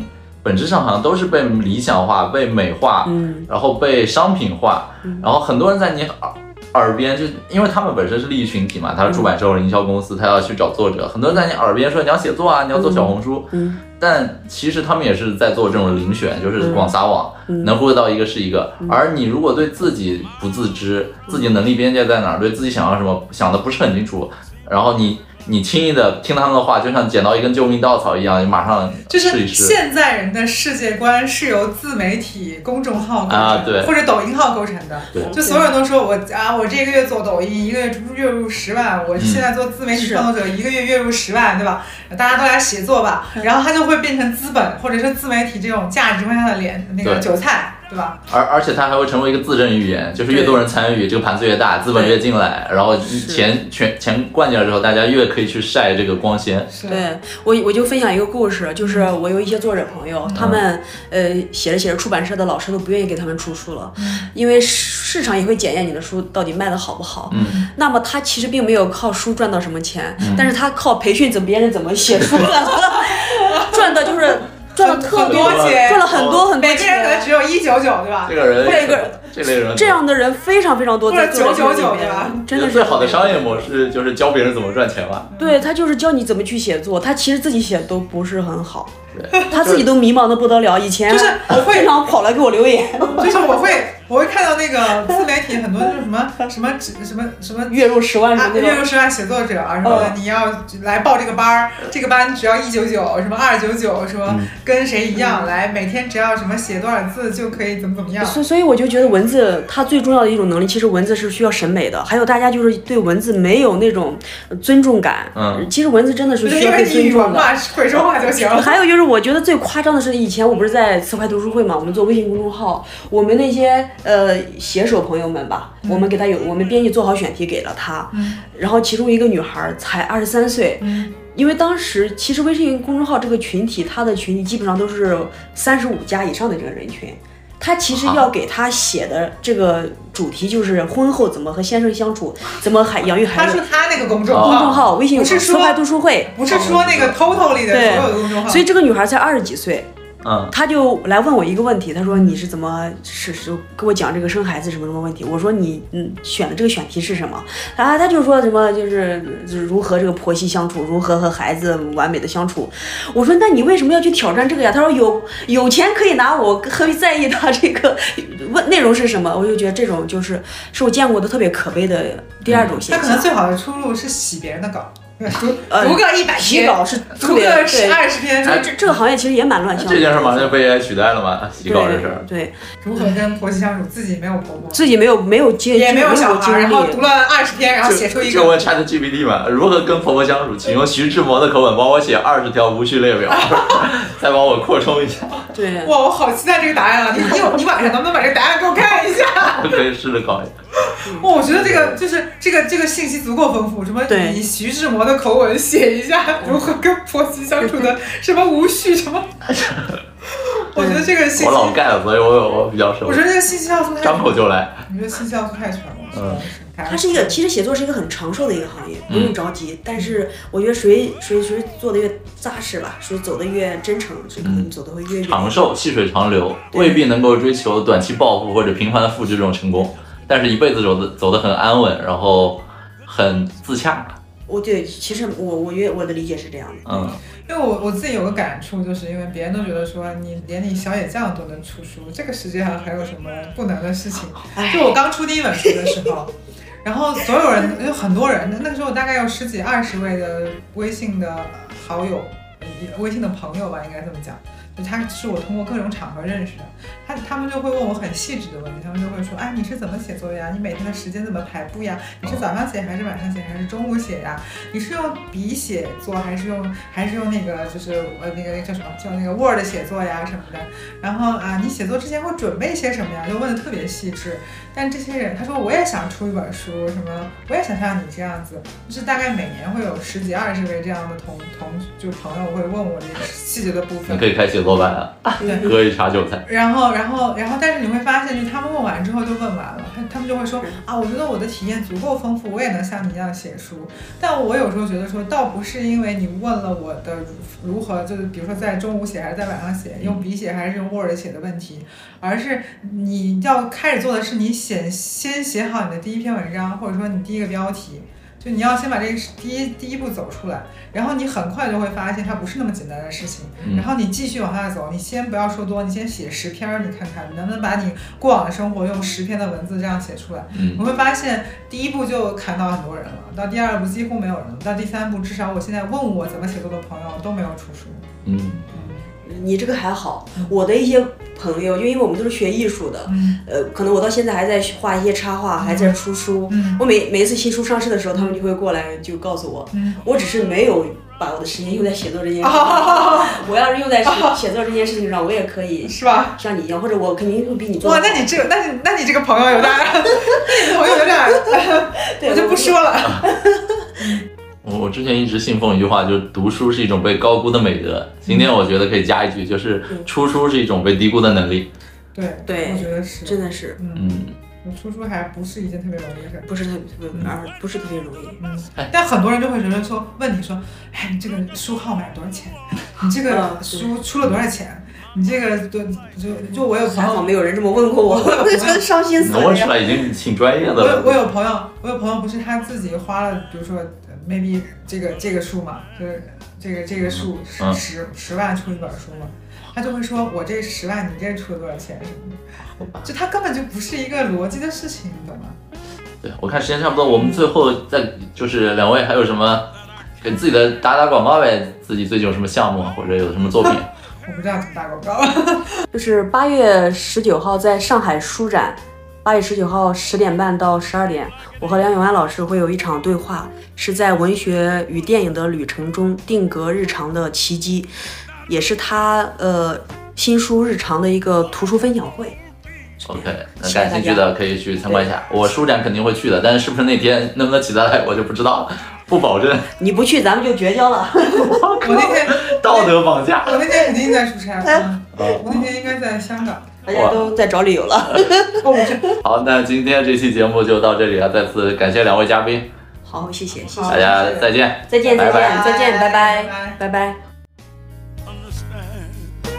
Speaker 1: 本质上好像都是被理想化、被美化，
Speaker 2: 嗯
Speaker 1: 然后被商品化，然后很多人在你耳耳边就因为他们本身是利益群体嘛，他
Speaker 2: 嗯
Speaker 1: 是出版社或者营销公司，他要去找作者，很多人在你耳边说你要写作啊，你要做小红书，
Speaker 2: 嗯
Speaker 1: 但其实他们也是在做这种遴选，就是广撒网，
Speaker 2: 嗯
Speaker 1: 能忽悠到一个是一个。而你如果对自己不自知，自己能力边界在哪儿，对自己想要什么想的不是很清楚，然后你你轻易的听他们的话，就像捡到一根救命稻草一样，你马上
Speaker 3: 就
Speaker 1: 试
Speaker 3: 是
Speaker 1: 一试。
Speaker 3: 现在人的世界观是由自媒体、公众号构成
Speaker 1: 啊对
Speaker 3: 或者抖音号构成的。
Speaker 1: 对
Speaker 3: 就所有人都说我啊，我这个月做抖音，一个月月入十万，
Speaker 1: 嗯
Speaker 3: 我现在做自媒体
Speaker 2: 是
Speaker 3: 创作者，一个月月入十万，对吧？大家都来写作吧，
Speaker 2: 嗯
Speaker 3: 然后它就会变成资本或者是自媒体这种价值观下的脸那个
Speaker 1: 对
Speaker 3: 韭菜，对吧？
Speaker 1: 而而且它还会成为一个自证预言，就是越多人参与，这个盘子越大，资本越进来，然后钱全钱灌进来之后，大家越可以去晒这个光鲜。
Speaker 3: 是
Speaker 2: 对我我就分享一个故事，就是我有一些作者朋友，他们
Speaker 1: 嗯
Speaker 2: 呃写着写着，出版社的老师都不愿意给他们出书了，
Speaker 1: 嗯
Speaker 2: 因为市场也会检验你的书到底卖的好不好。
Speaker 1: 嗯，
Speaker 2: 那么他其实并没有靠书赚到什么钱，但是他靠培训怎么别人怎么写书赚了， 赚的 就是赚了特
Speaker 3: 很多钱
Speaker 2: 赚了很多很多
Speaker 3: 每个人可能
Speaker 2: 钱。
Speaker 3: 只有一九九，对吧
Speaker 1: 这？个人
Speaker 2: 这个
Speaker 1: 这类人
Speaker 2: 这样的人非常非常多，
Speaker 3: 或者
Speaker 2: 在作者圈
Speaker 3: 999
Speaker 2: 里面
Speaker 3: 对吧
Speaker 2: 真的是
Speaker 1: 最好的商业模式就是教别人怎么赚钱吧。
Speaker 2: 对他就是教你怎么去写作，他其实自己写都不是很好
Speaker 1: 对，
Speaker 2: 他自己都迷茫的不得了。以前
Speaker 3: 就是我会
Speaker 2: 经常跑来给我留 言，
Speaker 3: 就是我会我会看到那个自媒体很多就是什么什么什么什么什么
Speaker 2: 月入十万什
Speaker 3: 啊，
Speaker 2: 么
Speaker 3: 月
Speaker 2: 那
Speaker 3: 入
Speaker 2: 种。嗯
Speaker 3: 十万写作者啊什么的，你要来报这个班儿，这个班只要一九九，什么二九九，什
Speaker 2: 嗯
Speaker 3: 么跟谁一样来，每天只要什么写多少字就可以怎么怎么样。
Speaker 2: 所以所以我就觉得文字它最重要的一种能力，其实文字是需要审美的，还有大家就是对文字没有那种呃尊重感。
Speaker 1: 嗯，
Speaker 2: 其实文字真的是
Speaker 3: 就是
Speaker 2: 需
Speaker 3: 因
Speaker 2: 要
Speaker 3: 为
Speaker 2: 被
Speaker 3: 你
Speaker 2: 尊
Speaker 3: 语文
Speaker 2: 重的。
Speaker 3: 嘛，会说话就行。
Speaker 2: 还有就是，我觉得最夸张的是，以前我不是在词怀读书会嘛，我们做微信公众号，我们那些呃写手朋友们吧，
Speaker 3: 嗯
Speaker 2: 我们给他有，我们编辑做好选题给了他，然后其中一个女孩儿才二十三岁。因为当时其实微信公众号这个群体，它的群体基本上都是三十五加以上的这个人群，他其实要给他写的这个主题就是婚后怎么和先生相处，怎么还养育
Speaker 3: 他
Speaker 2: 孩
Speaker 3: 说
Speaker 2: 子。
Speaker 3: 他那个公众
Speaker 1: 公
Speaker 2: 公众
Speaker 3: 号，
Speaker 2: 号微信
Speaker 3: 不是
Speaker 2: 词
Speaker 3: 说嗯
Speaker 2: 怀读书会，
Speaker 3: 不是说那个 totally 的
Speaker 2: 对
Speaker 3: 所有的公众号，
Speaker 2: 所以这个女孩才二十几岁，
Speaker 1: 嗯，
Speaker 2: 他就来问我一个问题，他说你是怎么是是跟我讲这个生孩子什么什么问题？我说你嗯选的这个选题是什么？啊，他就说什么就是就是如何这个婆媳相处，如何和孩子完美的相处。我说那你为什么要去挑战这个呀？他说有有钱可以拿我，何必在意他这个 问内容是什么？我就觉得这种就是是我见过的特别可悲的第二种现
Speaker 3: 嗯
Speaker 2: 象。
Speaker 3: 他可能最好的出路是洗别人的稿，读
Speaker 2: 呃
Speaker 3: 读个一百
Speaker 2: 洗
Speaker 3: 篇，
Speaker 2: 稿是特
Speaker 3: 读
Speaker 2: 别
Speaker 3: 个
Speaker 2: 对
Speaker 3: 十，二十篇，
Speaker 2: 这这个行业其实也蛮乱象的。
Speaker 1: 这件事马上就被 AI 取代了嘛，洗稿这事儿。
Speaker 2: 对对
Speaker 3: 如何跟婆媳相处，自己没有婆婆，
Speaker 2: 自己没有没有经
Speaker 3: 也没有小
Speaker 2: 经
Speaker 3: 孩，
Speaker 2: 历
Speaker 3: 然后读了二十篇，然后写出一
Speaker 1: 就问
Speaker 3: 个
Speaker 1: ChatGPT 嘛，如何跟婆婆相处？请用徐志摩的口吻帮我写二十条无序列 表，再帮我扩充一下。
Speaker 2: 对，
Speaker 3: 哇，我好期待这个答案啊！你你有你晚上能不能把这个答案给我看一下？
Speaker 1: 可以试着搞一下。
Speaker 3: 哇，我觉得这个就是这个这个信息足够丰富，什么
Speaker 2: 对
Speaker 3: 以徐志摩的口吻写一下如何跟婆媳相处的，什么无序什么，我觉得这个信
Speaker 1: 我老
Speaker 3: 息，
Speaker 1: 干，所以我我比较熟
Speaker 3: 我，觉得这个信息要素太，
Speaker 1: 张口就来。
Speaker 3: 我觉得信息要素太全了。
Speaker 1: 嗯
Speaker 3: 太
Speaker 2: 它是一个，其实写作是一个很长寿的一个行业，不用着急。但是我觉得谁谁谁做的越扎实吧，谁走的越真诚，谁可能走的会越远。
Speaker 1: 长寿、细水长流，未必能够追求短期暴富或者频繁的复制这种成功，但是一辈子走的走得很安稳，然后很自洽。
Speaker 2: 我对，其实我我觉得我的理解是这样的。
Speaker 1: 嗯，
Speaker 3: 因为我我自己有个感触，就是因为别人都觉得说你连你小野酱都能出书，这个世界上还有什么不能的事情？
Speaker 2: 哎
Speaker 3: 就我刚出第一本书的时候， 然后所有人有很多人，那个时候大概有十几二十位的微信的好友，呃微信的朋友吧，应该这么讲。就他是我通过各种场合认识的，他他们就会问我很细致的问题，他们就会说，哎，你是怎么写作业呀？你每天的时间怎么排布呀？你是早上写还是晚上写还是中午写呀？你是用笔写作还是用还是用那个就是呃那个那个叫什么叫那个 Word 写作呀什么的？然后啊，你写作之前会准备些什么呀？就问的特别细致。但这些人他说我也想出一本书，什么我也想像你这样子，就是大概每年会有十几二十位这样的同同就朋友会问我这个细节的部
Speaker 1: 你
Speaker 3: 分
Speaker 1: 可。以开写作版啊，
Speaker 3: 对
Speaker 1: 割一茬韭菜。
Speaker 3: 然后，然后，然后，但是你会发现，就他们问完之后就问完了，他他们就会说啊，我觉得我的体验足够丰富，我也能像你一样写书。但我有时候觉得说，倒不是因为你问了我的如如何，就是比如说在中午写还是在晚上写，用笔写还是用 Word 写的问题，而是你要开始做的是你写先写好你的第一篇文章，或者说你第一个标题。就你要先把这个第一第一步走出来，然后你很快就会发现它不是那么简单的事情。然后你继续往下走，你先不要说多，你先写十篇儿，你看看你能不能把你过往的生活用十篇的文字这样写出来。
Speaker 1: 嗯
Speaker 3: 你会发现，第一步就砍到很多人了，到第二步几乎没有人了，到第三步至少我现在问我怎么写作的朋友都没有出书。
Speaker 1: 嗯
Speaker 2: 你这个还好，我的一些朋友，就因为我们都是学艺术的，
Speaker 3: 嗯
Speaker 2: 呃，可能我到现在还在画一些插画，还在出书。
Speaker 3: 嗯
Speaker 2: 我每每一次新书上市的时候，他们就会过来就告诉我，
Speaker 3: 嗯
Speaker 2: 我只是没有把我的时间用在写作这件事。
Speaker 3: 哦
Speaker 2: 我要是用在写写作这件事情上，我也可以
Speaker 3: 是吧？
Speaker 2: 像你一样，或者我肯定会比你做
Speaker 3: 哇
Speaker 2: 得，好。
Speaker 3: 那你这，那你那你这个朋友有点儿，那你朋友有点儿，
Speaker 2: 对
Speaker 3: 我就不说了。
Speaker 1: 我我之前一直信奉一句话，就是读书是一种被高估的美德。今天我觉得可以加一句，就是出书是一种被低估的能力。
Speaker 3: 对，
Speaker 2: 对
Speaker 3: 我觉得是，
Speaker 2: 真的是
Speaker 3: 嗯，
Speaker 1: 嗯，
Speaker 3: 我出书还不是一件特别容易的事儿。
Speaker 2: 不是特别而不是特别容易。
Speaker 3: 嗯
Speaker 1: 哎，
Speaker 3: 但很多人就会觉得说，问你说，哎，你这个书号买多少钱？你这个
Speaker 2: 嗯
Speaker 3: 书出了多少钱？你这个都就就我有朋
Speaker 2: 还
Speaker 3: 友
Speaker 2: 好没有人这么问过我，我就觉得伤心死
Speaker 1: 能问
Speaker 2: 了
Speaker 1: 出
Speaker 2: 嗯呀。
Speaker 1: 来已经挺专业的
Speaker 3: 我有
Speaker 1: 了。
Speaker 3: 我有朋友，我有朋友不是他自己花了，比如说呃 maybe 这个这个数嘛，就是这个这个数十、
Speaker 1: 嗯
Speaker 3: 十十万出一本书嘛，他就会说我这十万你这出了多少钱什么的，就他根本就不是一个逻辑的事情，你懂吗？
Speaker 1: 对，我看时间差不多，我们最后再就是两位还有什么给自己的打打广告呗？自己最近有什么项目啊或者有什么作品？
Speaker 3: 我不知道怎么打广告，
Speaker 2: 就是八月十九号在上海书展，八月十九号十点半到十二点，我和梁永安老师会有一场对话，是在文学与电影的旅程中定格日常的奇迹，也是他呃新书日常的一个图书分享会。
Speaker 1: OK，那
Speaker 2: 谢谢
Speaker 1: 感兴趣
Speaker 2: 大
Speaker 1: 的可以去参观一下。我书展肯定会去的，但是是不是那天能不能起得来，我就不知道了，不保证。
Speaker 2: 你不去，咱们就绝交了。
Speaker 3: 我那天
Speaker 1: 道德绑架。
Speaker 3: 我那天肯定在出差，嗯
Speaker 1: 哦
Speaker 3: 我那天应该在香港。
Speaker 2: 大家都在找理由了。
Speaker 3: 哦，我这
Speaker 1: 好，那今天这期节目就到这里了，再次感谢两位嘉宾，
Speaker 2: 好，谢谢，谢谢
Speaker 3: 好，
Speaker 1: 大家再见。
Speaker 2: 再见，再
Speaker 1: 拜
Speaker 2: 见，
Speaker 1: 拜
Speaker 2: 再见，拜
Speaker 3: 拜拜
Speaker 2: 拜，拜拜。
Speaker 4: understand.